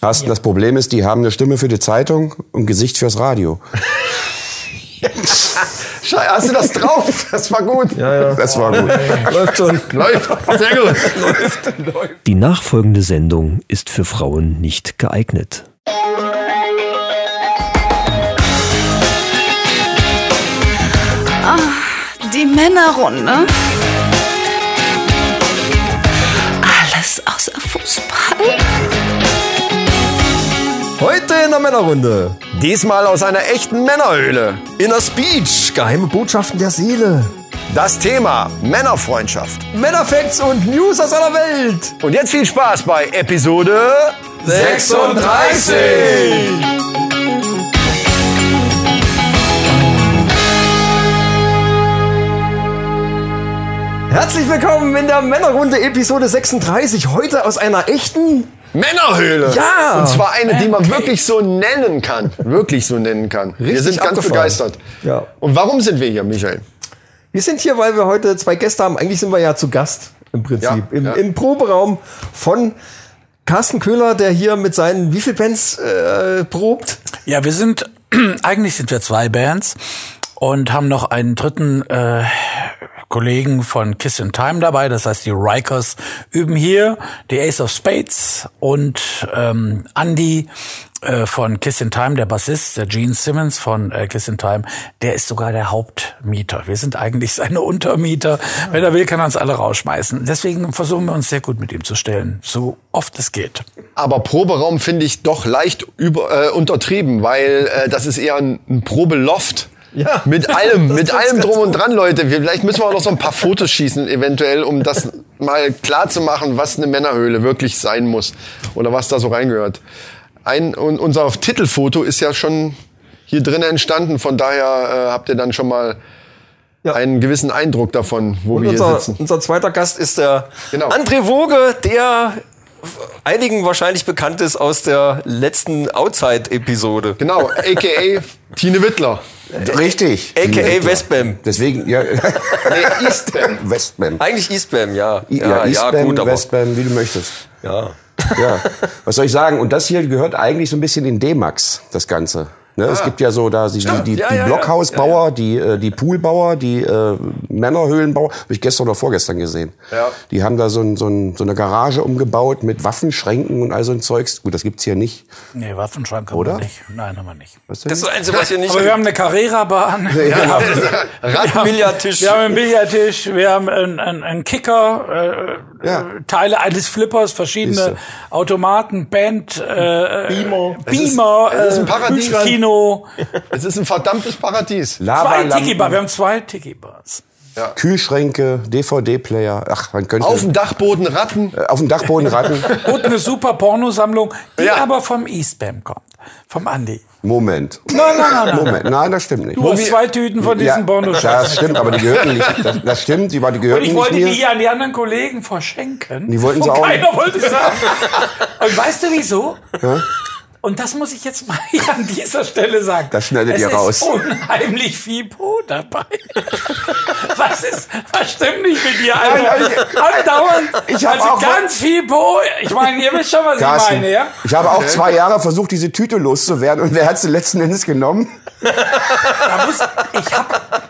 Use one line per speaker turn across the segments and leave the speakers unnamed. Carsten, das Problem ist, die haben eine Stimme für die Zeitung und ein Gesicht fürs Radio.
Scheiße, hast du das drauf? Das war gut.
Ja, ja.
Das war gut.
Läuft schon.
Läuft. Sehr gut.
Die nachfolgende Sendung ist für Frauen nicht geeignet.
Die Männerrunde. Alles außer Fußball.
Heute in der Männerrunde.
Diesmal aus einer echten Männerhöhle.
Inner Speech. Geheime Botschaften der Seele.
Das Thema Männerfreundschaft.
Männerfacts und News aus aller Welt.
Und jetzt viel Spaß bei Episode 36.
Herzlich willkommen in der Männerrunde Episode 36. Heute aus einer echten
Männerhöhle.
Ja.
Und zwar eine, die man wirklich so nennen kann. Wirklich so nennen kann. wir
Richtig
sind ganz
abgefahren.
begeistert.
Ja.
Und warum sind wir hier, Michael?
Wir sind hier, weil wir heute zwei Gäste haben. Eigentlich sind wir ja zu Gast im Prinzip.
Ja,
Im,
ja.
Im Proberaum von Carsten Köhler, der hier mit seinen wie viel Bands äh, probt.
Ja, wir sind, eigentlich sind wir zwei Bands und haben noch einen dritten äh, Kollegen von Kiss in Time dabei. Das heißt, die Rikers üben hier, die Ace of Spades und ähm, Andy äh, von Kiss in Time, der Bassist, der Gene Simmons von äh, Kiss in Time, der ist sogar der Hauptmieter. Wir sind eigentlich seine Untermieter. Wenn er will, kann er uns alle rausschmeißen. Deswegen versuchen wir uns sehr gut mit ihm zu stellen, so oft es geht.
Aber Proberaum finde ich doch leicht über, äh, untertrieben, weil äh, das ist eher ein, ein Probeloft.
Ja.
Mit allem, mit
ganz,
allem
ganz
drum und dran, Leute. Wir, vielleicht müssen wir auch noch so ein paar Fotos schießen, eventuell, um das mal klar zu machen, was eine Männerhöhle wirklich sein muss oder was da so reingehört. Ein, und unser Titelfoto ist ja schon hier drin entstanden. Von daher äh, habt ihr dann schon mal
Ja.
einen gewissen Eindruck davon, wo wir hier
unser,
sitzen.
unser zweiter Gast ist der
Genau.
André Woge, der einigen wahrscheinlich bekannt ist aus der letzten Outside-Episode.
Genau, a.k.a. Tine Wittler.
Richtig.
AKA Westbam.
Deswegen, ja.
Nee, Eastman.
Westbam.
Eigentlich Eastbam, ja.
Ja, ja,
ja, gut, aber.
Westbam, wie du möchtest.
Ja.
Ja, was soll ich sagen? Und das hier gehört eigentlich so ein bisschen in D-Max, das Ganze. Ne? Es gibt ja so da die, die, die,
Ja,
die
ja, ja.
Blockhausbauer, die, äh, die Poolbauer, die äh, Männerhöhlenbauer. Habe ich gestern oder vorgestern gesehen.
Ja.
Die haben da so, ein, so, ein, so eine Garage umgebaut mit Waffenschränken und all so ein Zeugs. Gut, das gibt's hier nicht.
Nee, Waffenschrank haben
Oder?
wir nicht. Nein, haben wir nicht.
Das ist das Einzige, was hier nicht
Aber wir haben eine Carrera-Bahn. Wir haben,
Billardtisch.
wir haben einen Billardtisch, wir haben einen, einen, einen Kicker, äh,
Ja.
äh, Teile eines Flippers, verschiedene
Siehste.
Automaten, Band, äh, Beamer, Beamer
es ist ein Paradies.
äh, Kino,
Es ist ein verdammtes Paradies.
zwei
Lavalampen,
Tiki-Bars. Wir haben zwei Tiki-Bars.
Kühlschränke, DVD-Player. Ach, man könnte
Auf dem Dachboden Ratten.
äh, auf dem Dachboden raten.
Und eine super Pornosammlung, die
Ja.
aber vom Eastbam kommt, vom Andy.
Moment.
Nein, nein, nein, nein.
Moment. Nein, das stimmt nicht.
Du hast zwei Tüten von
das
diesen Pornoschränken.
stimmt, aber die gehörten nicht. Das, das stimmt, die, war- die
Und
gehörten
ich wollte
nicht mir.
die hier an die anderen Kollegen verschenken.
Die wollten
und
sie auch
Keiner
nicht.
wollte es haben. Und weißt du wieso? Und das muss ich jetzt mal hier an dieser Stelle sagen.
Das schneidet
es
ihr raus.
Ist unheimlich viel Po dabei. was ist, was stimmt nicht mit dir, Alter?
Nein, ich-
Andauernd.
ich hab
also
auch-
ganz viel Po. Ich meine, ihr wisst schon, was ich
Carsten,
meine, ja?
ich habe auch zwei Jahre versucht, diese Tüte loszuwerden und wer hat sie letzten Endes genommen?
Da muss, ich hab,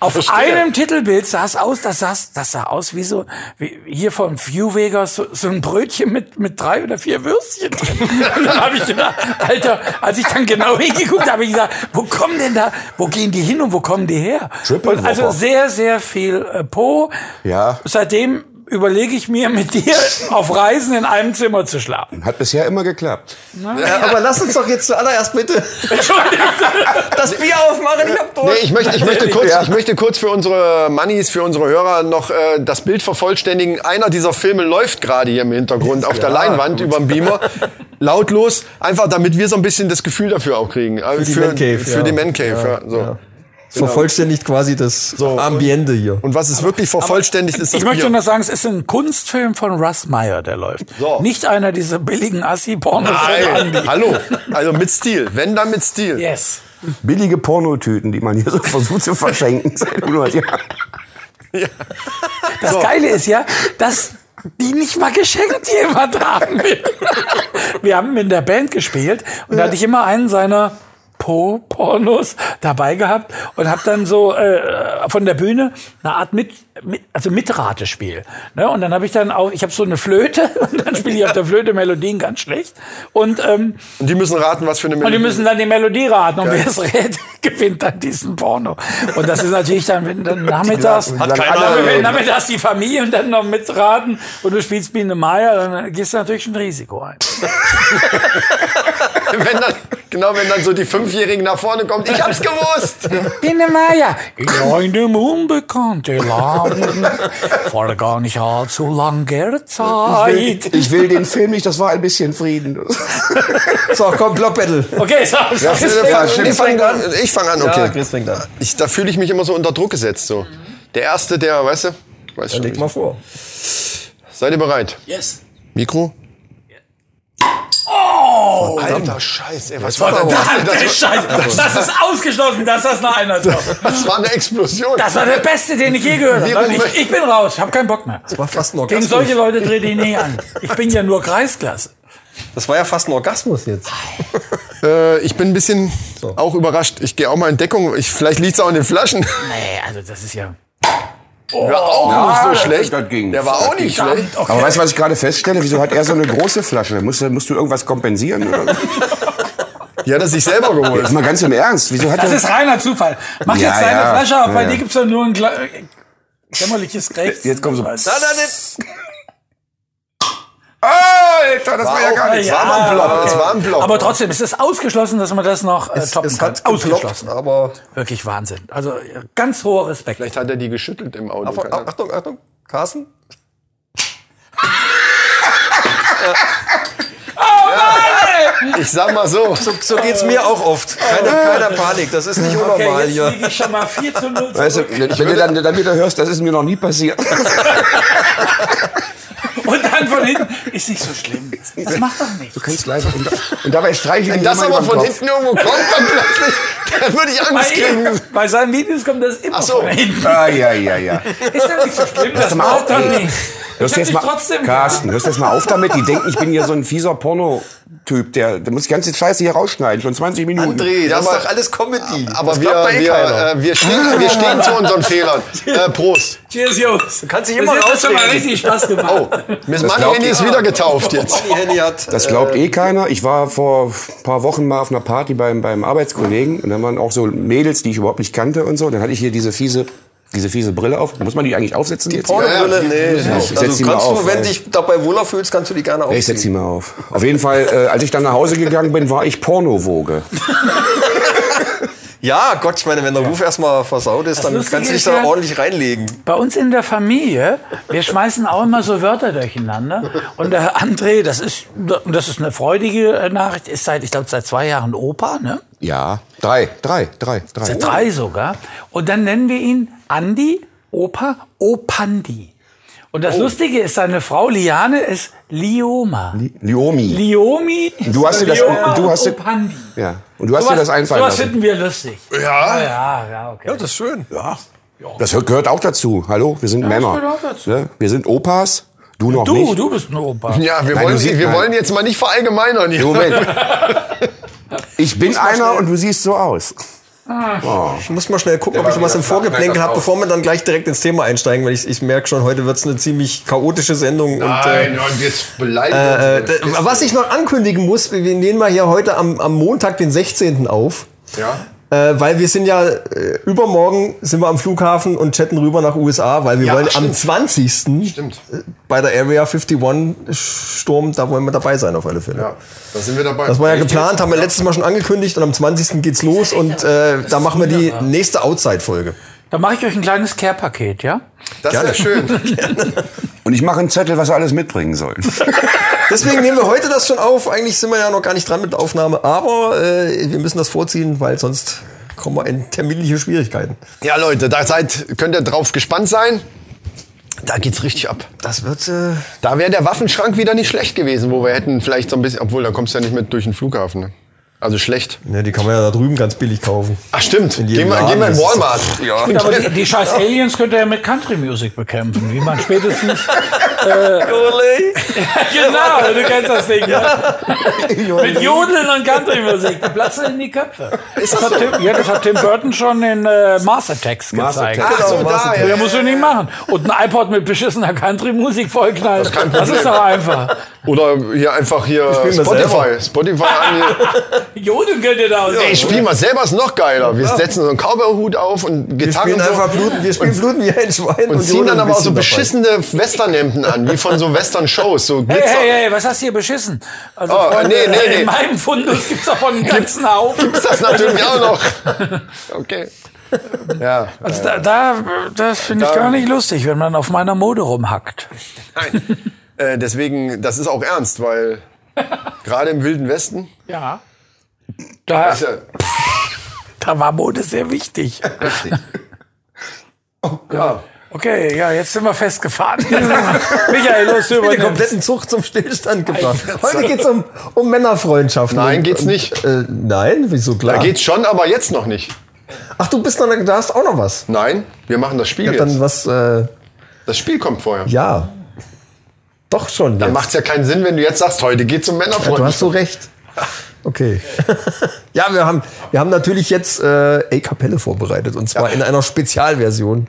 auf einem Titelbild sah es aus, das sah, das sah aus wie so, wie hier von View Vegas, so, so ein Brötchen mit, mit drei oder vier Würstchen drin. Und dann habe ich gedacht, Alter, als ich dann genau hingeguckt habe, ich gesagt, wo kommen denn da, wo gehen die hin und wo kommen die her?
Triple
und also
Whopper.
sehr, sehr viel äh, Po.
Ja.
Seitdem überlege ich mir, mit dir auf Reisen in einem Zimmer zu schlafen.
Hat bisher immer geklappt.
Ja, aber lass uns doch jetzt zuallererst bitte
Entschuldigung.
das Bier aufmachen. Ich hab
Nee,
durch.
ich möchte, ich möchte kurz, ich möchte kurz für unsere Mannis, für unsere Hörer noch äh, das Bild vervollständigen. Einer dieser Filme läuft gerade hier im Hintergrund auf der Leinwand über dem Beamer. Lautlos, einfach damit wir so ein bisschen das Gefühl dafür auch kriegen. Für
die
für,
Man Cave,
Für
ja.
die Man Cave, ja. so.
Es vervollständigt quasi das Ambiente hier.
Und was es wirklich vervollständigt, ist das
Ich möchte
Bier.
nur sagen, es ist ein Kunstfilm von Russ Meyer, der läuft.
So.
Nicht einer dieser billigen Assi-Pornos.
Nein, hallo. Also mit Stil. Wenn, dann mit Stil.
Yes.
Billige Pornotüten, die man hier so versucht zu verschenken. seit 100 Jahren.
Das Geile ist ja, dass die nicht mal geschenkt jemand haben will. wir haben in der Band gespielt und da hatte ich immer einen seiner Po-Pornos dabei gehabt und habe dann so äh, von der Bühne eine Art mit, mit also Mitratespiel. Ne? Und dann habe ich dann auch, ich habe so eine Flöte und dann spiele ich auf der Flöte Melodien ganz schlecht und ähm,
Und die müssen raten, was für eine
und die
Melodie.
müssen dann die Melodie raten und wer es redet, gewinnt dann diesen Porno. Und das ist natürlich dann, wenn dann nachmittags,
Hat
keine
alle-
Ahnung.
wenn nachmittags die Familie und dann noch mitraten und du spielst Biene Meier, dann gehst du natürlich ein Risiko ein.
wenn dann, genau, wenn dann so die Fünfjährigen nach vorne kommt, ich hab's gewusst.
Biene Meier, in dem unbekannten Land, vor gar nicht allzu langer Zeit.
Ich will den Film nicht, das war ein bisschen Frieden.
So, komm, Block Battle.
Okay, so, so
Ich
ist
Ja,
fang- ich fang an, ich fang an,
Ja,
okay.
Chris fängt an.
Ich, da fühle ich mich immer so unter Druck gesetzt. So. Der Erste, der, weißt du, weiß schon.
Leg
nicht.
mal vor.
Seid ihr bereit?
yes.
Mikro? Oh! Alter Scheiß, ey, was
Oh,
war denn das?
das,
Das,
ist scheiße. das ist ausgeschlossen, dass das noch einer tut.
das war eine Explosion.
Das war der Beste, den ich je gehört
Wie
habe.
rum-
Ich, ich bin raus, ich habe keinen Bock mehr.
war fast ein
Gegen
Orgasmus.
solche Leute trete ich nie an. Ich bin ja nur Kreisklasse.
Das war ja fast ein Orgasmus jetzt.
äh, ich bin ein bisschen auch überrascht. Ich gehe auch mal in Deckung. Ich, vielleicht liegt's auch in den Flaschen.
Nee, also das ist ja...
War auch
Ja,
nicht
das-
so schlecht.
das ging.
Der war auch nicht schlecht.
Aber weißt du, was ich gerade feststelle? Wieso hat er so eine große Flasche? Musst du, musst du irgendwas kompensieren? Oder? so?
Die hat er sich selber geholt.
Jetzt mal ganz im Ernst. Wieso hat
Das
er...
ist reiner Zufall. Mach
Ja,
jetzt deine
ja.
Flasche auf,
Ja,
bei
ja.
dir gibt's doch nur ein Gla- äh, jämmerliches Recht.
Jetzt kommt so-
Was?
Alter, das war, ja gar
Es
nicht...
war mal ein Block. Es war ein Block.
Aber trotzdem, es ist ausgeschlossen, dass man das noch äh, toppen kann.
halt
Ausgeschlossen.
aber.
Wirklich Wahnsinn. Also äh, ganz hoher Respekt.
Vielleicht hat er die geschüttelt im Auto.
Achtung,
Keine Ahnung.
Achtung, Achtung. Carsten?
Ich sag mal so.
So geht's mir auch oft. Keine, keine Panik, das ist nicht unnormal
okay, jetzt
hier.
liege ich schon mal 4 zu 0
Weißt
zurück.
du, wenn du dann, dann wieder hörst, das ist mir noch nie passiert.
Und dann von hinten, ist nicht so schlimm. Das macht doch nichts.
Du kannst leider... Und, und dabei streiche ich
Wenn
ihn
das
immer
aber
über den
von
Kopf.
hinten irgendwo kommt, dann plötzlich, dann würde ich Angst
Bei,
kriegen.
ihm, bei seinen Videos kommt das immer
Ach so.
von hinten.
Ah, ja, ja, ja.
Ist ja nicht so schlimm, das
du mal
macht
auf,
doch
ey.
nicht.
Hörst du
Ich
jetzt
hab
mal,
dich trotzdem
Carsten, hörst du jetzt mal auf damit? Die denken, ich bin hier so ein fieser Porno-Typ. Der, der muss die ganze Scheiße hier rausschneiden, schon 20 Minuten.
André, das
aber-
ist doch alles Comedy.
Aber
das
wir,
glaubt doch eh
wir,
keiner.
äh, wir, stehen, wir stehen zu unseren Fehlern. Äh, Prost.
Cheers, Jungs. Du
kannst dich immer
Das hat schon mal
rausreden.
richtig Spaß gemacht.
Oh, Miss
Das
Money
glaubt
Handy
ihr?
ist wieder getauft jetzt.
Die Handy hat. äh,
Das glaubt eh keiner. Ich war vor ein paar Wochen mal auf einer Party beim, beim Arbeitskollegen und dann waren auch so Mädels, die ich überhaupt nicht kannte und so. Dann hatte ich hier diese fiese, diese fiese Brille auf. Muss man die eigentlich aufsetzen? Die jetzt?
Pornobrille, nee.
Ich
Also
setz
kannst
die mal auf,
du, wenn
ey.
dich dabei wohler fühlst, kannst du die gerne
Ja, Ich
aufziehen.
setze sie mal auf. Auf jeden Fall, äh, als ich dann nach Hause gegangen bin, war ich Pornowoge.
Ja, Gott, ich meine, wenn der Ruf erstmal versaut ist, dann
Lustige
kannst du dich
ist ja-
da ordentlich reinlegen.
Bei uns in der Familie, wir schmeißen auch immer so Wörter durcheinander. Und der André, das ist, das ist eine freudige äh, Nachricht, ist seit, ich glaube, seit zwei Jahren Opa, ne?
Ja, drei, drei, drei, drei.
Seit drei sogar. Und dann nennen wir ihn Andi, Opa, Opandi. Und das Lustige ist, seine Frau Liane ist Lioma.
Liomi.
Liomi.
Du hast dir das-
Lioma
du hast
und
dir-
Opandi.
Ja. Und du hast dir das einfallen
sowas
lassen.
finden wir lustig. Ja, ja, ja, okay.
Das ist schön.
Ja. Das gehört auch dazu. Hallo, wir sind Männer.
gehört auch dazu.
Ne? Wir sind Opas. Du noch
Du,
nicht.
du bist ein Opa.
Ja, wir,
Nein,
wollen,
du siehst-
wir
nein.
wollen jetzt mal nicht verallgemeinern hier.
Moment. Ich bin einer und du siehst so aus.
Ah.
Oh.
Ich muss mal schnell gucken, ob ich noch was im Vorgeplänkel habe, bevor wir dann gleich direkt ins Thema einsteigen, weil ich, ich merke schon, heute wird's eine ziemlich chaotische Sendung. und, äh,
und jetzt beleidigt.
D- Was ich noch ankündigen muss, wir nehmen mal hier heute am, am Montag, den 16. auf.
Ja.
Äh, weil wir sind ja, äh, übermorgen sind wir am Flughafen und chatten rüber nach USA, weil wir
Ja,
wollen am
stimmt.
20.
Stimmt.
bei der Area 51 Sturm, da wollen wir dabei sein auf alle Fälle.
Ja, da sind wir dabei.
Das war ja geplant, haben wir letztes Mal schon angekündigt und am 20. geht's los und äh, da machen wir die nächste Outside-Folge.
Da mache ich euch ein kleines Care-Paket, ja?
Das ist ja schön.
Und ich mache einen Zettel, was wir alles mitbringen sollen.
Deswegen nehmen wir heute das schon auf. Eigentlich sind wir ja noch gar nicht dran mit der Aufnahme, aber äh, wir müssen das vorziehen, weil sonst kommen wir in terminliche Schwierigkeiten.
Ja, Leute, da seid, könnt ihr drauf gespannt sein. Da geht's richtig ab.
Das wird äh,
Da wäre der Waffenschrank wieder nicht schlecht gewesen, wo wir hätten vielleicht so ein bisschen, obwohl da kommst du ja nicht mit durch den Flughafen. Ne? Also schlecht.
Ne, die kann man ja da drüben ganz billig kaufen.
Ach stimmt, gehen
jedem
wir, gehen wir
Laden
in
ist-
Walmart. Ja.
Genau, Aber die, die scheiß Aliens könnt ihr ja mit Country Music bekämpfen, wie man spätestens äh,
Ole.
genau, du kennst das Ding. Ne? Mit Jodeln und Country-Musik. Die platzen in die Köpfe. Das hat Tim, ja, das hat Tim Burton schon in äh, Mars Attacks gezeigt.
Attack.
Ach so,
Genau,
da,
Master
ja.
Ja, musst du nicht machen. Und ein iPod mit beschissener Country-Musik vollknallen. Das,
kein
ist
Problem.
doch einfach.
Oder hier einfach hier
spiel mal
Spotify. Spotify an hier.
Jodeln könnt ihr da aus.
Ey, spiel mal selber, ist noch geiler. Wir setzen so einen Cowboy-Hut auf und
Wir
Gitarren
spielen
und so.
einfach Bluten, wir spielen Bluten wie ein Schwein.
Und ziehen
holen ein
dann aber auch so
bisschen dabei.
beschissene Westernhemden an, wie von so Western-Shows. So Glitzer.
Hey, hey, hey, was hast du hier beschissen? Also,
Oh,
Freunde,
nee, nee,
in
nee.
meinem Fundus gibt's davon einen ganzen Haufen.
Ist das natürlich auch noch. Okay. Ja.
Also da, da, das finde ich
Da-
gar nicht lustig, wenn man auf meiner Mode rumhackt.
Nein. Äh, deswegen, das ist auch ernst, weil gerade im Wilden Westen.
Ja. Da,
Ist ja,
da war Mode sehr wichtig.
Oh ja.
Okay, ja, jetzt sind wir festgefahren. Michael, los, du
den
übernimmst.
kompletten Zug zum Stillstand gebracht. Heute geht's um, um Männerfreundschaften.
Nein,
Und-
geht's
und,
nicht.
Äh, nein, wieso
Da
klar?
geht's schon, aber jetzt noch nicht.
Ach, du bist noch, da hast auch noch was.
Nein, wir machen das Spiel
Ja,
jetzt.
dann was, äh,
Das Spiel kommt vorher.
ja. Doch schon.
Dann
jetzt.
macht's ja keinen Sinn, wenn du jetzt sagst, heute geht's um
Ja, du hast
Männerfreundschaft.
so recht. Okay. ja, wir haben, wir haben natürlich jetzt äh, A Kapelle vorbereitet und zwar in einer Spezialversion.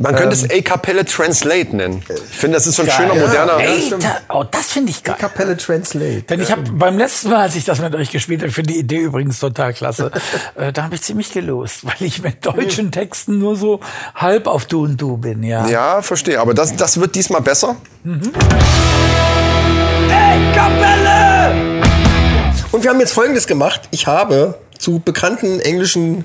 Man könnte
Ähm.
es A Capelle Translate nennen. Ich finde, das ist so ein schöner, moderner.
Ey, da, oh, das finde ich geil.
Kapelle Translate.
Denn ich habe
Ähm.
beim letzten Mal, als ich das mit euch gespielt habe, ich finde die Idee übrigens total klasse, äh, da habe ich ziemlich gelost, weil ich mit deutschen Texten nur so halb auf du und du bin, ja.
Ja, verstehe. Aber das, das wird diesmal besser.
Und wir haben jetzt Folgendes gemacht. Ich habe zu bekannten englischen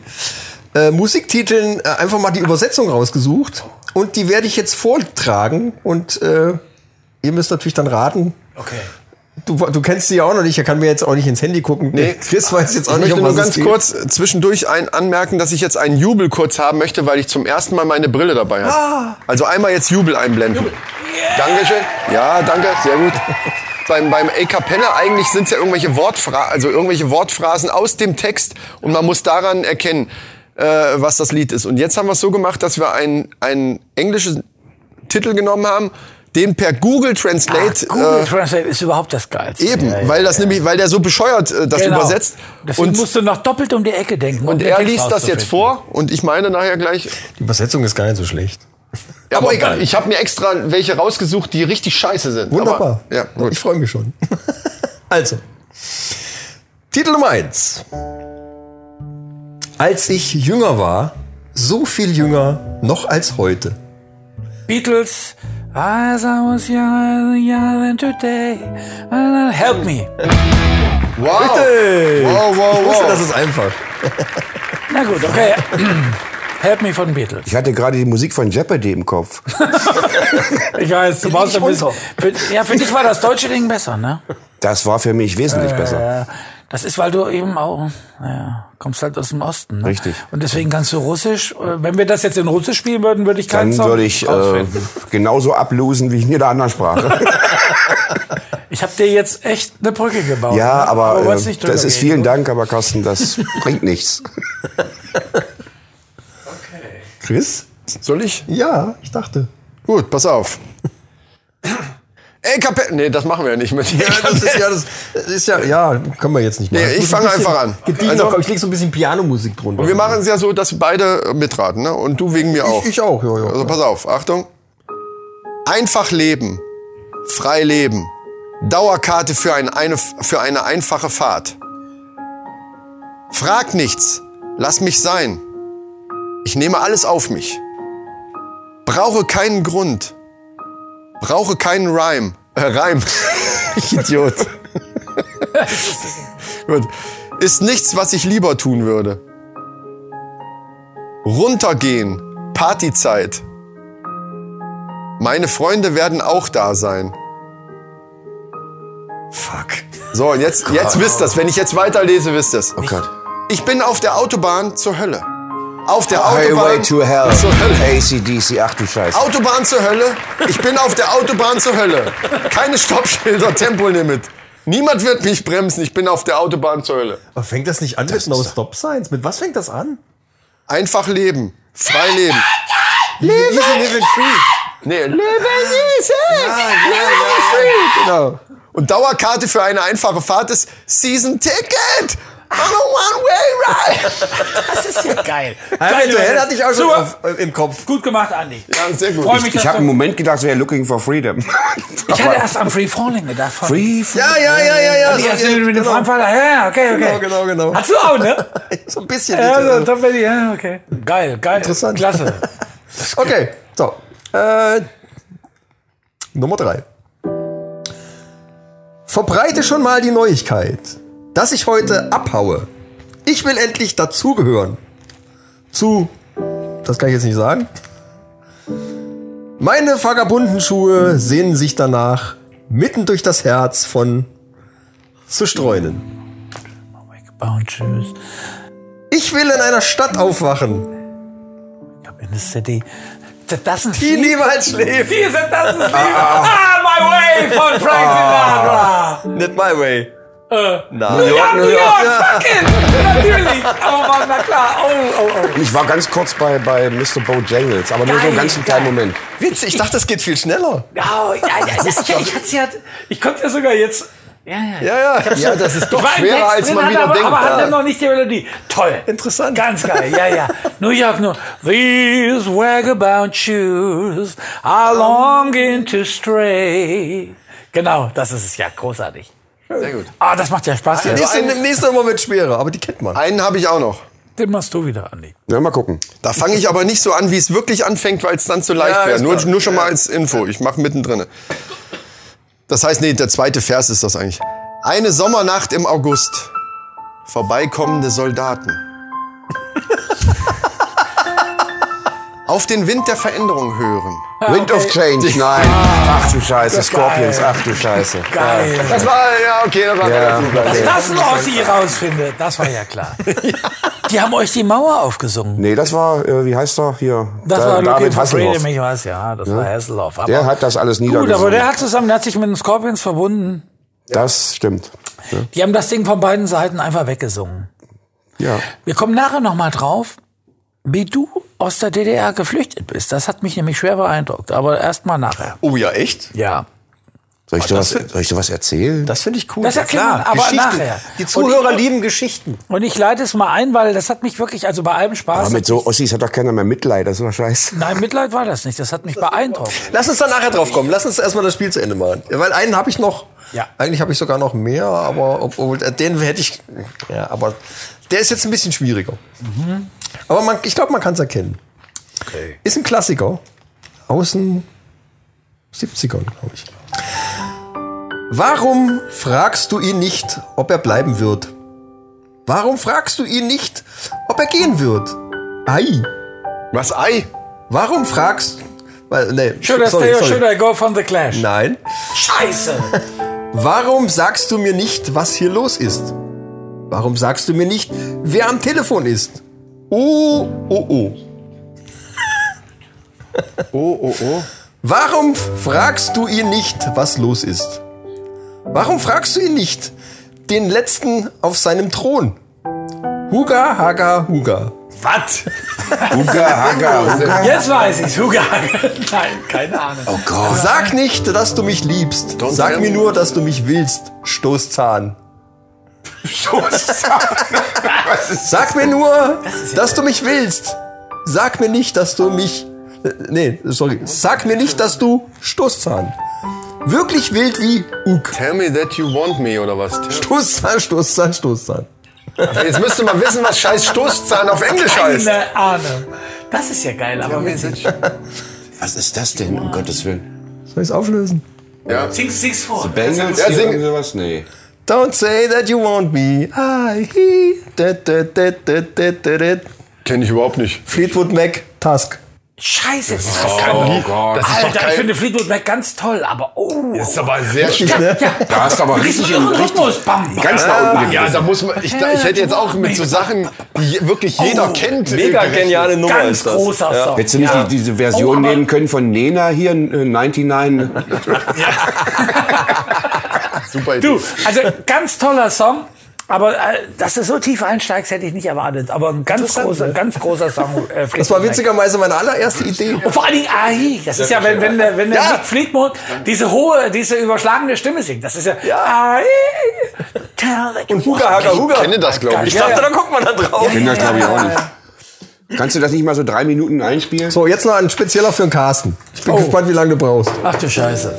äh, Musiktiteln äh, einfach mal die Übersetzung rausgesucht und die werde ich jetzt vortragen und äh, ihr müsst natürlich dann raten.
Okay.
Du, du kennst sie ja auch noch nicht, er kann mir jetzt auch nicht ins Handy gucken.
Nee.
Chris weiß jetzt auch
Ich
nicht,
möchte
um was
nur
es
ganz
geht.
kurz zwischendurch ein anmerken, dass ich jetzt einen Jubel kurz haben möchte, weil ich zum ersten Mal meine Brille dabei habe.
Ah.
Also einmal jetzt Jubel einblenden. Dankeschön. Ja, danke, sehr gut. Beim, beim A Cappella eigentlich sind es ja irgendwelche, Wortphra also irgendwelche Wortphrasen aus dem Text und man muss daran erkennen, äh, was das Lied ist. Und jetzt haben wir es so gemacht, dass wir einen, einen englischen Titel genommen haben, den per Google Translate
Ah, Google
äh,
Translate ist überhaupt das Geilste.
Eben,
ja, ja.
weil das nämlich, weil der so bescheuert äh, das
Genau.
übersetzt.
Deswegen
Und,
musst du noch doppelt um die Ecke denken. um
und
den
er
Text
liest das jetzt
rauszufinden.
vor und ich meine nachher gleich.
Die Übersetzung ist gar nicht so schlecht.
Ja, aber egal, ich habe mir extra welche rausgesucht, die richtig scheiße sind.
Wunderbar.
Aber, ja,
Ich
gut.
freue mich schon. also. Titel Nummer eins. Als ich jünger war, so viel jünger noch als heute.
Beatles. As I was young, young and today. uh, Help me.
Wow.
Hey.
wow, wow,
Ich wusste, das
wow.
ist einfach.
Na gut, okay. Help me von Beatles.
Ich hatte gerade die Musik von Jeopardy im Kopf.
Ich weiß, du warst ein bisschen. Für, ja, für dich war das deutsche Ding besser, ne?
Das war für mich wesentlich besser.
Äh, Das ist, weil du eben auch, naja, kommst halt aus dem Osten. Ne?
Richtig.
Und deswegen kannst du Russisch. äh, Wenn wir das jetzt in Russisch spielen würden, würde ich keinen
Dann
Song
würde ich äh,
rausfinden.
genauso ablosen wie in jeder anderen Sprache.
Ich habe dir jetzt echt eine Brücke gebaut.
ja,
ne?
aber
wolltest
äh,
nicht drüber
das ist
reden,
vielen
oder?
Dank, aber Carsten, das bringt nichts.
Chris?
Soll ich?
Ja, ich dachte.
Gut, pass auf. Ey, Kapelle. Nee, das machen wir ja nicht mit.
Ja, das ist ja, das ist ja, ja, können wir jetzt nicht machen.
Nee, ich
Muss ein
fange
bisschen
einfach an.
Gediegener,
Also-
komm, ich leg so ein bisschen Pianomusik drunter.
Wir machen es ja so, dass beide mitraten, ne? Und du wegen mir auch.
ich auch, ja, ja.
Also pass auf, Achtung. Einfach leben. Frei leben. Dauerkarte für, ein, eine, für eine einfache Fahrt. Frag nichts. Lass mich sein. Ich nehme alles auf mich. Brauche keinen Grund. Brauche keinen Rhyme. Äh, Reim. ich Idiot. Gut. Ist nichts, was ich lieber tun würde. Runtergehen. Partyzeit. Meine Freunde werden auch da sein.
Fuck.
So, und jetzt, jetzt wisst ihr Wenn ich jetzt weiterlese, wisst ihr
Oh Gott.
Ich bin auf der Autobahn zur Hölle. Auf der
Highway
Autobahn
to Hell.
zur Hölle.
ACDC, ach du Scheiße.
Autobahn zur Hölle. Ich bin auf der Autobahn zur Hölle. Keine Stoppschilder, Tempolimit. Niemand wird mich bremsen. Ich bin auf der Autobahn zur Hölle.
Aber fängt das nicht an mit No Stop Signs? Mit was fängt das an?
Einfach leben. Frei leben.
Easy Living Free.
Nee, Lebe süß, hey. Genau. Und Dauerkarte für eine einfache Fahrt ist Season Ticket. On a one-way ride.
Das ist ja geil.
Eventuell hatte ich auch schon
Super.
auf, äh, im Kopf.
Gut gemacht, Andi.
Ja, sehr gut.
Freue mich,
Ich,
dass
ich habe
du-
einen Moment gedacht, es wäre Looking for Freedom.
Ich hatte erst an Free Falling gedacht. Von
Free
Ja, ja, ja, ja, ja.
Andi, erst mit dem
genau.
Frankfurter. Ja, ja, okay, okay.
Genau, genau, genau.
Hast du auch, ne?
So ein bisschen.
Ja,
bitte.
so, Tom Petty, ja, okay. Geil, geil.
Interessant.
Klasse.
Okay, so. Äh, Nummer drei. Verbreite schon mal die Neuigkeit, dass ich heute abhaue. Ich will endlich dazugehören. Zu, das kann ich jetzt nicht sagen. Meine vagabunden Schuhe sehnen sich danach, mitten durch das Herz von zu streunen.
Bauen, tschüss.
Ich will in einer Stadt aufwachen,
Ich hab in der City. Das- Das sind
die
viele.
niemals schläft.
Vier sind das sind viele. Ah, my way von Frank Sinatra.
Not my way. Nein.
Äh. Ja, New York, fuck it. Natürlich. Aber Mann, na klar. Oh, oh, oh.
Ich war ganz kurz bei, bei Mr. Bojangles, aber nur so einen
Geil,
ganzen kleinen
geil.
Moment.
Witzig, ich dachte, das geht viel schneller.
Oh, ja, ja, ja, ich, ich, hat's ja, ich konnte ja sogar jetzt. Ja, ja.
Ja, ja. Ja, das ist
Ich war im Text drin, hat aber, Aber hat er
ja.
noch nicht die Melodie. Toll.
Interessant.
Ganz geil. Ja, ja. New York nur. These vagabond shoes are longing to stray. Genau, das ist es ja. Großartig.
Sehr gut.
Ah, das macht ja Spaß.
Die
jetzt.
ist im nächsten Moment schwerer, aber die kennt man.
Einen habe ich auch noch.
Den machst du wieder, Andi.
Ja, mal gucken.
Da fange ich aber nicht so an, wie es wirklich anfängt, weil es dann zu leicht
Ja,
wäre.
ist
Nur,
klar.
nur schon mal als Info. Ich mache mittendrin. Das heißt, nee, der zweite Vers ist das eigentlich. Eine Sommernacht im August. Vorbeikommende Soldaten. Auf den Wind der Veränderung hören.
Ah,
Wind of Change, nein. Ach du Scheiße, Scorpions, ach du Scheiße.
Geil.
Das war, ja, okay, das war
Ja,
Dass
okay.
das ein Ossi rausfindet, das war ja klar. Die haben euch die Mauer aufgesungen.
Nee, das war, äh, wie heißt er hier?
Das
Da-
war Looking
David
for
Hasselhoff.
Freedom, ich weiß, ja, das war Hasselhoff. Aber
Der hat das alles
Gut, aber
niedergesungen.
der hat zusammen, der hat sich mit den Scorpions verbunden.
Das stimmt.
Die haben das Ding von beiden Seiten einfach weggesungen.
Ja.
Wir kommen nachher nochmal drauf, wie du aus der DDR geflüchtet bist. Das hat mich nämlich schwer beeindruckt, aber erstmal nachher.
Oh ja, echt?
Ja.
Soll ich
Oh,
dir was, soll ich dir was erzählen?
Das finde ich cool.
Das
ja
erkennt man, aber nachher.
Die Zuhörer
Und ich-
lieben Geschichten.
Und ich leite es mal ein, weil das hat mich wirklich, also bei allem Spaß.
aber mit so Ossis hat doch keiner mehr Mitleid, das ist doch scheiße.
Nein, Mitleid war das nicht. Das hat mich beeindruckt.
Lass uns da nachher drauf kommen. Lass uns erstmal das Spiel zu Ende machen. Weil einen habe ich noch.
Ja.
Eigentlich habe ich sogar noch mehr, aber obwohl, äh, den hätte ich. Ja, aber der ist jetzt ein bisschen schwieriger.
Mhm.
Aber man, ich glaube, man kann es erkennen. Okay. Ist ein Klassiker. Aus den 70ern, glaube ich. Warum fragst du ihn nicht, ob er bleiben wird? Warum fragst du ihn nicht, ob er gehen wird? Ei.
Was, Ei?
Warum fragst weil, nee,
Should
sorry,
I stay or
sorry.
should I go von The Clash?
Nein.
Scheiße!
Warum sagst du mir nicht, was hier los ist? Warum sagst du mir nicht, wer am Telefon ist?
Oh, oh, oh. Oh, oh, oh.
Warum fragst du ihn nicht, was los ist? Warum fragst du ihn nicht, den letzten auf seinem Thron? Huga, Haga, Huga.
Was?
Huga, Haga, Huga.
Jetzt weiß ich's. Huga. Nein, keine Ahnung.
Oh Gott.
Sag nicht, dass du mich liebst.
Don't
Sag
tell
mir
me.
nur, dass du mich willst. Stoßzahn. Sag mir nur, dass du mich willst. Sag mir nicht, dass du mich. äh, Nee, sorry. Sag mir nicht, dass du Stoßzahn. Wirklich wild wie Uk.
Tell me that you want me, oder was?
Stoßzahn, Stoßzahn, Stoßzahn.
Jetzt müsste man wissen, was scheiß Stoßzahn auf Englisch heißt.
Keine Ahnung. Das ist ja geil, aber witzig.
Was ist das denn, um Gottes Willen?
Soll ich's auflösen?
Ja.
Sing's, sing's vor.
Bengals
Ja,
hier,
sing-
irgendwie sowas? Nee.
Don't say that you want me. I he. Da, da, da, da, da, da, da.
Kenne ich überhaupt nicht.
Fleetwood Mac, Tusk.
Scheiße, das ist doch kein Lied.
Gott.
Das ist doch
Alter,
geil.
ich finde Fleetwood Mac ganz toll, aber oh.
Das ist aber sehr schön.
ja, ja.
Da hast du aber richtig
Diesen
im
irren
richtig
Rhythmus. Bam, bam.
ganz nach unten
Ja,
gegriffen.
da muss man. Ich, da- ich hätte jetzt auch mit so Sachen, die je- wirklich jeder kennt.
Oh,
äh,
Mega
gerechnet.
geniale Nummer
Ganz
ist das.
großer Song.
Hättest du nicht
Ja.
die, diese Version
Oh, aber-
nehmen können von Nena hier, äh, 99?
Super Idee.
Du, also ganz toller Song. Aber äh, dass du so tief einsteigst, hätte ich nicht erwartet. Aber ein ganz
Interessant,
großer,
ne?
ganz großer Song. Äh,
Das war witzigerweise meine allererste Idee.
Und vor allen Dingen, ai, das ist ja, wenn, wenn der, wenn der
Ja.
Nick Fleetwood diese hohe, diese überschlagende Stimme singt, das ist ja, ah, ai, tell the
Und Huga, Haga,
Ich
Huga.
kenne das, glaube ich.
Ich dachte, da guckt man da drauf.
Kinder glaube ich auch nicht. Kannst du das nicht mal so drei Minuten einspielen?
So, jetzt noch ein spezieller für den Carsten. Ich bin
Oh.
gespannt, wie lange du brauchst.
Ach du Scheiße.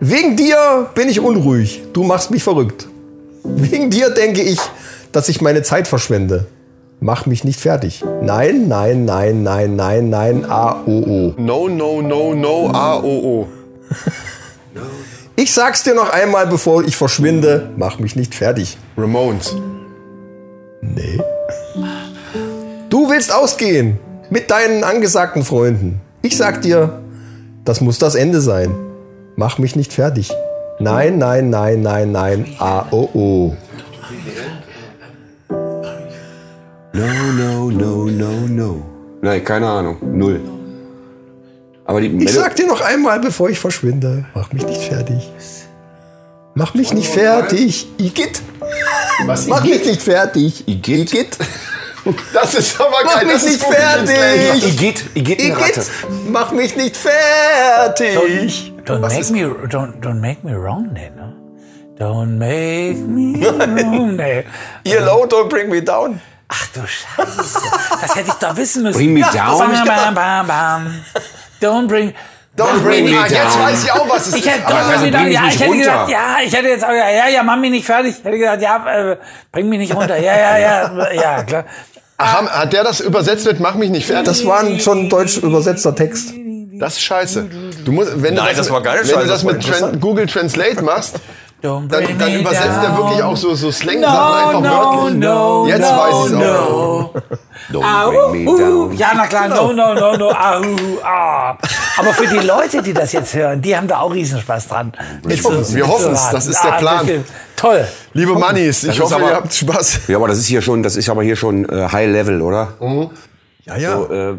Wegen dir bin ich unruhig. Du machst mich verrückt. Wegen dir denke ich, dass ich meine Zeit verschwende. Mach mich nicht fertig. Nein, nein, nein, nein, nein, nein, A, O, O.
No, no, no, no, A, O, O.
Ich sag's dir noch einmal, bevor ich verschwinde. Mach mich nicht fertig.
Ramones.
Nee. Du willst ausgehen mit deinen angesagten Freunden. Ich sag dir, das muss das Ende sein. Mach mich nicht fertig. Nein, nein, nein, nein, nein. Ah, oh, oh.
No, no, no, no, no. Nein, keine Ahnung. Null. Aber die
Ich sag dir noch einmal, bevor ich verschwinde. Mach mich nicht fertig. Mach mich nicht fertig. Igitt.
Was?
Mach mich nicht fertig.
Igitt?
Igitt.
Das ist aber
Mach
geil.
mich
das ist
nicht
gut.
fertig.
Igitt, Igitt, eine Ratte.
Igitt. Mach mich nicht fertig.
Don't make me, don't, don't make me wrong, nee, ne? Don't make me wrong, nee.
Ihr Low, don't bring me down.
Ach du Scheiße. Das hätte ich doch wissen müssen.
Bring me
Bam,
down.
bam, bam, bam, bam. Don't bring,
Don't bring me
me
ah, Jetzt
down.
weiß ich auch, was es
Ich hätte
ist.
doch
Aber also
wieder,
bring mich
ja,
nicht
ich hätte
runter.
gesagt, ja, ich hätte jetzt auch, ja, ja, ja, mach mich nicht fertig. Ich hätte gesagt, ja, äh, bring mich nicht runter. Ja, ja, ja, ja, klar.
Ach, haben- hat der das übersetzt mit Mach mich nicht fertig?
Das war ein schon deutsch übersetzter Text.
Das ist scheiße. Du musst, wenn du
Nein,
das,
das war gar nicht
Wenn
scheiße,
du
das
das
war
mit Tran
interessant.
Google Translate machst,
Don't
dann,
bring
dann
me
übersetzt er
down.
wirklich auch so, so Slang-Sachen
No,
einfach
no,
wörtlich. ne?
no,
Jetzt
no,
weiß ich's
no. Au,
Don't bring me
uh,
down.
ja, na klar, no, no, no, no, au, ah. Aber für die Leute, die das jetzt hören, die haben da auch Riesenspaß dran. Mit
hoffe es, wir
mit
hoffen es,
raten.
das ist der
Ja,
Plan.
wirklich. Toll.
Liebe Mannis, ich
ist
hoffe,
aber-
ihr habt Spaß.
Ja, aber das ist hier schon, das ist aber hier schon äh, High Level, oder?
Ja, ja.
So, äh,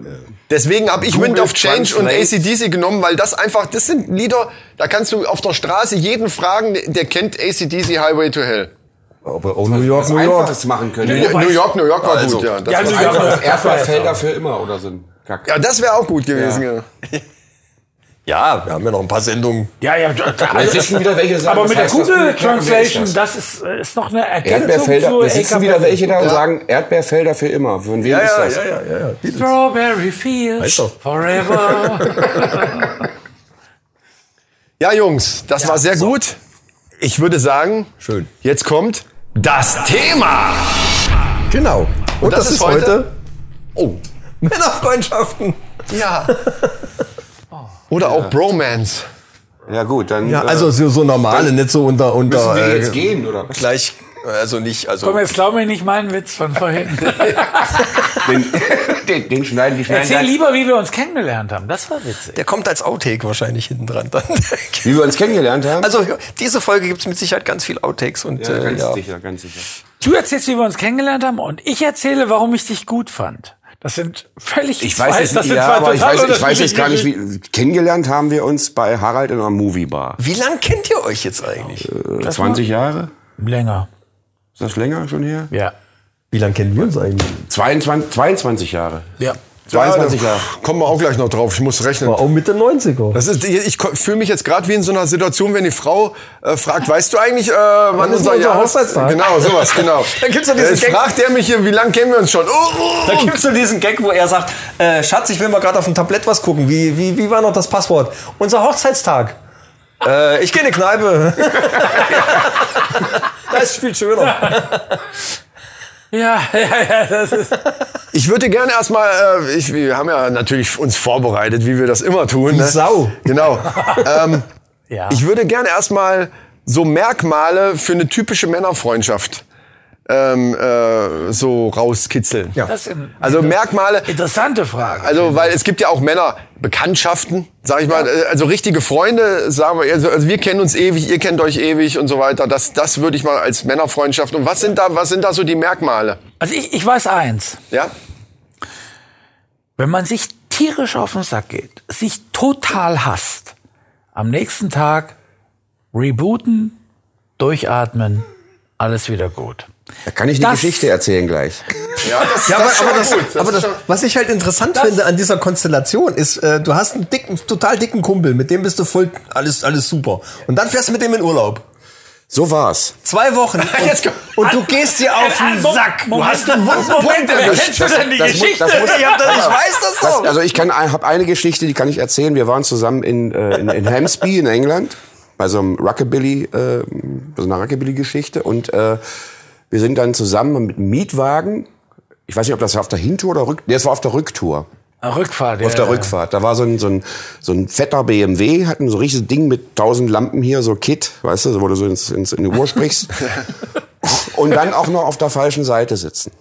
Deswegen habe ich
Google
Wind of Change und
Translate.
ACDC genommen, weil das einfach, das sind Lieder, da kannst du auf der Straße jeden fragen, der kennt ACDC Highway to Hell.
aber auch New
York, New York.
Einfaches machen können.
New New York, New York war gut, ja. Das,
Ja,
war-
also
New York.
Einfach Erfurt fällt dafür immer oder so ein Kack.
ja, das wäre auch gut gewesen, ja.
Ja, wir haben ja noch ein paar Sendungen.
Ja, ja,
Jetzt wissen wieder welche sagen,
also, aber
was
mit der
heißt das?
Google
Wer ist das?
Translation, das ist, äh, ist noch eine Ergänzung
Erdbeerfelder,
zu
da sitzen wieder welche da und sagen, Erdbeerfelder für immer. Von wem ist das?
ja, ja, ja.
Strawberry Fields
Weißt du.
forever.
Ja, Jungs, das war sehr gut. Ich würde sagen,
Schön.
jetzt kommt das Thema.
Genau. Und, das, ist heute,
Oh,
Männerfreundschaften.
ja. Oder auch Bromance.
Ja gut, dann
Ja, also so, so normale, nicht so unter unter.
müssen wir
äh,
jetzt gehen, oder?
Gleich, also nicht, also.
Komm, jetzt glaub mir nicht meinen Witz von vorhin.
Den, den, den schneiden die schneiden.
Erzähl
dann.
lieber, wie wir uns kennengelernt haben. Das war witzig.
Der kommt als Outtake wahrscheinlich hinten dran. Dann.
Wie wir uns kennengelernt haben.
Also diese Folge gibt's mit Sicherheit ganz viel Outtakes und
ja,
äh,
ganz
ja.
sicher, ganz sicher.
Du erzählst, wie wir uns kennengelernt haben und ich erzähle, warum ich dich gut fand. Das sind völlig
Ich weiß, jetzt-
das sind
ja,
zwei
aber ich
total
weiß, ich weiß
unterschiedliche
jetzt gar nicht, wie kennengelernt haben wir uns bei Harald in einer Moviebar.
Wie lang kennt ihr euch jetzt eigentlich?
Äh, 20 Jahre?
Länger.
Ist das länger schon her?
Ja.
Wie lang kennen wir uns eigentlich?
22, 22 Jahre.
Ja.
22 Jahre.
Kommen wir auch gleich noch drauf, ich muss rechnen.
War auch Mitte 90er.
Das ist, ich fühle mich jetzt gerade wie in so einer Situation, wenn die Frau äh, fragt, weißt du eigentlich, äh, wann,
ist
unser,
unser
Jahres-
Hochzeitstag?
Genau, sowas, genau.
Da gibt's doch diesen
Jetzt
Gag.
fragt der mich hier, wie lange kennen wir uns schon? Oh, oh,
Da
oh.
gibt es so diesen Gag, wo er sagt, äh, Schatz, ich will mal gerade auf dem Tablett was gucken. Wie, wie, wie war noch das Passwort? Unser Hochzeitstag. Äh, ich gehe in eine Kneipe. das spielt schöner.
Ja, ja, ja, das ist.
Ich würde gerne erstmal, äh, ich, wir haben ja natürlich uns vorbereitet, wie wir das immer tun. Ne?
Sau.
Genau. ähm,
Ja.
Ich würde gerne erstmal so Merkmale für eine typische Männerfreundschaft ähm, äh, so rauskitzeln.
Ja.
Das sind
Also Merkmale,
interessante Frage.
also weil es gibt ja auch Männer Bekanntschaften, sag ich mal, äh, also richtige Freunde, sagen wir, also also wir kennen uns ewig, ihr kennt euch ewig und so weiter. Das das würde ich mal als Männerfreundschaft. Und was sind da was sind da so die Merkmale?
Also ich, ich weiß eins.
Ja?
Wenn man sich tierisch auf den Sack geht, sich total hasst, am nächsten Tag rebooten, durchatmen, alles wieder gut.
Da kann ich die
Das-
Geschichte erzählen gleich.
Ja, das,
Ja,
das ist schon
aber, aber,
mal
das,
gut. Das
aber
ist
das,
schon-
was ich halt interessant finde an dieser Konstellation ist, äh, du hast einen dicken, total dicken Kumpel, mit dem bist du voll, alles, alles super. Und dann fährst du mit dem in Urlaub.
So war's.
Zwei Wochen. Und,
Jetzt komm.
und du gehst dir auf den Sack. Du hast einen
Moment,
Wundenpunkt.
wer kennst du denn die
das muss-
Geschichte?
das muss-
Ich, hab das, ich weiß das
Das,
doch.
also ich kann, habe eine Geschichte, die kann ich erzählen. Wir waren zusammen in, äh, in, in Hamsby in England bei so einem Rockabilly, äh, bei so einer Rockabilly-Geschichte und äh, wir sind dann zusammen mit einem Mietwagen. Ich weiß nicht, ob das auf der Hintour oder Rücktour. Nee, es war auf der Rücktour.
Rückfahrt, ja.
Auf der Rückfahrt. Da war so ein, so ein, so ein fetter BMW, hatten so ein richtiges Ding mit tausend Lampen hier, so Kit, weißt du, so, wo du so ins, ins, in die Uhr sprichst. und dann auch noch auf der falschen Seite sitzen.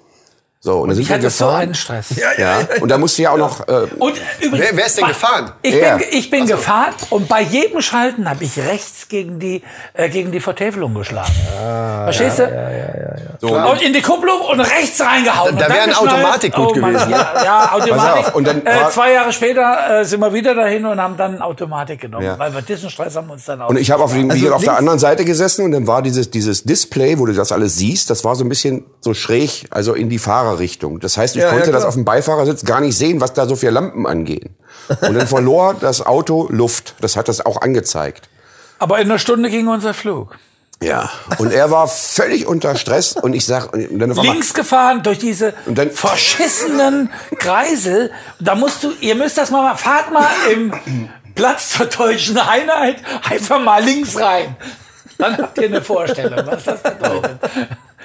So, und, dann sind
Ich
wir
hatte so
gefahren.
einen Stress.
ja, und da musste ja auch noch äh,
Und äh, übrigens,
Wer- wer ist denn
bei-
gefahren?
Ich
Er.
bin, ich bin gefahren und bei jedem Schalten habe ich rechts gegen die, äh, gegen die Vertäfelung geschlagen.
Ah,
Verstehst du?
Klar.
Und in die Kupplung und rechts reingehauen.
Da- da
Und dann
wäre ein
geschnallt. Oh
Automatik gut
Mann,
gewesen.
Ja, ja Automatik.
Pass auf, und dann
äh,
war-
zwei Jahre später äh, sind wir wieder dahin und haben dann Automatik genommen,
Ja.
weil wir diesen Stress haben uns dann auch.
Und ich habe auf, dem-
Also
wie auf der
links-
anderen Seite gesessen und dann war dieses, dieses Display, wo du das alles siehst, das war so ein bisschen so schräg, also in die Fahrerrichtung. Das heißt, ich
Ja, ja,
konnte das
klar.
auf dem Beifahrersitz gar nicht sehen, was da so viele Lampen angehen. Und dann verlor das Auto Luft. Das hat das auch angezeigt.
Aber in einer Stunde ging unser Flug.
Ja. Und er war völlig unter Stress und ich sag, und dann auf einmal-
Links gefahren durch diese
Und dann-
verschissenen Kreisel. Da musst du, ihr müsst das mal, machen. fahrt mal im Platz zur deutschen Einheit einfach mal links rein. Dann habt ihr eine Vorstellung, was das bedeutet.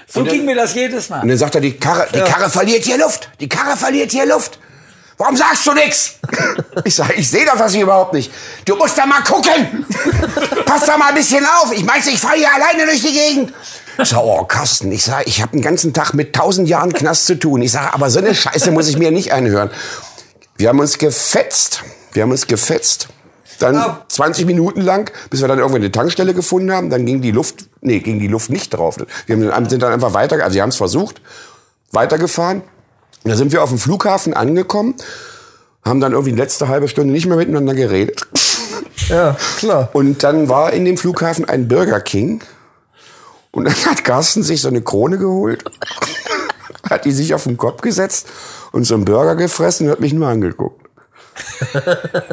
So ging mir das jedes
Und
Mal.
dann sagt er, die Karre, die Karre verliert hier Luft. Die Karre verliert hier Luft. Warum sagst du nix? Ich sag, ich sehe das was ich überhaupt nicht. Du musst da mal gucken. Pass da mal ein bisschen auf. Ich meinst, ich fahre hier alleine durch die Gegend. Ich sag, oh, Carsten, ich sag, ich habe den ganzen Tag mit tausend Jahren Knast zu tun. Ich sag, aber so eine Scheiße muss ich mir nicht anhören. Wir haben uns gefetzt. Wir haben uns gefetzt. Dann
Ah.
20 Minuten lang, bis wir dann irgendwann eine Tankstelle gefunden haben. Dann ging die Luft, nee, ging die Luft nicht drauf. Wir haben, sind dann einfach weiter, also wir haben es versucht, weitergefahren. Und da sind wir auf dem Flughafen angekommen, haben dann irgendwie die letzte halbe Stunde nicht mehr miteinander geredet.
Ja, klar.
Und dann war in dem Flughafen ein Burger King. Und dann hat Carsten sich so eine Krone geholt, hat die sich auf den Kopf gesetzt und so einen Burger gefressen und hat mich nur angeguckt.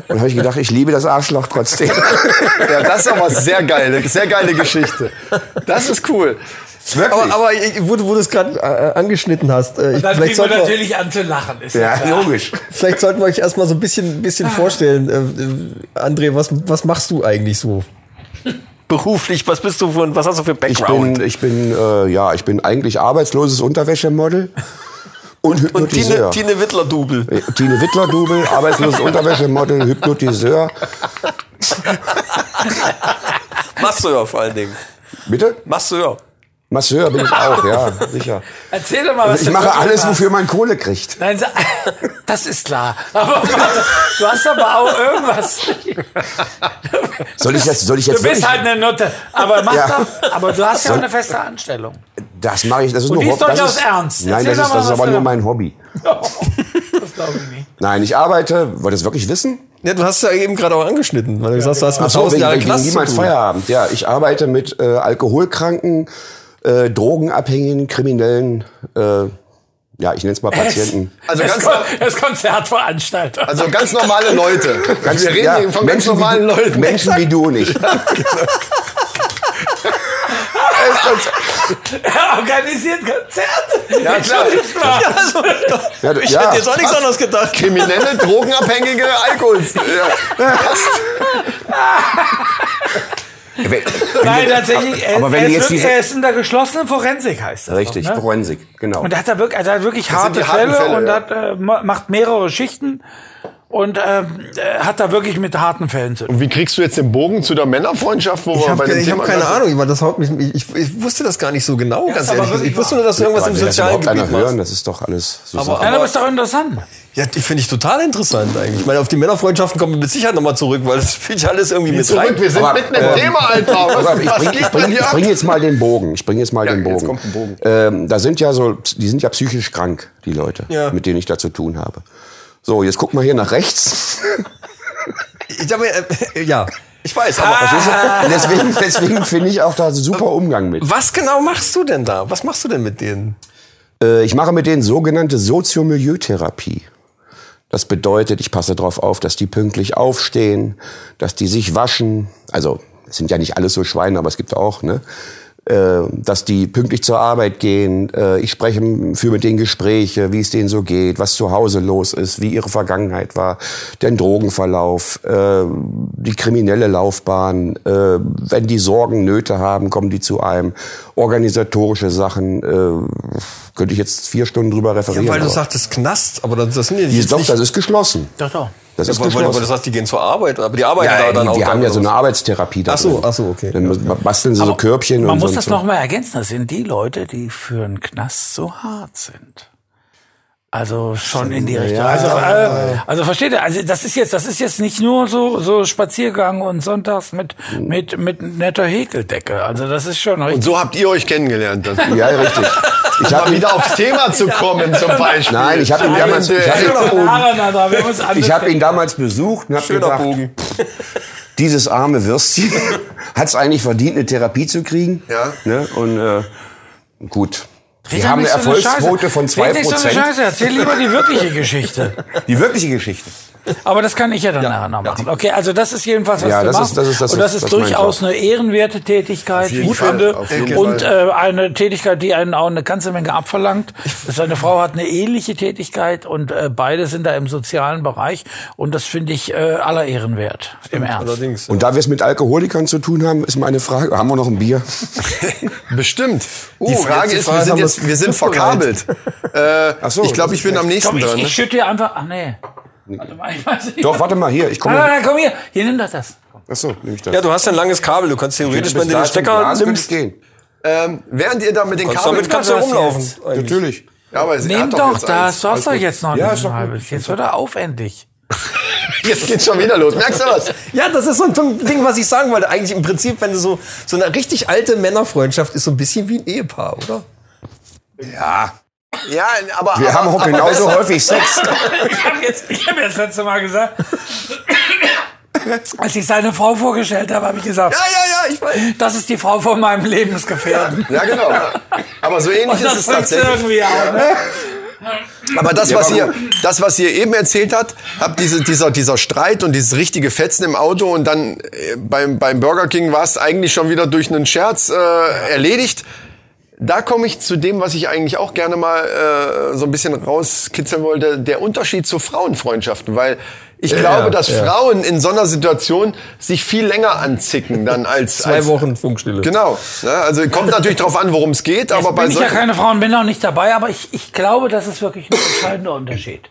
Und habe ich gedacht, ich liebe das Arschloch trotzdem.
Ja, das ist aber sehr geile, sehr geile Geschichte. Das ist cool.
Wirklich.
Aber, aber ich, wo, du- wo du es gerade äh, angeschnitten hast, äh, ich,
Dann
vielleicht,
fing man
sollten wir,
natürlich an zu lachen. Ist ja.
ja,
klar.
logisch.
vielleicht sollten wir euch erstmal so ein bisschen,
Ah.
bisschen vorstellen. Äh, äh, André, was, was machst du eigentlich so? Beruflich, was bist du von, was hast du für
Ich bin, ich bin, äh, ja, ich bin eigentlich arbeitsloses Unterwäschemodel. Und, Hypnotiseur.
Wittler-Double.
Äh, Tine Wittler-Double, arbeitsloses Unterwäschemodel, Hypnotiseur.
Masseur vor allen Dingen.
Bitte?
Masseur.
Masseur bin ich auch, ja, sicher. Also
Erzähl doch mal, was
Ich
du
mache
wirklich
alles,
machst.
wofür man Kohle kriegt.
Nein, sa- das ist klar. Aber warte, du hast aber auch irgendwas.
Soll ich jetzt, soll ich
Du
jetzt
bist
wirklich?
halt eine Nutte. Aber, mach
Ja.
doch, aber du hast ja auch eine feste Anstellung.
Das mache ich, das ist
Und
nur
die ist
Hob- das
durchaus ernst.
Nein, das
Erzähl doch
ist,
mal,
das ist
was
aber
du
nur
da-
mein Hobby.
Das glaube ich nicht.
Nein, ich arbeite, wollt ihr es wirklich wissen?
Ja, du hast ja eben gerade auch angeschnitten, weil du gesagt hast, du hast mit
Ach so,
1000
wegen,
Jahre
wegen
Knast zu
niemals
tun.
Feierabend. Ja, ich arbeite mit äh, Alkoholkranken, äh, Drogenabhängigen, Kriminellen, äh, ja, ich nenne es mal Patienten.
Also
Das,
ganz,
Kon das Konzertveranstalter.
also ganz normale Leute.
Ganz-
Wir reden
ja,
hier von ganz
Menschen wie
normalen
du-
Leuten.
Menschen wie du nicht.
Er organisiert Konzerte.
Ja, klar.
Entschuldigt mal.
Ja,
also, Ich
ja,
hätte jetzt auch nichts anderes gedacht.
Kriminelle, drogenabhängige Alkohols. Ja.
wenn-
Nein, tatsächlich. Er,
Aber wenn
er,
die
ist
jetzt
wirklich-
diese-
er ist in der geschlossenen Forensik, heißt das.
Richtig,
Doch, ne?
Forensik, genau.
Und hat er wirklich, also er hat wirklich
sind
harte
die harten
Fälle,
Fälle,
und
ja.
hat, äh, ma- macht mehrere Schichten und ähm, äh, hat da wirklich mit harten Fällen zu tun.
Und wie kriegst du jetzt den Bogen zu der Männerfreundschaft, wo
Ich
wir
habe
bei dem
hab
Thema
keine
sind?
Ahnung, weil das haut mich, ich, ich wusste das gar nicht so genau, ganz
ist aber
ehrlich. gesagt.
wirklich
Ich wusste nur, dass du irgendwas im
Weil wir das
sozialen
überhaupt
Gebiet
keiner hören,
machst.
das ist doch alles so Sache.
Ja, aber ist doch interessant.
Ja, die finde ich total interessant eigentlich. Ich meine, auf die Männerfreundschaften kommen wir mit Sicherheit nochmal zurück, weil das spielt ja alles irgendwie mit
Zurück, wir sind
Aber,
mitten im
ähm,
Thema, Alter.
Aber
Was,
ich
was
bring, ich
geht
bring,
denn
ich
hier ab?
bring jetzt mal den Bogen. Ich bring jetzt mal
Ja,
den
jetzt
Bogen.
kommt ein Bogen.
Ähm, da sind ja so, die sind ja psychisch krank, die Leute,
Ja.
mit denen ich da zu tun habe. So, jetzt guck mal hier nach rechts.
Ich, ich, äh, ja, Ich weiß,
Ah.
aber also,
Das ist, ja- deswegen deswegen finde ich auch da super Umgang mit.
was genau machst du denn da? Was machst du denn mit denen?
Äh, Ich mache mit denen sogenannte Soziomilieutherapie. Das bedeutet, ich passe darauf auf, dass die pünktlich aufstehen, dass die sich waschen. Also es sind ja nicht alles so Schweine, aber es gibt auch, ne? Äh, Dass die pünktlich zur Arbeit gehen. Äh, Ich spreche, führe mit denen Gespräche, wie es denen so geht, was zu Hause los ist, wie ihre Vergangenheit war, den Drogenverlauf, äh, die kriminelle Laufbahn. äh, Wenn die Sorgen, Nöte haben, kommen die zu einem. Organisatorische Sachen, äh, könnte ich jetzt vier Stunden drüber referieren.
Ja, weil du
aber-
sagst, das Knast, aber das, das sind ja die
die, doch, das ist geschlossen.
Doch, doch.
Das ist
weil, weil, weil du
geschlossen.
sagst, die gehen zur Arbeit, aber die arbeiten
ja,
da dann
die,
auch.
die
dann
haben ja
oder
so eine
was?
Arbeitstherapie da
Ach so,
drin.
ach so, okay.
Dann ba- basteln sie so
Aber
Körbchen
Man
und
muss
so.
das
und so.
nochmal ergänzen. Das sind die Leute, die für einen Knast so hart sind. Also schon in die Richtung. Also, äh, also versteht ihr? Also das ist jetzt, das ist jetzt nicht nur so so Spaziergang und sonntags mit mit mit netter Häkeldecke. Also das ist schon
Und
richtig.
so habt ihr euch kennengelernt. Das
Ja, richtig. Ich
Mal
habe ihn,
wieder aufs Thema zu kommen, zum Beispiel.
Nein, ich hab ihn damals- ich
Äh,
hab ihn- ich hab ihn damals besucht und habe
Schöner
gedacht,
Bogen.
dieses arme Würstchen hat es eigentlich verdient, eine Therapie zu kriegen.
Ja.
Ne? Und äh, gut.
Red
Wir
doch
haben eine
nicht so eine
Erfolgsquote
Scheiße.
von
Red nicht So eine
2%.
Scheiße. Erzähl lieber die wirkliche Geschichte.
Die wirkliche Geschichte.
Aber das kann ich ja dann nachher noch machen. Okay, also das ist jedenfalls, was
Ja,
du
das
machst.
ist- das ist das,
und das
was-
ist
was mein
durchaus eine ehrenwerte Tätigkeit, wie ich
Fall,
finde.
auf jeden
Und
Fall.
äh, eine Tätigkeit, die einen auch eine ganze Menge abverlangt. Seine Frau hat eine ähnliche Tätigkeit und äh, beide sind da im sozialen Bereich. Und das finde ich äh, aller Ehren wert, im Ernst.
Allerdings.
Und da wir es mit Alkoholikern zu tun haben, ist meine Frage, haben wir noch ein Bier?
äh, Bestimmt. die
jetzt
Frage
die
ist,
Frage,
wir sind
haben wir
jetzt,
es
wir sind
griffbereit?
verkabelt. äh,
Ach so,
ich glaube,
das
ich bin am nächsten
Komm, ich,
dran.
ich
ne?
schütte dir einfach... Ach nee. Warte mal, ich weiß nicht.
Doch, warte mal hier, ich
Nein, nein,
komme.
nein, komm hier. Hier, nimm doch das.
Achso, nehme ich das.
Ja, du hast ja ein langes Kabel. Du kannst theoretisch, wenn du den
Bis dahin,
Stecker
Glas könnte
nimmst,
gehen.
Ähm, während ihr da mit den
kannst
Kabeln...
damit kannst du
das
rumlaufen.
jetzt.
eigentlich.
Natürlich.
Ja, aber es- er
Nimm
hat
doch
jetzt
das.
eins.
Du hast
Alles
doch
gut.
jetzt noch
Ja,
ein
ist doch
halbes. Jetzt wird er aufwendig.
Jetzt geht's schon wieder los. Merkst du was?
Ja, das ist so ein Ding, was ich sagen wollte. Eigentlich im Prinzip, wenn du so, so eine richtig alte Männerfreundschaft ist so ein bisschen wie ein Ehepaar, oder?
Ja,
Ja, aber...
wir
aber,
haben auch
aber
genauso
besser.
häufig Sex.
Ich habe jetzt, ich hab jetzt das letzte Mal gesagt, als ich seine Frau vorgestellt habe, habe ich gesagt,
Ja, ja, ja, ich weiß.
das ist die Frau von meinem Lebensgefährten.
Ja, genau. Aber so ähnlich
Und
ist
das
es
trifft
tatsächlich.
irgendwie auch. Ne?
Aber das,
Ja,
was
aber
ihr, das, was ihr eben erzählt habt, habt diese, dieser, dieser Streit und dieses richtige Fetzen im Auto und dann äh, beim, beim Burger King war es eigentlich schon wieder durch einen Scherz äh, erledigt. Da komme ich zu dem, was ich eigentlich auch gerne mal äh, so ein bisschen rauskitzeln wollte, der Unterschied zu Frauenfreundschaften, weil ich glaube, dass Frauen in so einer Situation sich viel länger anzicken dann als
Zwei
als,
Wochen Funkstille.
Genau. Ne? Also kommt natürlich drauf an, worum es geht, aber bei
Bin ich ja
solchen
keine Frau und bin auch nicht dabei, aber ich, ich glaube, das ist wirklich ein entscheidender Unterschied.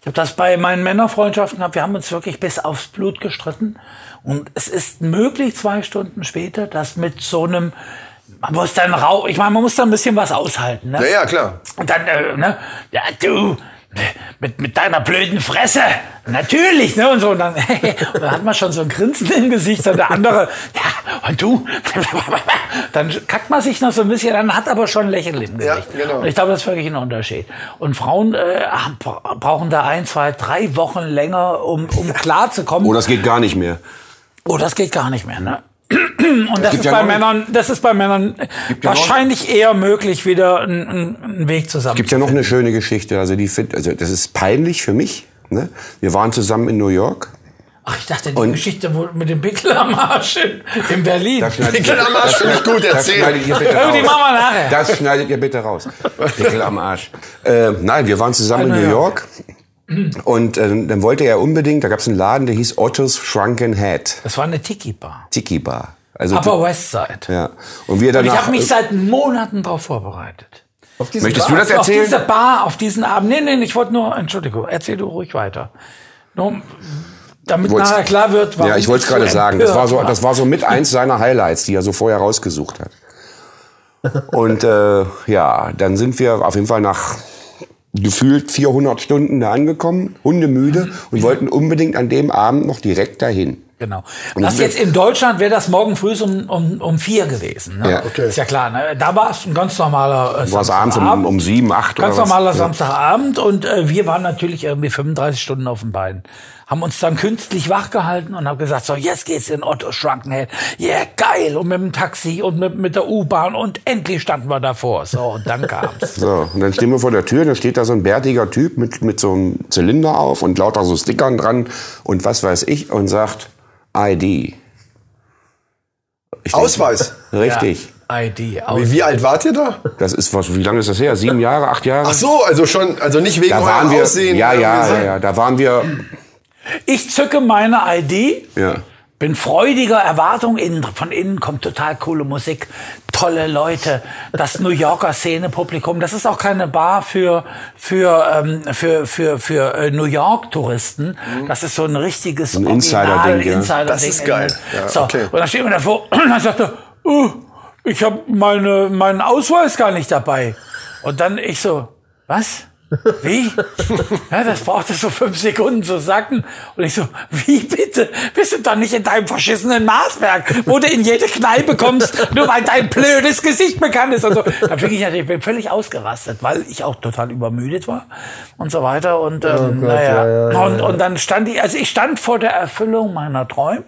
Ich habe das bei meinen Männerfreundschaften, hab, wir haben uns wirklich bis aufs Blut gestritten. Und es ist möglich, zwei Stunden später, dass mit so einem, man muss dann rau, ich meine, man muss da ein bisschen was aushalten. Ne?
ja, ja, klar.
Und dann, äh, ne, ja, du, mit, mit deiner blöden Fresse, natürlich, ne, und so. Und dann, und dann hat man schon so ein Grinsen im Gesicht und der andere, ja, und du, dann kackt man sich noch so ein bisschen, dann hat aber schon ein Lächeln im
Ja,
Gesicht.
genau.
Und ich glaube, das ist wirklich ein Unterschied. Und Frauen äh, haben- brauchen da ein, zwei, drei Wochen länger, um, um klarzukommen.
Oh, das geht gar nicht mehr.
Oh, das geht gar nicht mehr, ne? Und das
gibt
ist,
ja
bei
noch-
Männern, das ist bei Männern
ja noch-
wahrscheinlich eher möglich, wieder einen- einen einen Weg zusammen.
Gibt ja noch eine schöne Geschichte. Also die, find- also das ist peinlich für mich. Ne? Wir waren zusammen in New York.
Ach, ich dachte, die
Und-
Geschichte wo- mit dem Pickel am Arsch in, in Berlin.
Pickel am Arsch finde ich gut
Das
erzählt.
schneidet ihr bitte raus.
Irgendwie machen wir nachher.
Das schneidet ihr bitte raus. Pickel am Arsch. Äh, nein, wir waren zusammen in New York. Und äh, dann wollte er unbedingt, da gab es einen Laden, der hieß Otto's Shrunken Head.
Das war eine Tiki-Bar.
Tiki Bar. Also
Upper West Side.
ja. Und wir
Und
danach.
ich habe mich seit Monaten darauf vorbereitet.
möchtest du das
Auf
erzählen?
diese Bar, auf diesen Abend. Nee, nee, ich wollte nur, Entschuldigung, erzähl du ruhig weiter. Nur, damit
Wollt's-
nachher klar wird, warum
Ja, ich wollte es
so
gerade sagen. Das war,
empört
so, das war so mit eins seiner Highlights, die er so vorher rausgesucht hat. Und äh, ja, dann sind wir auf jeden Fall nach gefühlt 400 Stunden da angekommen, hundemüde und wollten unbedingt an dem Abend noch direkt dahin.
Genau. Das jetzt in Deutschland wäre das morgen früh um, um, um vier gewesen. Ne?
Ja.
Ist ja klar. Ne? Da war es ein ganz normaler äh,
War es abends um, um sieben, acht
Ganz
oder was?
normaler
Ja.
Samstagabend und äh, wir waren natürlich irgendwie 35 Stunden auf den Beinen. Haben uns dann künstlich wach gehalten und haben gesagt, so jetzt geht's in Otto Schrankenheld. Yeah, geil. Und mit dem Taxi und mit, mit der U-Bahn und endlich standen wir davor. So, und dann kam's.
So, und dann stehen wir vor der Tür, dann steht da so ein bärtiger Typ mit, mit so einem Zylinder auf und lauter so Stickern dran und was weiß ich und sagt ID. Ich denk,
Ausweis.
Richtig.
Ja, ID. Aus.
Wie, wie alt wart ihr da?
Das ist was, wie lange ist das her? Sieben Jahre, acht Jahre?
Ach so, also schon, also nicht wegen
da
eurem
waren ne? wir,
Aussehen.
ja,
irgendwie
ja,
so.
ja, ja, da waren wir,
Ich zücke meine ID.
ja.
Bin freudiger Erwartung. Innen, von innen kommt total coole Musik, tolle Leute, das New Yorker Szene-Publikum. Das ist auch keine Bar für, für, ähm, für, für, für äh, New York-Touristen.
Mhm.
Das ist so ein richtiges
Ein Insider-Ding,
Original-
ja.
Insider-Ding.
Das ist geil. Ja,
so,
okay.
Und dann steht man davor und dann sagt er, uh, ich habe meine, meinen Ausweis gar nicht dabei. Und dann ich so, was? Wie? Ja, das brauchte so fünf Sekunden zu sacken. Und ich so, wie bitte? Bist du dann nicht in deinem verschissenen Maßwerk, wo du in jede Kneipe kommst, nur weil dein blödes Gesicht bekannt ist und so. Da bin ich natürlich bin völlig ausgerastet, weil ich auch total übermüdet war und so weiter. Und, ähm, naja. und, und dann stand ich, also ich stand vor der Erfüllung meiner Träume.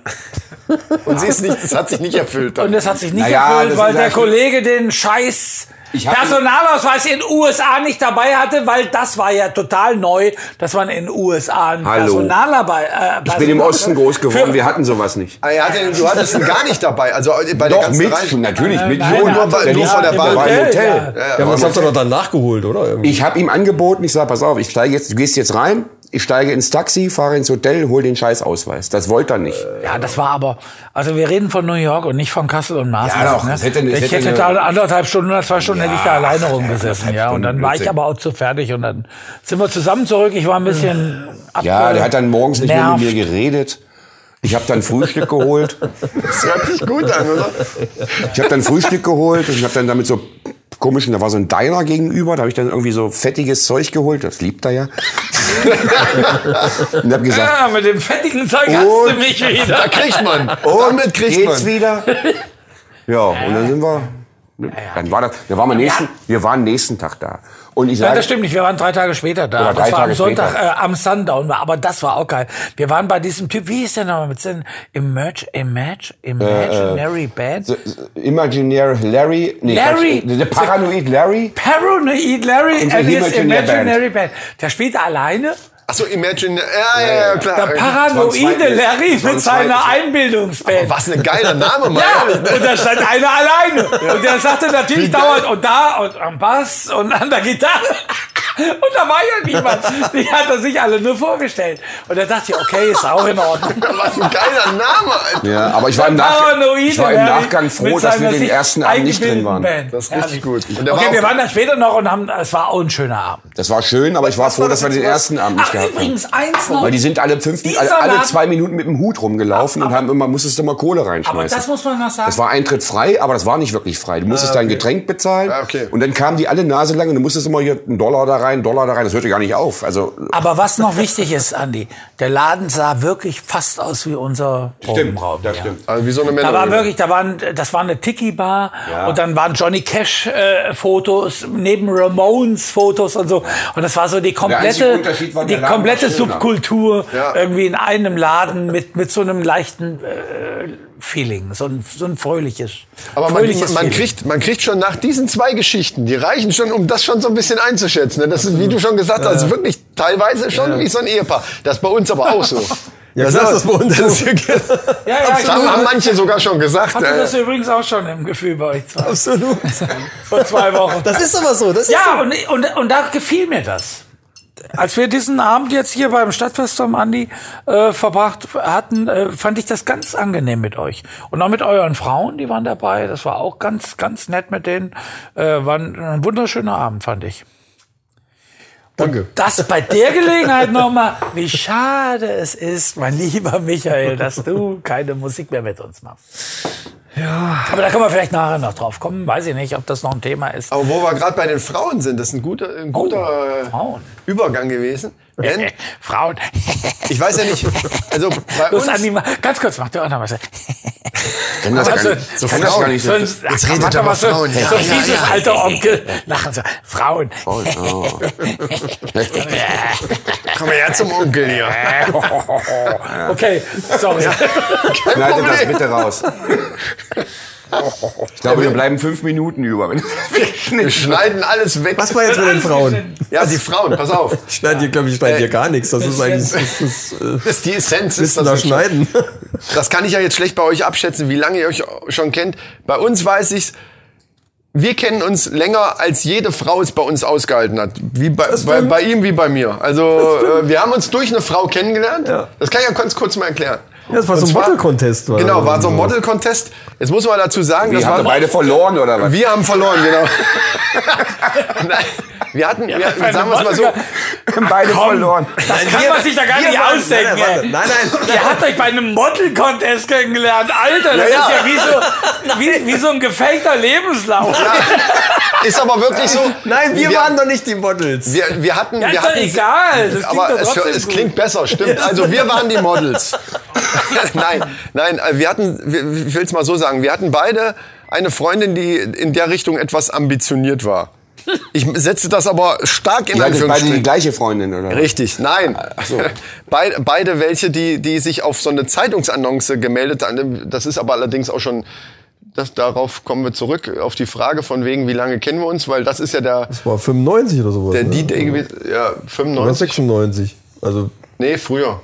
Und sie ist nicht, das hat sich nicht erfüllt.
Und das hat sich nicht
Naja,
erfüllt,
das
weil
ist
der
eigentlich-
Kollege den scheiß
Ich hab-
Personalausweis in USA nicht dabei hatte, weil das war ja total neu, dass man in USA einen
Hallo.
Personalarbeit... Äh,
Ich bin im Osten groß geworden,
Für-
wir hatten sowas nicht.
Ah, er hat den, du hattest ihn gar nicht dabei. Also bei der
Doch,
ganzen
mit,
Reise.
natürlich, mit
Nein,
Jungen.
nur bei-
Der
nur
lief-
vor der
der
Bar.
war im
Hotel,
Hotel.
Ja, was habt ihr doch dann nachgeholt, oder? Irgendwie.
Ich habe ihm angeboten, ich sage, pass auf, ich steige jetzt, du gehst jetzt rein, ich steige ins Taxi, fahre ins Hotel, hol den Scheißausweis. Das wollte er nicht.
Ja, das war aber... Also wir reden von New York und nicht von Kassel und Maas.
Ja, doch,
ne?
das hätte- das
ich
hätte
hätte,
eine-
da anderthalb Stunden oder zwei Stunden hätte ich da alleine rumgesessen. Ja, und dann war ich
Blödsinn.
aber auch zu fertig und dann sind wir zusammen zurück. Ich war ein bisschen...
Ja, der hat dann morgens nicht mehr mit
abgenervt.
mir geredet. Ich habe dann Frühstück geholt.
Das hört sich gut an, oder?
Ich habe dann Frühstück geholt und ich habe dann damit so komischen, da war so ein Diner gegenüber, da habe ich dann irgendwie so fettiges Zeug geholt, das liebt er ja. und habe gesagt,
Ja, mit dem fettigen Zeug hast du mich wieder.
Da kriegt man. Damit kriegt
geht's
man.
wieder? Ja, und dann sind wir ne, dann war das, wir waren am nächsten, wir waren nächsten Tag da. Und ich
Nein,
sage,
das stimmt nicht. Wir waren drei Tage später da.
Oder drei
das war am
Tage
Sonntag äh,
später.
am Sundown. Aber das war auch geil. Wir waren bei diesem Typ, wie hieß der nochmal mit seinem Emerge, Emerge,
Äh,
Imaginary Band?
Imaginary Larry, nee,
Larry.
Quatsch, der Paranoid Larry.
Paranoid Larry
Und
and
the
his
Imaginary
Imaginary Band. Der spielt alleine.
Achso, Imagine. Ja, ja, ja,
Der
klar.
paranoide
zweites-
Larry
das war ein
mit seiner
zweites.
Einbildungsband.
Was ein geiler Name, Mann.
Ja, und da stand einer alleine. Und der sagte natürlich dauernd, und da, und am Bass, und an der Gitarre. Und da war ja niemand. Die hat er sich alle nur vorgestellt. Und da dachte ich, okay, ist auch in Ordnung.
Was ein geiler Name, Alter.
Ja, aber ich war im, Nach
Paranoide
ich war im
Larry
Nachgang froh,
mit
dass wir
seiner
den
sich
ersten Abend nicht drin
eingebildeten
waren.
Band.
Das ist richtig gut. Und der war
Okay,
auch-
wir waren da später noch und haben, es war auch ein schöner Abend.
Das war schön, aber ich war froh, dass wir den ersten Abend nicht
Ach,
gehabt haben.
übrigens, eins noch.
Weil die sind alle fünf,
Dieser
alle, alle
Laden-
zwei Minuten mit dem Hut rumgelaufen und haben immer, musstest immer Kohle reinschmeißen.
Aber das muss man noch sagen.
Das war Eintritt frei, aber das war nicht wirklich frei. Du musstest dein Getränk bezahlen
Ah, okay.
und dann kamen die alle Nase lang und du musstest immer hier einen Dollar da rein, einen Dollar da rein. Das hörte gar nicht auf. Also
Aber was noch wichtig ist, Andi, der Laden sah wirklich fast aus wie unser Probenraum.
das
ja.
stimmt.
Also wie so eine Männer.
Da war wirklich, da waren, das war eine Tiki-Bar
Ja.
und dann waren Johnny Cash-Fotos neben Ramones-Fotos und so. Und das war so die
einzige
komplette,
Unterschied war,
die
der Laden
komplette
war schöner.
Subkultur
Ja.
irgendwie in einem Laden mit mit so einem leichten äh, Feeling, so ein so ein fröhliches.
Aber man,
fröhliches
man,
Feeling.
kriegt, man kriegt schon nach diesen zwei Geschichten, die reichen schon, um das schon so ein bisschen einzuschätzen. ne? Das ist, wie du schon gesagt hast, wirklich teilweise schon wie so ein Ehepaar. Das ist bei uns aber auch so.
Ja, klar, das ist genau, bei uns so.
Ja, ja,
Das haben,
ich-
haben manche sogar schon gesagt.
hatte
äh,
das übrigens auch schon im Gefühl bei euch zwei,
Absolut.
vor zwei Wochen.
Das ist aber so. Das ist
Ja, und, und, und da gefiel mir das. Als wir diesen Abend jetzt hier beim Stadtfest vom Andi äh, verbracht hatten, äh, fand ich das ganz angenehm mit euch. Und auch mit euren Frauen, die waren dabei. Das war auch ganz, ganz nett mit denen. Äh, war ein, ein wunderschöner Abend, fand ich.
Danke.
Das bei der Gelegenheit nochmal, wie schade es ist, mein lieber Michael, dass du keine Musik mehr mit uns machst. Ja. Aber da können wir vielleicht nachher noch drauf kommen. Weiß ich nicht, ob das noch ein Thema ist.
Aber wo wir gerade bei den Frauen sind, das ist ein guter, ein guter äh,
Frauen.
Übergang gewesen. Denn
Frauen.
ich weiß ja nicht, also bei
Los,
uns,
Andi, mal- ganz kurz, mach dir auch noch was.
Kenn das
also,
gar nicht. So
Kenn
Frauen.
So ein, jetzt
redet er über Frauen.
So,
Ja,
so ein
ja,
fieses
ja.
alter Onkel. Lachen so. Frauen.
komm her zum Onkel hier.
Okay, sorry.
Schneide das bitte raus. Ich glaube, wir bleiben fünf Minuten über. wenn-
Wir schneiden alles weg.
Was war jetzt mit den Frauen?
Ja, die Frauen, pass auf.
Schneid dir, glaube ich, schneid dir gar nichts. Das ist eigentlich das Äh, ist, äh,
Das ist die Essenz. Ist
Wissen da
das schon.
schneiden.
Das kann ich ja jetzt schlecht bei euch abschätzen, wie lange ihr euch schon kennt. Bei uns weiß ich's. Wir kennen uns länger, als jede Frau es bei uns ausgehalten hat. Wie bei, bei, bei ihm, wie bei mir. Also äh, wir haben uns durch eine Frau kennengelernt.
Ja.
Das kann ich ja kurz, kurz mal erklären.
Ja, das war
Und
so ein
zwar-
Model-Contest, Also- war-
Genau, war so ein Model-Contest. Jetzt muss man dazu sagen,
Die
das war...
haben beide verloren, oder was?
Wir haben verloren, genau. Nein, wir hatten, wir,
das war
sagen wir es
eine
mal so,
Wodka-
beide
Komm.
verloren.
Das kann
wir-
man sich da gar
wir
nicht
waren-
ausdenken.
Nein,
ey.
nein, warte, nein, nein.
Ihr habt euch bei einem Model-Contest kennengelernt. Alter, das
Ja, ja.
ist ja wie so, wie, wie so ein gefakter Lebenslauf.
ist aber wirklich so.
Nein, wir waren doch nicht die Models.
Wir, wir hatten,
Ja,
wir
ist doch
hatten
egal. Das klingt
aber
doch trotzdem
es, es
gut.
klingt besser, stimmt. Also wir waren die Models. nein, nein, äh, wir hatten, wir- ich will es mal so sagen, wir hatten beide eine Freundin, die in der Richtung etwas ambitioniert war. Ich setze das aber stark
Die
in
hatten beide die
Anführungsstrichen.
gleiche Ah, Freundin, oder? was?
Richtig, nein. Bei, beide welche, die, die sich auf so eine Zeitungsannonce gemeldet haben. Das ist aber allerdings auch schon. Das, darauf kommen wir zurück, auf die Frage von wegen, wie lange kennen wir uns, weil das ist ja der,
Das war 95 oder sowas.
der
ne?
D-Day gewesen. Ja,
Oder
95.
96. Also
Nee, früher.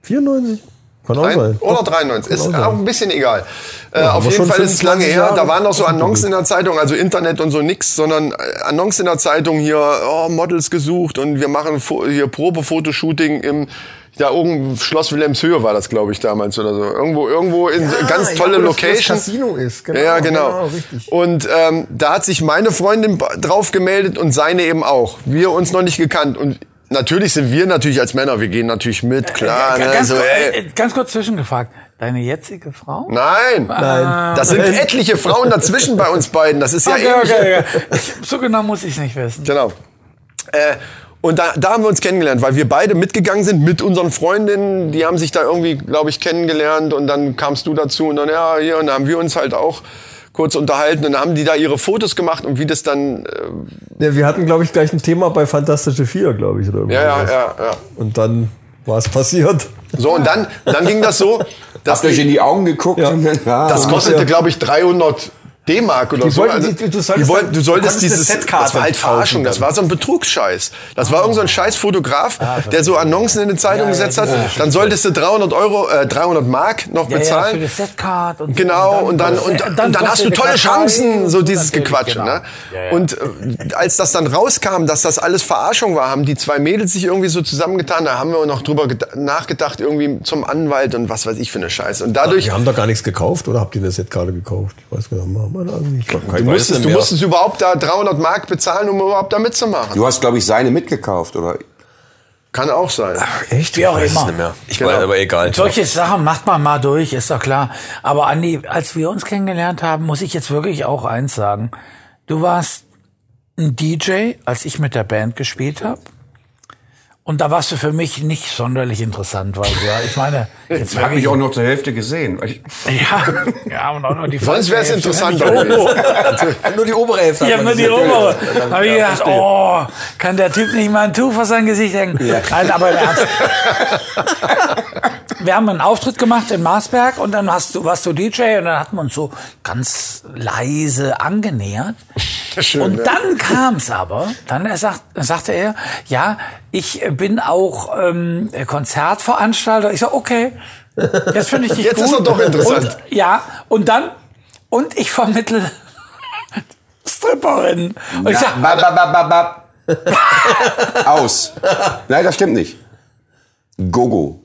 94? Kann auch
Ein,
sein.
oder 93. Ist
Kann auch
auch
sein.
ein bisschen egal. Äh, auf
aber
jeden
schon
Fall ist es
25
lange her.
Jahre
Da waren noch so
auf dem
Annoncen in der Zeitung, also Internet und so nix, sondern äh, Annoncen in der Zeitung hier, oh, Models gesucht und wir machen Fo- hier Probefotoshooting im ja, irgendein Schloss Wilhelmshöhe war das, glaube ich, damals oder so. Irgendwo, irgendwo in
Ja,
ganz
ja,
tolle
wo das- wo das
Location.
Casino ist, genau,
Ja, ja, genau.
genau, richtig.
Und ähm, da hat sich meine Freundin ba- drauf gemeldet und seine eben auch. Wir uns noch nicht gekannt. Und natürlich sind wir natürlich als Männer, wir gehen natürlich mit, klar. ne,
Äh, ganz,
so,
kurz-
ey.
äh, ganz kurz zwischengefragt. Deine jetzige Frau?
Nein. Nein. Das sind etliche Frauen dazwischen bei uns beiden. Das ist ja
Okay,
ähnlich.
okay, okay. So genau muss ich es nicht wissen.
Genau. Äh, und da, da haben wir uns kennengelernt, weil wir beide mitgegangen sind mit unseren Freundinnen. Die haben sich da irgendwie, glaube ich, kennengelernt. Und dann kamst du dazu und dann, ja, hier. Und dann haben wir uns halt auch kurz unterhalten. Und dann haben die da ihre Fotos gemacht und wie das dann... Äh,
Ja, wir hatten, glaube ich, gleich ein Thema bei Fantastische Vier, glaube ich. Oder
ja, ja,
irgendwas.
ja, ja.
Und dann war es passiert.
So, und dann, dann ging das so, dass
Habt ihr euch in
die,
die Augen geguckt?
Ja.
und dann- Ah.
das kostete, glaube ich, 300 D-Mark oder
Die
so. Also,
wollten die- du solltest
die wollten,
dann-
du solltest
du konntest eine
dieses,
Setkarte
das war halt
kaufen
Verarschung, das war so ein Betrugsscheiß. Das war irgend so ein Scheißfotograf, der so Annoncen in die Zeitung gesetzt hat. Dann solltest du 300 Euro, äh, 300 Mark noch
Ja, ja, für
bezahlen.
die Setcard und
Genau, und dann, und, und dann,
kostet
hast du
eine
tolle
Kartei
Chancen,
und
so dieses
natürlich,
Gequatsche.
genau.
Ne?
Ja, ja.
Und äh, als das dann rauskam, dass das alles Verarschung war, haben die zwei Mädels sich irgendwie so zusammengetan, da haben wir noch drüber ged- nachgedacht, irgendwie zum Anwalt und was weiß ich für eine Scheiße. Und dadurch,
Wir haben da gar nichts gekauft, oder habt ihr eine Setkarte gekauft? Ich weiß gar nicht, haben wir da eigentlich?
du, musstest, du musstest überhaupt da 300 Mark bezahlen, um überhaupt da mitzumachen.
Du hast, glaube ich, seine mitgekauft, oder?
Kann auch sein.
Echt?
Wie auch weiß es immer. nicht mehr.
Ich
weiß, aber
egal.
Solche Sachen macht man mal durch, ist doch klar. Aber Andi, als wir uns kennengelernt haben, muss ich jetzt wirklich auch eins sagen. Du warst ein DJ, als ich mit der Band gespielt habe. Und da warst du für mich nicht sonderlich interessant, weil ja, ich meine, jetzt
Ich habe
frage
mich
ich
auch nur zur Hälfte gesehen. Ich,
ja, ja und auch noch die
Sonst wäre es
Falten-
interessant
Ja,
gewesen.
Nur die obere Hälfte.
Ich
hat
hab
man
nur die
gesehen.
obere. Hab ich gedacht, oh, kann der Typ nicht mal ein Tuch vor sein Gesicht hängen? Nein, aber im Ernst. Wir haben einen Auftritt gemacht in Marsberg und dann hast du, warst du DJ und dann hatten wir uns so ganz leise angenähert.
Schön,
und
ne?
dann kam's aber, dann er sagt, sagte er, ja, ich bin auch ähm, Konzertveranstalter. Ich sag, okay, jetzt finde ich dich
Jetzt
gut.
ist er doch interessant.
Und, ja, und dann, und ich vermittle Stripperin. Und ich sag,
bab, bab, bab, bab. Aus. Nein, das stimmt nicht. Gogo.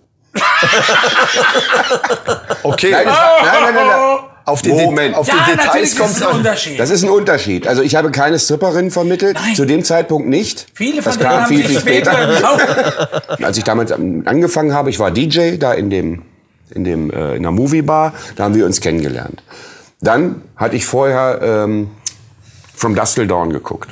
Okay.
Nein, das war, nein, nein, nein, nein.
Auf die,
Moment.
De auf die
ja, natürlich
Details
ist
kommt
es
es
ein
an.
Unterschied.
Das ist ein Unterschied. Also ich habe keine Stripperin vermittelt,
Nein.
zu dem Zeitpunkt nicht.
Viele
das
von denen
kam
haben
viel,
sich
viel
später,
später.
später
Als ich damals am- angefangen habe, ich war DJ da in dem in dem äh, in der Moviebar, da haben wir uns kennengelernt. Dann hatte ich vorher ähm, From Dusk Till Dawn geguckt.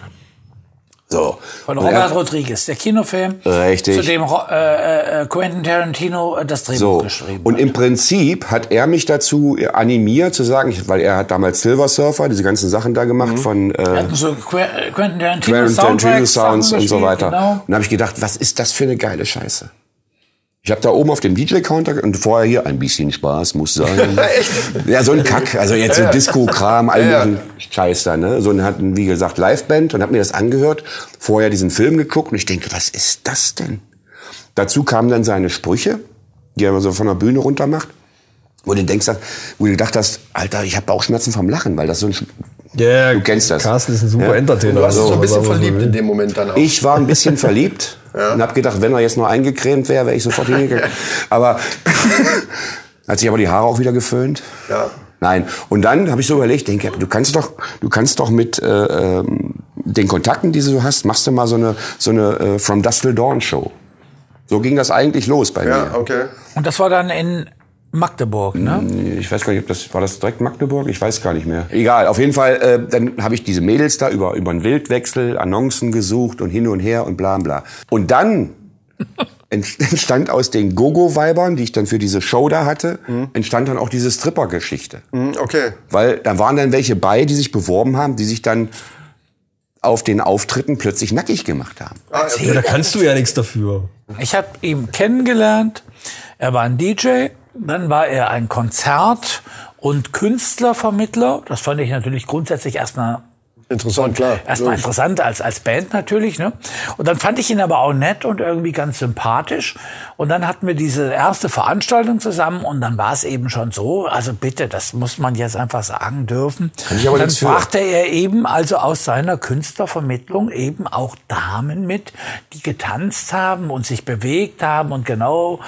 So.
Von
Und
Robert
er-
Rodriguez, der Kinofilm,
Richtig.
zu dem Ro- äh, äh, Quentin Tarantino äh, das Drehbuch
So.
geschrieben
Und
hat.
im Prinzip hat er mich dazu animiert zu sagen, ich- weil er hat damals Silver Surfer, diese ganzen Sachen da
Mhm.
gemacht von äh,
Hatten so Que- Quentin Tarantino,
Quentin Tarantino
Soundtracks,
Sounds
Sachen
und so
gespielt,
weiter.
Genau.
Und habe ich gedacht, was ist das für eine geile Scheiße? Ich habe da oben auf dem DJ-Counter und vorher hier ein bisschen Spaß muss sein. ja, so ein Kack, also jetzt so Disco-Kram, all
Ja, ja.
diesen Scheiß da, ne? So und hatten wie gesagt Liveband und habe mir das angehört, vorher diesen Film geguckt und ich denke, was ist das denn? Dazu kamen dann seine Sprüche, die er so von der Bühne runter macht, wo du denkst, wo du gedacht hast, Alter, ich habe Bauchschmerzen vom Lachen, weil das so ein Sch-
Ja,
Du kennst das.
Carsten ist ein super
Ja.
Entertainer.
Du hast dich so ein bisschen
was man
verliebt
will.
in dem Moment dann auch.
Ich war ein bisschen verliebt und habe gedacht, wenn er jetzt nur eingecremt wäre, wäre ich sofort hingegangen. aber hat sich aber die Haare auch wieder geföhnt.
Ja.
Nein. Und dann habe ich so überlegt, denke, du kannst doch, du kannst doch mit äh, ähm, den Kontakten, die du hast, machst du mal so eine so eine äh, From Dusk Till Dawn Show. So ging das eigentlich los bei
Ja,
mir.
okay.
Und das war dann in Magdeburg, ne?
Ich weiß gar nicht, ob das war das direkt Magdeburg. Ich weiß gar nicht mehr. Egal. Auf jeden Fall, äh, dann habe ich diese Mädels da über über einen Wildwechsel Annoncen gesucht und hin und her und bla bla. Und dann ent- entstand aus den Gogo-Weibern, die ich dann für diese Show da hatte, entstand dann auch diese Stripper-Geschichte.
Hm, Okay.
Weil da waren dann welche bei, die sich beworben haben, die sich dann auf den Auftritten plötzlich nackig gemacht haben.
Ja, da kannst du ja nichts dafür.
Ich habe ihn kennengelernt. Er war ein DJ, dann war er ein Konzert- und Künstlervermittler. Das fand ich natürlich grundsätzlich erstmal
Interessant, klar.
erstmal
Logisch.
interessant als, als Band natürlich. Ne? Und dann fand ich ihn aber auch nett und irgendwie ganz sympathisch. Und dann hatten wir diese erste Veranstaltung zusammen und dann war es eben schon so, also bitte, das muss man jetzt einfach sagen dürfen.
ich aber
dann
nichts für.
brachte er eben also aus seiner Künstlervermittlung eben auch Damen mit, die getanzt haben und sich bewegt haben und genau...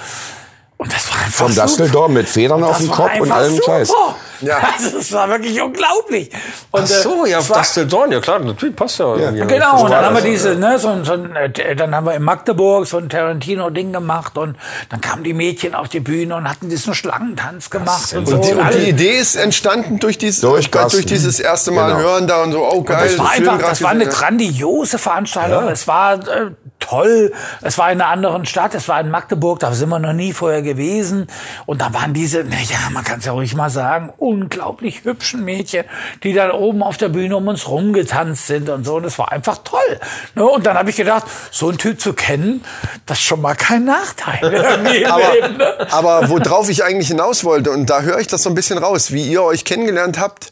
Und das war einfach
Vom Dustel
super.
Dorn mit Federn
Und
auf
das
dem
war
Kopf und
einfach
allem Scheiß.
super.
Ja.
Also, das war wirklich unglaublich. Und,
Ach so,
äh,
ja,
es war-
das Dawn, ja klar, natürlich passt ja. irgendwie.
Genau,
So
und dann
war
haben wir
das.
diese, ne, so, ein- so, ein, äh, dann haben wir in Magdeburg so ein Tarantino-Ding gemacht und dann kamen die Mädchen auf die Bühne und hatten diesen Schlangentanz gemacht und so.
Und die, und
Alles-
die Idee ist entstanden durch dieses,
Durch Carsten.
durch dieses erste Mal
Genau.
hören da und so, oh geil.
das war
Film
einfach,
grad
das war eine
gesehen,
grandiose Veranstaltung. Es war äh, toll. Es war in einer anderen Stadt. Es war in Magdeburg. Da sind wir noch nie vorher gewesen. Und da waren diese, naja, man kann es ja ruhig mal sagen, unglaublich hübschen Mädchen, die dann oben auf der Bühne um uns rumgetanzt sind und so. Und es war einfach toll. Ne? Und dann habe ich gedacht, so einen Typ zu kennen, das ist schon mal kein Nachteil. irgendwie im Leben, ne?
aber, aber worauf ich eigentlich hinaus wollte, und da höre ich das so ein bisschen raus, wie ihr euch kennengelernt habt,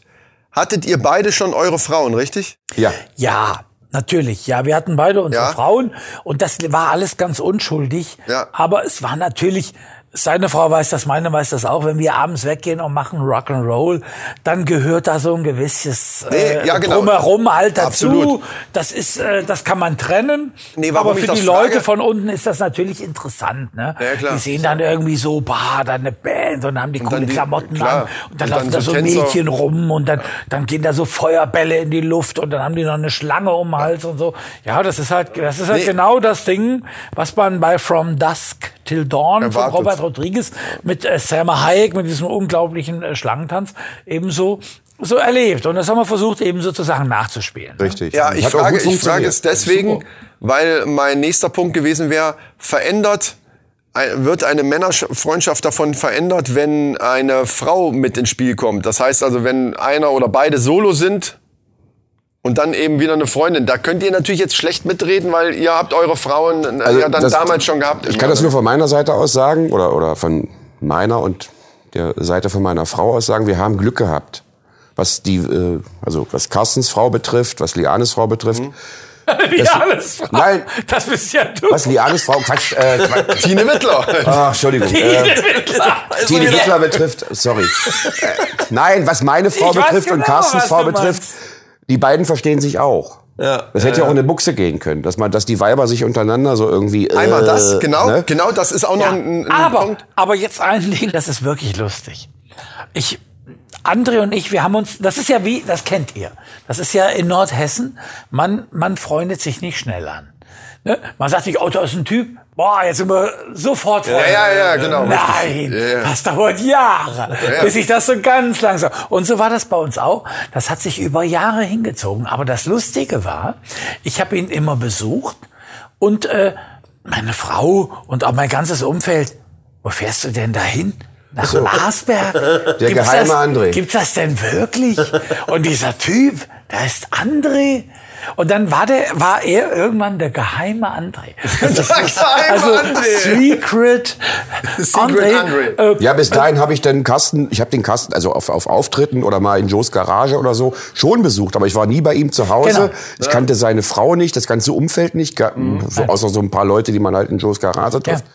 hattet ihr beide schon eure Frauen, richtig?
Ja.
Ja, natürlich. Ja, wir hatten beide unsere
Ja.
Frauen und das war alles ganz unschuldig.
Ja.
Aber es war natürlich, seine Frau weiß das, meine weiß das auch, wenn wir abends weggehen und machen Rock'n'Roll, dann gehört da so ein gewisses äh,
Nee, ja, genau.
Drumherum halt dazu.
Absolut.
Das ist, äh, das kann man trennen.
Nee, warum
aber
ich
für
das
die Leute
frage?
von unten ist das natürlich interessant. Ne?
Ja, klar.
Die sehen dann irgendwie so, bah, da eine Band und haben die coole
dann die-
Klamotten
klar.
an und dann
Und
laufen
dann
da
so
so
Tänzer.
Mädchen rum und dann, dann gehen da so Feuerbälle in die Luft und dann haben die noch eine Schlange um den Hals und so. Ja, das ist halt, das ist halt
Nee.
genau das Ding, was man bei From Dusk Till Dawn
Erwartet.
von Robert Rodriguez mit äh, Selma Hayek, mit diesem unglaublichen äh, Schlangentanz ebenso so erlebt. Und das haben wir versucht, eben sozusagen nachzuspielen.
Richtig.
Ja,
Und
ich
hat auch
frage,
gut
ich frage
funktioniert.
es deswegen,
Super.
weil mein nächster Punkt gewesen wäre, verändert, ein- wird eine Männerfreundschaft davon verändert, wenn eine Frau mit ins Spiel kommt. Das heißt also, wenn einer oder beide solo sind und dann eben wieder eine Freundin. Da könnt ihr natürlich jetzt schlecht mitreden, weil ihr habt eure Frauen also ja dann
das-
damals schon gehabt.
Ich
immer,
kann das
ne?
nur von meiner Seite aus sagen oder, oder von meiner und der Seite von meiner Frau aus sagen, wir haben Glück gehabt. Was die, äh, also was Carstens Frau betrifft, was Lianes Frau betrifft.
Ja, alles Frau.
Nein.
Das bist ja du.
Was Lianes Frau, Quatsch, äh, Quatsch.
Tine Wittler.
Ach, Entschuldigung. Äh, Tine Wittler betrifft, sorry. Äh, Nein, was meine Frau
Ich weiß
betrifft und
genau,
Carstens
was
Frau
du
betrifft,
meinst.
die beiden verstehen sich auch.
Ja.
das hätte ja auch in eine Buchse gehen können, dass man, dass die Weiber sich untereinander so irgendwie. Äh,
Einmal das, genau,
ne?
genau, das ist auch noch ein, ein
aber,
Punkt.
aber jetzt ein Ding, das ist wirklich lustig. Ich, André und ich, wir haben uns, das ist ja wie, das kennt ihr. Das ist ja in Nordhessen, man, man freundet sich nicht schnell an. Ne? Man sagt nicht, oh, da ist ein Typ, Boah, jetzt sind wir sofort vor.
ja, ja, genau,
Nein,
richtig. Ja, ja.
das dauert Jahre,
ja.
bis ich das so ganz langsam. Und so war das bei uns auch. Das hat sich über Jahre hingezogen. Aber das Lustige war, ich habe ihn immer besucht und äh, meine Frau und auch mein ganzes Umfeld. Wo fährst du denn dahin? Nach so. Marsberg? Der
geheime André.
Gibt's das denn wirklich? Und dieser Typ, da ist André. Und dann war der, war er irgendwann der geheime André. Das ist-
geheime
also
André.
Secret, André.
André.
Äh,
Ja, bis dahin habe ich den Kasten, ich habe den Kasten, also auf, auf Auftritten oder mal in Joes Garage oder so, schon besucht, aber ich war nie bei ihm zu Hause.
Genau. Mhm.
Ich kannte seine Frau nicht, das ganze Umfeld nicht, ga- so, außer so ein paar Leute, die man halt in Joes Garage trifft.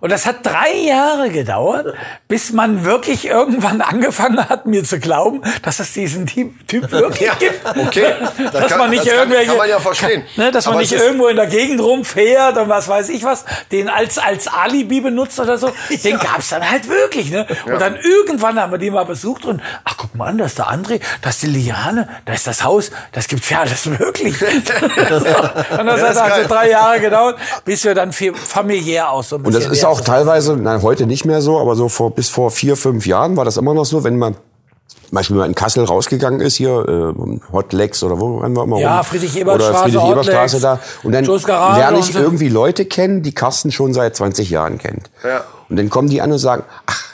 Und das hat drei Jahre gedauert, bis man wirklich irgendwann angefangen hat, mir zu glauben, dass es diesen Typ, typ wirklich gibt.
okay. Das
dass
kann-
man nicht
das kann-
irgendwelche,
kann man ja verstehen.
Ne, dass man
Aber
nicht
es ist-
irgendwo in der Gegend rumfährt und was weiß ich was, den als als Alibi benutzt oder so. Den gab's dann halt wirklich. Ne? Und dann irgendwann haben wir den mal besucht und ach guck mal an, da ist der André, da ist die Liane, da ist das Haus, das gibt's ja alles wirklich. so. Und das hat also drei Jahre gedauert, bis wir dann viel familiär aus so ein
Und das
bisschen
ist
mehr
auch teilweise, nein, heute nicht mehr so, aber so vor, bis vor vier, fünf Jahren war das immer noch so, wenn man zum Beispiel mal in Kassel rausgegangen ist hier, äh, Hot Legs oder wo waren wir immer
Ja,
rum?
Friedrich-Ebert-Straße,
Oder
Hot
Friedrich-Eberstraße
Legs,
da. Und dann
Joe's Garage
lerne
und
ich
so.
irgendwie Leute kennen, die Carsten schon seit 20 Jahren kennt.
Ja.
Und dann kommen die an und sagen, ach,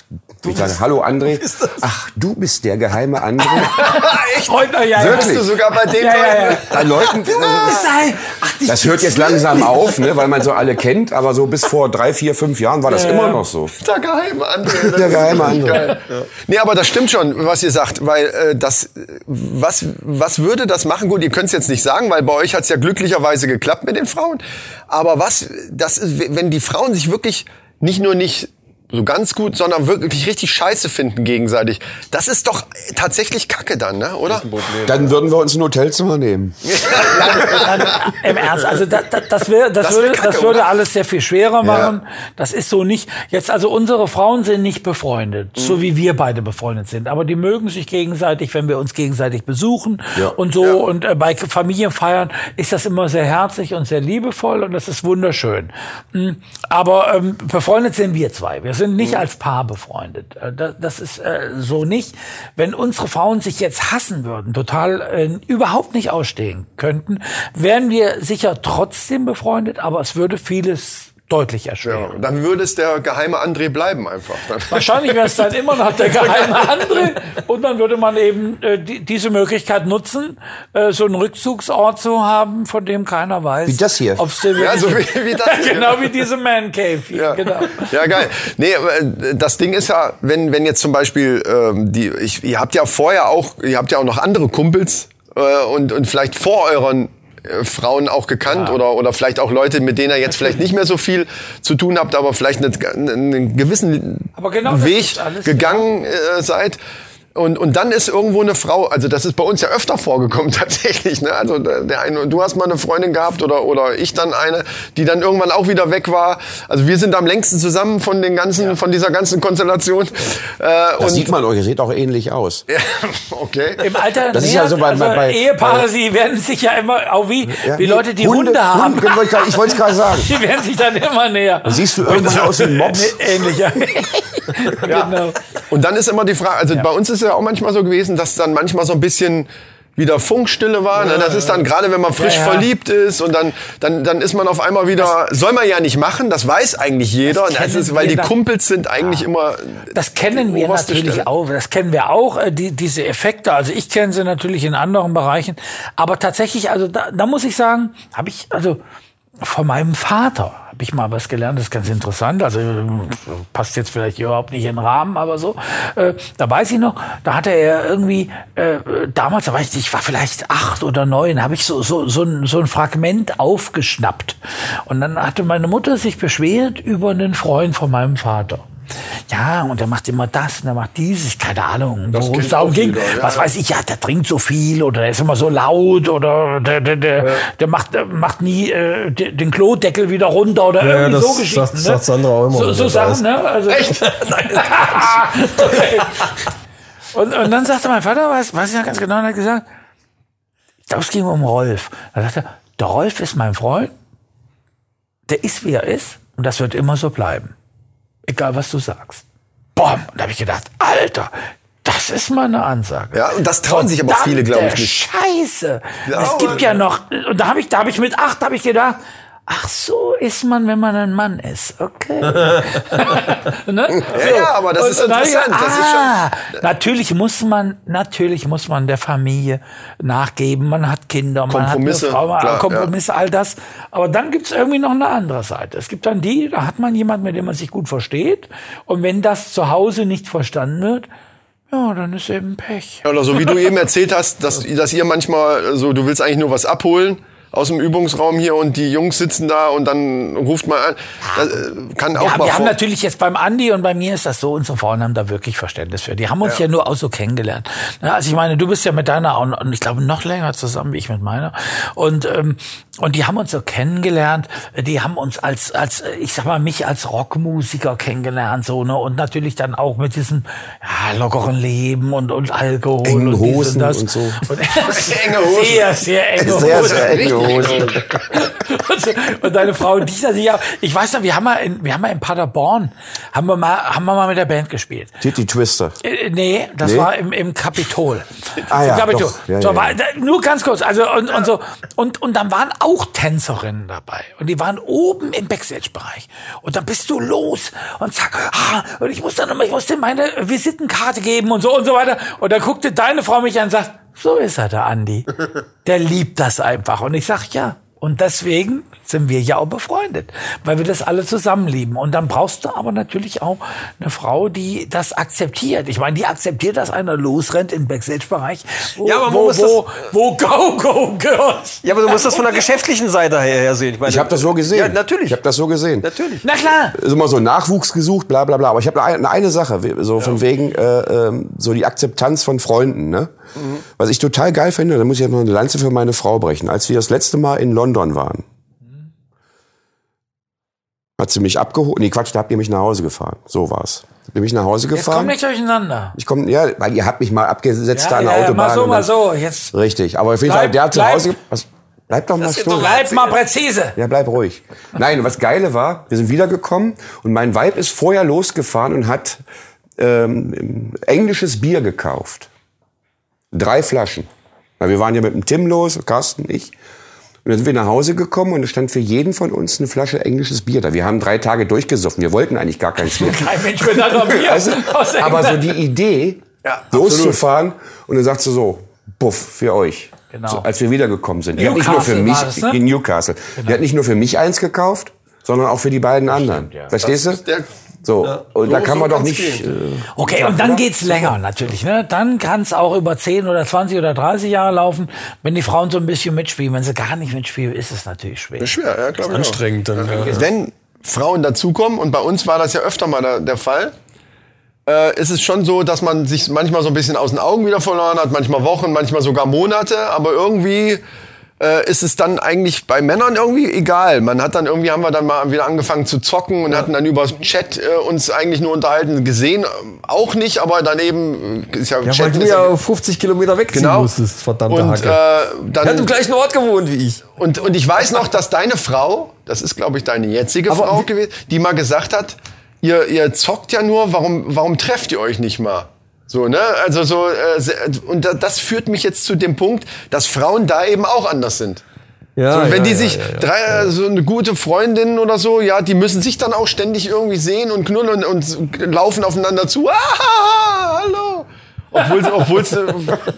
ich sage, hallo André, ach, du bist der geheime André.
Echt? Heute, ja, ja.
Ah, Wirklich?
Bist du sogar bei den
Ja, ja, ja.
Leuten?
Bei Leuten, also das-
Nein. Ach, die
das hört jetzt langsam auf, ne, weil man so alle kennt, aber so bis vor drei, vier, fünf Jahren war das immer noch so.
Der geheime André. das
Der
ist
geheime
wirklich
André.
geil. Nee, aber das stimmt schon, was ihr sagt, weil äh, das, äh, was, was würde das machen? Gut, ihr könnt es jetzt nicht sagen, weil bei euch hat es ja glücklicherweise geklappt mit den Frauen. Aber was, das ist, wenn die Frauen sich wirklich nicht nur nicht so ganz gut, sondern wirklich richtig scheiße finden gegenseitig. Das ist doch tatsächlich Kacke dann, ne? oder?
Dann würden wir uns ein Hotelzimmer nehmen.
Im Ernst, also da, da, das, wär, das,
Das wär
würde,
Kacke,
das würde
oder?
alles sehr viel schwerer machen. Das ist so nicht. Jetzt, also unsere Frauen sind nicht befreundet, so wie wir beide befreundet sind. Aber die mögen sich gegenseitig, wenn wir uns gegenseitig besuchen und so. Und äh, bei Familienfeiern ist das immer sehr herzlich und sehr liebevoll und das ist wunderschön. Mhm. Aber ähm, befreundet sind wir zwei. Wir sind nicht als Paar befreundet. Äh, Das, das ist äh, so nicht. Wenn unsere Frauen sich jetzt hassen würden, total äh, überhaupt nicht ausstehen könnten, wären wir sicher trotzdem befreundet, aber es würde vieles deutlich
Ja,
erschweren.
dann würde es der geheime André bleiben einfach. Dann-
Wahrscheinlich wäre es dann immer noch der geheime andere. Und dann würde man eben äh, die, diese Möglichkeit nutzen, äh, so einen Rückzugsort zu haben, von dem keiner weiß.
Wie das hier.
ob's den
Ja, so
wirklich-
wie- wie das hier.
Genau wie diese Man Cave hier.
Ja.
Genau.
ja, geil. Nee, aber, äh, das Ding ist ja, wenn, wenn jetzt zum Beispiel, ähm, die, ich, ihr habt ja vorher auch, ihr habt ja auch noch andere Kumpels äh, und, und vielleicht vor euren äh, Frauen auch gekannt oder, oder vielleicht auch Leute, mit denen ihr jetzt vielleicht nicht mehr so viel zu tun habt, aber vielleicht einen, einen gewissen
Aber genau das
Weg
ist alles,
gegangen äh, seid. Und, und dann ist irgendwo eine Frau, also das ist bei uns ja öfter vorgekommen tatsächlich, ne? Also der eine, du hast mal eine Freundin gehabt oder, oder ich dann eine, die dann irgendwann auch wieder weg war. Also wir sind am längsten zusammen von den ganzen, von dieser ganzen Konstellation. Äh,
Das
und
sieht man euch, ihr seht auch ähnlich aus.
ja, okay.
Im Alter
Das ist ja so bei-
also
bei- bei-
Ehepaare,
bei-
sie werden sich ja immer, auch wie,
Ja.
wie Leute, die Hunde, haben,
Hunde, Also wollte ich grad- ich wollte es gerade sagen.
die werden sich dann immer näher.
Siehst du irgendwann aus wie ein Mops?
Ähnlicher. Genau.
Und dann ist immer die Frage, also bei uns ist ja auch manchmal so gewesen, dass dann manchmal so ein bisschen wieder Funkstille war. ne? Das ist dann gerade, wenn man frisch
Ja, ja.
verliebt ist und dann, dann, dann ist man auf einmal wieder, soll man ja nicht machen, das weiß eigentlich jeder,
Das
das ist,
kennen
weil
wir
die
dann-
Kumpels sind eigentlich immer
Das kennen
die
wir
oberste
natürlich
Stelle.
auch. Das kennen wir auch, äh, die, diese Effekte. Also ich kenne sie natürlich in anderen Bereichen. Aber tatsächlich, also da, da muss ich sagen, habe ich, also von meinem Vater habe ich mal was gelernt, das ist ganz interessant. Also äh, passt jetzt vielleicht überhaupt nicht in den Rahmen, aber so. Äh, da weiß ich noch, da hatte er irgendwie, äh, damals, da war ich, ich war vielleicht acht oder neun, habe ich so, so, so, ein, so ein Fragment aufgeschnappt. Und dann hatte meine Mutter sich beschwert über einen Freund von meinem Vater. Ja, und er macht immer das und er macht dieses, keine Ahnung, worum es
kennt
darum
auch
ging.
jeder, ja.
Was weiß ich, ja, der trinkt so viel oder der ist immer so laut oder der, der, der, der macht, äh, macht nie äh, de- den Klodeckel wieder runter oder
ja,
irgendwie
das
so Geschichten.
sagt-
ne?
sagt Sandra auch immer,
So,
wenn
so
das
Sachen,
weiß.
ne? Also, Echt? okay. und, und dann sagte mein Vater, was, weiß ich noch ganz genau, und hat gesagt, ich glaube, es ging um Rolf. Da sagte er, der Rolf ist mein Freund, der ist, wie er ist. Und das wird immer so bleiben. Egal, was du sagst. Bom! Und da habe ich gedacht, Alter, das ist mal eine Ansage.
Ja, und das trauen sich aber
Verdammte
viele, glaube ich, nicht.
Scheiße.
Ja,
es
aber-
gibt ja noch, und da habe ich, da habe ich mit acht, habe ich gedacht, ach so ist man, wenn man ein Mann ist. Okay. ne?
Ja, ja, aber das ist
dann hab ich
interessant. Das ist schon-
ah, natürlich muss man, natürlich muss man der Familie nachgeben. Man hat Kinder, man
Kompromisse,
hat eine Frau, man
klar,
Kompromisse, all das. Aber dann gibt's irgendwie noch eine andere Seite. Es gibt dann die, da hat man jemanden, mit dem man sich gut versteht. Und wenn das zu Hause nicht verstanden wird, ja, dann ist eben Pech.
Ja, Oder so wie du eben erzählt hast, dass, dass ihr manchmal so, du willst eigentlich nur was abholen aus dem Übungsraum hier und die Jungs sitzen da und dann ruft man an. Das äh, kann auch
Ja,
mal
wir haben
vor.
natürlich jetzt beim Andi und bei mir ist das so, unsere Frauen haben da wirklich Verständnis für. Die haben uns ja, nur auch so kennengelernt. Ja, also ich meine, du bist ja mit deiner und, und ich glaube noch länger zusammen wie ich mit meiner. Und ähm, und die haben uns so kennengelernt. Die haben uns als als äh, ich sag mal mich als Rockmusiker kennengelernt so ne und natürlich dann auch mit diesem ja, lockeren Leben und und Alkohol
Engen
und dies
Hosen
und das
und so.
Enge Hosen.
Sehr sehr enge Hosen.
Sehr, sehr enge Hosen.
und, und deine Frau und dieser sich auch. Ich weiß noch, wir haben mal in, wir haben mal in Paderborn, haben wir mal, haben wir mal mit der Band gespielt.
Titty Twister.
Äh, nee, das
Nee?
war im, im Kapitol.
Ah
Im
ja,
Kapitol.
doch. Ja,
so,
ja,
war,
ja.
da, nur ganz kurz. Also und, und so und und dann waren auch Tänzerinnen dabei und die waren oben im Backstage-Bereich und dann bist du los und zack ah, und ich muss dann immer, ich musste meine Visitenkarte geben und so und so weiter und dann guckte deine Frau mich an und sagt so ist er der Andi. Der liebt das einfach und ich sag ja und deswegen sind wir ja auch befreundet, weil wir das alle zusammen lieben. Und dann brauchst du aber natürlich auch eine Frau, die das akzeptiert. Ich meine, die akzeptiert, dass einer losrennt im Backstage-Bereich, wo,
Ja, aber man
wo,
muss
wo, wo Go Go Girls.
Ja, aber du musst das von der geschäftlichen Seite her her sehen. meine-
Ich habe das so gesehen.
Ja, natürlich.
Ich habe das so gesehen.
natürlich.
Na klar.
ist immer so Nachwuchs gesucht, bla bla bla. Aber ich habe eine, eine Sache, so von wegen äh, ähm, so die Akzeptanz von Freunden. Ne?
Mhm.
Was ich total geil finde, da muss ich jetzt mal eine Lanze für meine Frau brechen. Als wir das letzte Mal in London waren,
Mhm.
hat sie mich abgeholt. Nee, Quatsch, da habt ihr mich nach Hause gefahren. So war's. Habt ihr mich nach Hause
Jetzt komm
gefahren?
nicht durcheinander.
Ich komme, ja, weil ihr habt mich mal abgesetzt da an der Autobahn.
mal so,
und
mal
dann-
so. Jetzt
Richtig, aber auf jeden
Bleib-
Fall, der hat zu
bleib-
Hause... ge- Was, bleib doch mal stumm.
bleib mal präzise.
Ja, bleib ruhig. Nein, und was Geile war, wir sind wiedergekommen und mein Weib ist vorher losgefahren und hat ähm, englisches Bier gekauft. Drei Flaschen. Weil wir waren ja mit dem Tim los, Carsten, ich. Und dann sind wir nach Hause gekommen und es stand für jeden von uns eine Flasche englisches Bier da. Wir haben drei Tage durchgesoffen. Wir wollten eigentlich gar keins mehr.
Kein Mensch will da noch Bier.
Also,
Weißt
aus
du? Aber so die Idee, loszufahren und dann sagst du so, puff, für euch.
Genau.
So, als wir wiedergekommen sind. Die hat nicht nur
Newcastle
für mich,
war das, ne?
in Newcastle. Die hat nicht nur für mich eins gekauft, sondern auch für die beiden anderen. Verstehst du?
der-
so, und da
so-
kann
so
man doch
kann's
nicht, äh,
Okay, und dann geht's länger natürlich. Ne? Dann kann's auch über 10 oder 20 oder 30 Jahre laufen, wenn die Frauen so ein bisschen mitspielen. Wenn sie gar nicht mitspielen, ist es natürlich schwer.
Schwer, ja, glaube ich. auch.
Anstrengend dann. Ja.
Wenn Frauen dazukommen, und bei uns war das ja öfter mal der, der Fall, äh, ist es schon so, dass man sich manchmal so ein bisschen aus den Augen wieder verloren hat, manchmal Wochen, manchmal sogar Monate, aber irgendwie äh, ist es dann eigentlich bei Männern irgendwie egal. Man hat dann irgendwie, haben wir dann mal wieder angefangen zu zocken und hatten dann über Chat äh, uns eigentlich nur unterhalten, gesehen äh, auch nicht, aber dann eben, äh, ist ja,
Ja, weil
Chat
du
ist
ja 50 Kilometer wegziehen
Genau.
musstest, verdammte
und,
Hacke.
äh,
er hat im
dann,
gleichen Ort gewohnt wie ich.
und, und ich weiß noch, dass deine Frau, das ist glaube ich deine jetzige Frau gewesen, die mal gesagt hat, ihr, ihr zockt ja nur, warum, warum trefft ihr euch nicht mal? So, ne? Also so, äh, se- und da, das führt mich jetzt zu dem Punkt, dass Frauen da eben auch anders sind.
Ja,
So, wenn
Ah, ja,
die
ja,
sich
ja, ja.
drei, äh, so eine gute Freundin oder so, ja, die müssen sich dann auch ständig irgendwie sehen und knuddeln und, und laufen aufeinander zu. Ah, hallo. äh, Obwohl, obwohl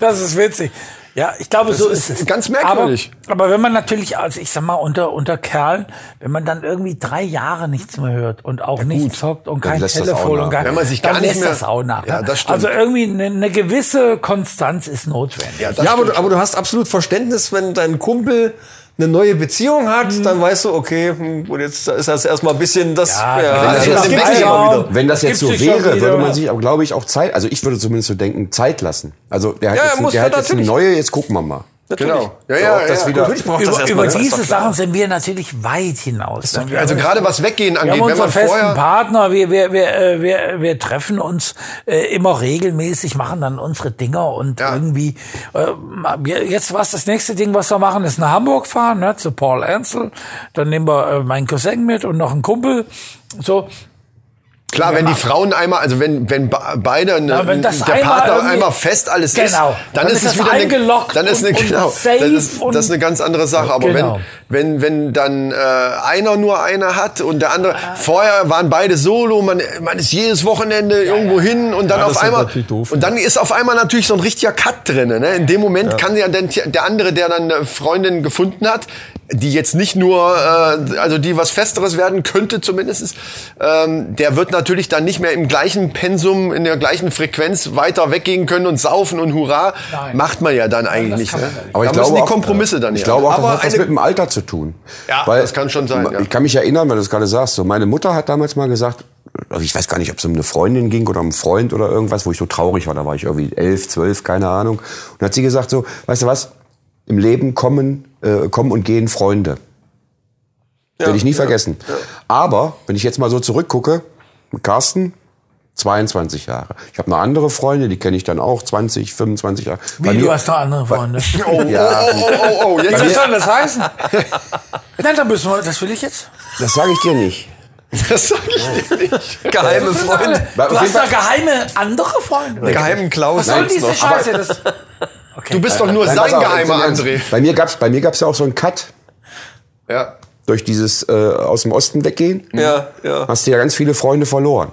Das ist witzig. Ja, ich glaube, so ist,
ist
es.
ganz merkwürdig.
Aber, aber wenn man natürlich, also ich sag mal, unter, unter Kerlen, wenn man dann irgendwie drei Jahre nichts mehr hört und auch nichts zockt und kein
lässt das
Telefon
auch
und
nach.
gar,
Wenn man sich
dann
gar nicht
lässt
mehr-
das auch nach.
Ja,
ne?
das stimmt.
Also irgendwie eine, eine gewisse Konstanz ist notwendig.
ja, das
Ja, aber,
stimmt.
du- aber du hast absolut Verständnis, wenn dein Kumpel eine neue Beziehung hat, dann weißt du, okay, hm, und jetzt ist das erstmal ein bisschen das.
Ja,
das
Ah, das,
ist
das
ja
wechselt
frei
immer
Raum.
wieder.
wenn das,
Das
jetzt so
gibt's nicht schon
wäre,
wieder.
würde man sich, aber glaube ich, auch Zeit, also ich würde zumindest so denken, Zeit lassen. Also der hat
Ja, er
jetzt,
muss
der hat
ja
jetzt eine
natürlich-
neue, jetzt gucken wir mal.
Natürlich.
Genau. Ja, ja,
ob
ja.
das wieder-
Natürlich braucht das
Über,
erstmal,
über
das ist
diese
doch klar.
Sachen sind wir natürlich weit hinaus. ne?
Also gerade was Weggehen
Wir
angeht,
haben
wenn
unseren
man
festen
vorher...
Partner, wir, wir, wir, äh, wir, wir treffen uns äh, immer regelmäßig, machen dann unsere Dinger und
Ja.
irgendwie, äh, wir- jetzt was das nächste Ding, was wir machen, ist nach Hamburg fahren, ne, zu Paul Ernstl, dann nehmen wir äh, meinen Cousin mit und noch einen Kumpel, so,
Klar, wenn die Frauen einmal, also wenn, wenn ba- beide, eine,
Ja, wenn das
der
einmal
Partner
irgendwie-
einmal fest alles ist,
Genau.
dann, ist es
das
wieder
eingeloggt
dann ist eine,
und- und
genau,
safe
dann ist,
und-
das ist eine ganz andere Sache. Aber
Genau.
wenn, wenn, wenn dann äh, einer nur eine hat und der andere, vorher waren beide solo, man, man ist jedes Wochenende irgendwo hin und dann
Ja, das
auf
ist
einmal,
natürlich doof,
und
ja.
dann ist auf einmal natürlich so ein richtiger Cut drin. Ne? In dem Moment kann ja dann t- der andere, der dann eine Freundin gefunden hat, die jetzt nicht nur, äh, also die was Festeres werden könnte zumindest, ähm, der wird natürlich dann nicht mehr im gleichen Pensum, in der gleichen Frequenz weiter weggehen können und saufen und hurra.
Nein.
Macht man ja dann eigentlich nicht.
kann
Ne?
man ja nicht.
Aber da müssen die Kompromisse dann
Ich
her.
glaube auch,
Aber
das hat was
eine-
mit dem Alter zu tun.
Ja, das kann schon sein, ja.
Ich kann mich erinnern, weil du es gerade sagst. So, meine Mutter hat damals mal gesagt, also ich weiß gar nicht, ob es um eine Freundin ging oder um einen Freund oder irgendwas, wo ich so traurig war. Da war ich irgendwie elf, zwölf, keine Ahnung. Und hat sie gesagt so, weißt du was? Im Leben kommen, äh, kommen und gehen Freunde. Werde ich nie vergessen. Aber wenn ich jetzt mal so zurückgucke, mit Carsten, 22 Jahre. Ich habe noch andere Freunde, die kenne ich dann auch, 20, 25 Jahre. Bei
wie,
mir-
du hast noch andere Freunde.
Oh,
Ja.
oh, oh, oh, oh, oh. Jetzt
Was
ist
soll das heißen? Nein, da müssen wir, das will ich jetzt.
Das sage ich dir nicht.
das sag ich dir nicht.
Geheime Freunde.
Auf
Also
jeden
Du hast
Fall-
da geheime andere Freunde.
Geheimen Klaus.
Was soll
Nein,
diese
noch.
Scheiße? Das,
Du bist doch nur
Nein, pass
sein
auf,
geheimer
im Ernst.
André.
Bei mir gab's, bei mir gab's ja auch so einen Cut
Ja. Mhm.
durch dieses äh, aus dem Osten weggehen.
Ja, ja.
Hast du ja ganz viele Freunde verloren.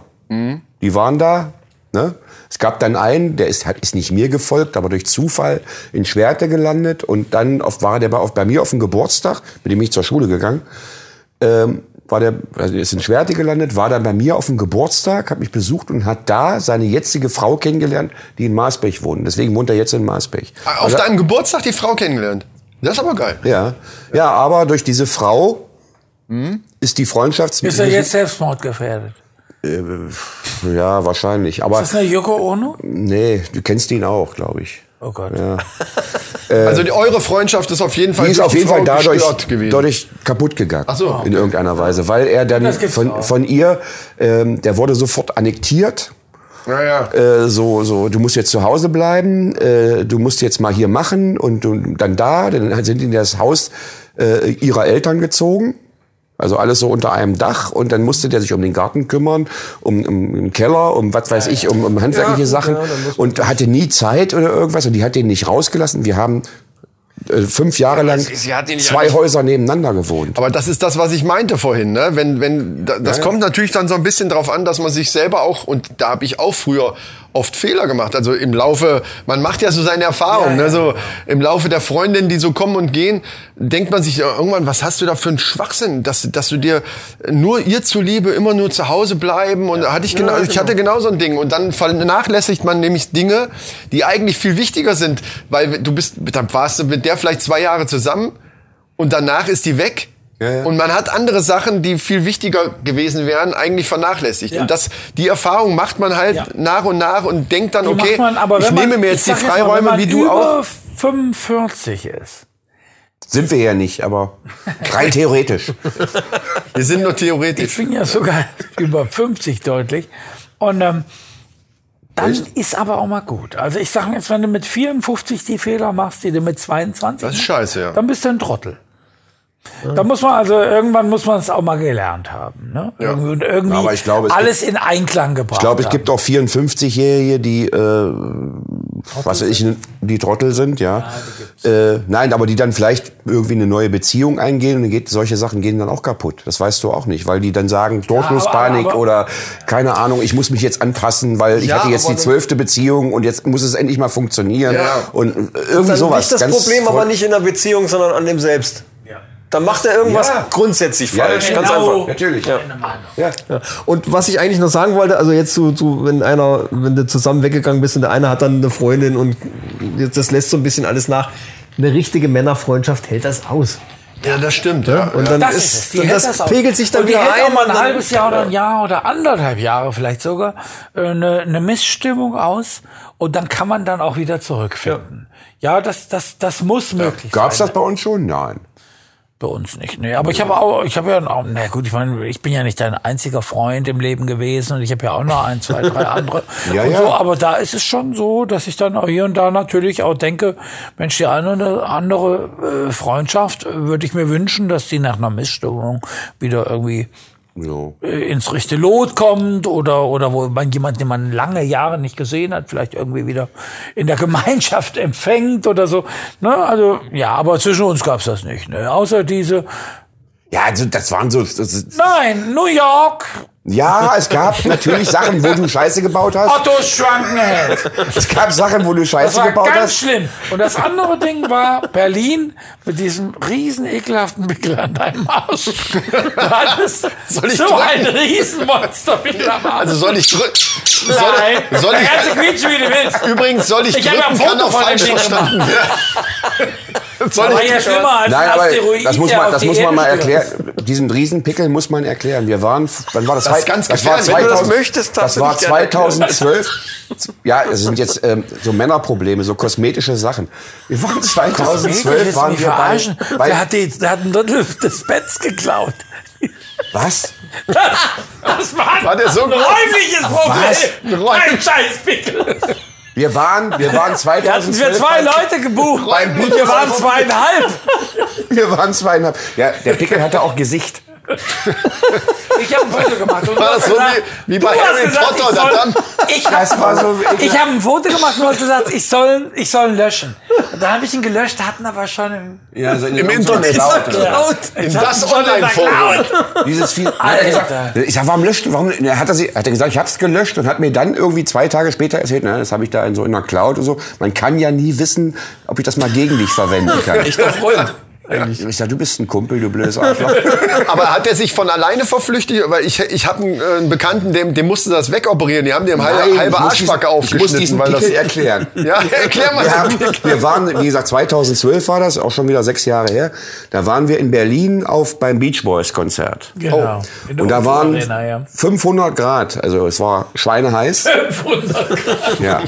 Die waren da. Ne? Es gab dann einen, der ist, hat- ist nicht mir gefolgt, aber durch Zufall in Schwerte gelandet und dann auf, war der bei, auf, bei mir auf dem Geburtstag, mit dem bin ich zur Schule gegangen, war der, also ist in Schwerte gelandet, war dann bei mir auf dem Geburtstag, hat mich besucht und hat da seine jetzige Frau kennengelernt, die in Marsbech wohnt. Deswegen wohnt er jetzt in Marsbech. Also,
Auf deinem Geburtstag die Frau kennengelernt. Das ist aber geil.
Ja, ja, aber durch diese Frau hm, ist die Freundschaft
ist er jetzt selbstmordgefährdet?
ja wahrscheinlich, aber
Ist das eine Yoko Ono?
nee, du kennst ihn auch, glaube ich.
Oh Gott.
Also die, eure Freundschaft ist auf jeden Fall
Die ist
durch
auf jeden
Frau
Fall dadurch,
gestört gewesen.
dadurch kaputt gegangen.
Ach so.
In irgendeiner Weise. Weil er dann
Das gibt's auch.
von, von ihr, ähm, der wurde sofort annektiert.
ja, ja.
Äh, so, so, du musst jetzt zu Hause bleiben, äh, du musst jetzt mal hier machen und, und dann da, dann sind die in das Haus äh, ihrer Eltern gezogen. Also alles so unter einem Dach und dann musste der sich um den Garten kümmern, um, um den Keller, um was weiß ich, um, um handwerkliche Sachen und hatte nie Zeit oder irgendwas und die hat den nicht rausgelassen. Wir haben äh, fünf Jahre lang
sie hat ihn ja
zwei
nicht-
Häuser nebeneinander gewohnt.
Aber das ist das, was ich meinte vorhin. Ne? Wenn, wenn, da- das kommt natürlich dann so ein bisschen drauf an, dass man sich selber auch, und da habe ich auch früher oft Fehler gemacht. Also im Laufe, man macht ja so seine Erfahrungen. Ne? So im Laufe der Freundinnen, die so kommen und gehen, denkt man sich ja irgendwann, was hast du da für einen Schwachsinn, dass, dass du dir nur ihr zuliebe immer nur zu Hause bleiben. Und hatte ich genau, ich hatte genau so ein Ding. Und dann vernachlässigt man nämlich Dinge, die eigentlich viel wichtiger sind, weil du bist, dann warst du mit der vielleicht zwei Jahre zusammen und danach ist die weg. Und man hat andere Sachen, die viel wichtiger gewesen wären, eigentlich vernachlässigt.
Ja.
Und das, die Erfahrung macht man halt
Ja.
nach und nach und denkt dann,
Die
okay,
macht man, aber
ich
wenn man,
nehme mir jetzt die
sag mal, wenn
Freiräume,
man
wie du
über
auch.
45 ist.
Sind wir ja nicht, aber rein theoretisch.
Wir sind nur
Ich
theoretisch.
bin ja sogar über 50 deutlich. Und ähm, dann ist aber auch mal gut. Also ich sage jetzt, wenn du mit 54 die Fehler machst, die du mit 22
Das ist scheiße, ja.
dann bist du ein Trottel. Da muss man also irgendwann muss man es auch mal gelernt haben, ne? Irgendwie, und irgendwie
Aber ich glaube, es
alles in Einklang
Ich
gebracht.
glaube, es
haben.
gibt auch 54-Jährige, die, äh, was weiß ich, die Trottel sind, ja. äh, nein, aber die dann vielleicht irgendwie eine neue Beziehung eingehen und dann geht, solche Sachen gehen dann auch kaputt. Das weißt du auch nicht, weil die dann sagen, Todlospanik
aber- aber-
oder keine Ahnung, ich muss mich jetzt anpassen, weil ich
Ja,
hatte jetzt
aber
die
das-
zwölfte Beziehung und jetzt muss es endlich mal funktionieren
Ja.
und äh, irgendwie
Dann
sowas.
liegt das
Ganz
Problem
voll-
aber nicht in der Beziehung, sondern an dem selbst. Dann macht er irgendwas
Ja.
grundsätzlich
Ja,
falsch.
genau.
Ganz einfach.
Natürlich. Ja. Ja.
Und was ich eigentlich noch sagen wollte, also jetzt so, so wenn einer, wenn du zusammen weggegangen bist und der eine hat dann eine Freundin und jetzt das lässt so ein bisschen alles nach. Eine richtige Männerfreundschaft hält das aus.
Ja, das stimmt. Ja.
Und dann
Das
ist,
ist es. Die
dann
hält
das,
das aus.
pegelt sich dann
und
wieder
die hält
ein.
auch mal
und
ein
dann-
halbes Jahr oder ein Jahr oder anderthalb Jahre vielleicht sogar äh, eine, eine Missstimmung aus und dann kann man dann auch wieder zurückfinden. Ja, das, das, das muss möglich
Gab's
sein.
das bei uns schon? Nein.
Bei uns nicht, nee. Aber ich habe auch, ich habe ja auch, na gut, ich meine, ich bin ja nicht dein einziger Freund im Leben gewesen und ich habe ja auch noch ein, zwei, drei andere
Ja,
und
ja.
so. Aber da ist es schon so, dass ich dann auch hier und da natürlich auch denke, Mensch, die eine oder andere äh, Freundschaft äh, würde ich mir wünschen, dass die nach einer Missstimmung wieder irgendwie
So.
äh, ins rechte Lot kommt oder oder wo man jemanden, den man lange Jahre nicht gesehen hat, vielleicht irgendwie wieder in der Gemeinschaft empfängt oder so. Ne? Also ja, aber zwischen uns gab's das nicht. Ne? Außer diese.
Ja, also das waren so. Das ist,
Nein, New York.
ja, es gab natürlich Sachen, wo du Scheiße gebaut hast.
Otto Schwankenheld.
Es gab Sachen, wo du
Das
Scheiße
war
gebaut
ganz
hast.
schlimm. Und das andere Ding war Berlin mit diesem riesen ekelhaften Pickel an deinem Arsch. Du hattest
Soll ich
so
drücken?
ein Riesenmonster-Pickel am Arsch.
Also soll ich drücken?
Nein,
Soll, soll
da kannst du
ich,
quietschen, wie du willst.
übrigens, soll ich,
Ich hab ja ein
drücken, kann
Foto
auch
von
falsch
dem Ding
verstanden werden. soll
war ja schlimmer als
Nein,
ein
aber
Asteroid,
das muss
der
man,
auf
das
die
muss man
Erde
mal
stürzt.
erklären. Diesen Riesenpickel muss man erklären. Wir waren, wann war das?
Das ist
Zwei-
ganz
das war
gefährlich. Wenn du das
2000
möchtest, darfst
das
du
war
nicht gerne erklären.
2012. Ja, es sind jetzt ähm, so Männerprobleme, so kosmetische Sachen. Wir waren 2012
Willst du
waren
mich
wir
verarschen?
bei, bei
der, hat die, der hat ein Drittel des Betts geklaut.
was?
Das, das war,
War der so
ein
groß?
räumliches Problem.
Räum-
Ein Scheißpickel.
Wir waren, wir waren
Wir hatten
2012.
für
bei-
zwei Leute gebucht.
Beim
Und wir waren zweieinhalb.
Wir waren zweieinhalb. Ja, der Pickel hatte auch Gesicht.
Ich habe ein Foto gemacht. Und du
War das
hast
so wie- wie bei
du hast
Harry
gesagt,
Potter,
ich soll-
da dann-
Ich hab-
Das war so.
Ich habe ein Foto gemacht und du hast gesagt, ich soll, ich soll ihn löschen. Und dann habe ich ihn gelöscht, hatten aber schon im
ja, so in
Im
irgendeinem
Internet.
Cloud oder so.
In das Online-Forum.
Dieses viel. Dann hat er gesagt, Ich sag, warum löscht? du- Warum? Na, Hat er, sie, hat er gesagt, ich hab's gelöscht und hat mir dann irgendwie zwei Tage später erzählt, na, das habe ich da in so einer Cloud und so. Man kann ja nie wissen, ob ich das mal gegen dich verwenden kann. Ich,
Freund.
ich sag, du bist ein Kumpel, du blödes Arschloch.
Aber hat er sich von alleine verflüchtigt? Weil ich, ich habe einen, äh, einen Bekannten, dem, dem mussten sie das wegoperieren. Die haben dem halbe,
Nein,
halbe
ich muss
Arschbacke
diesen- ich muss
aufgeschnitten.
diesen
weil das,
Pickel erklären.
Ja, erklär mal.
Wir,
den
haben,
Pickel.
wir waren, wie gesagt, 2012 war das, auch schon wieder sechs Jahre her. Da waren wir in Berlin auf beim Beach Boys Konzert.
Genau. In der
Und da
O2
waren
Arena, ja.
500 Grad, also es war schweineheiß. Ja,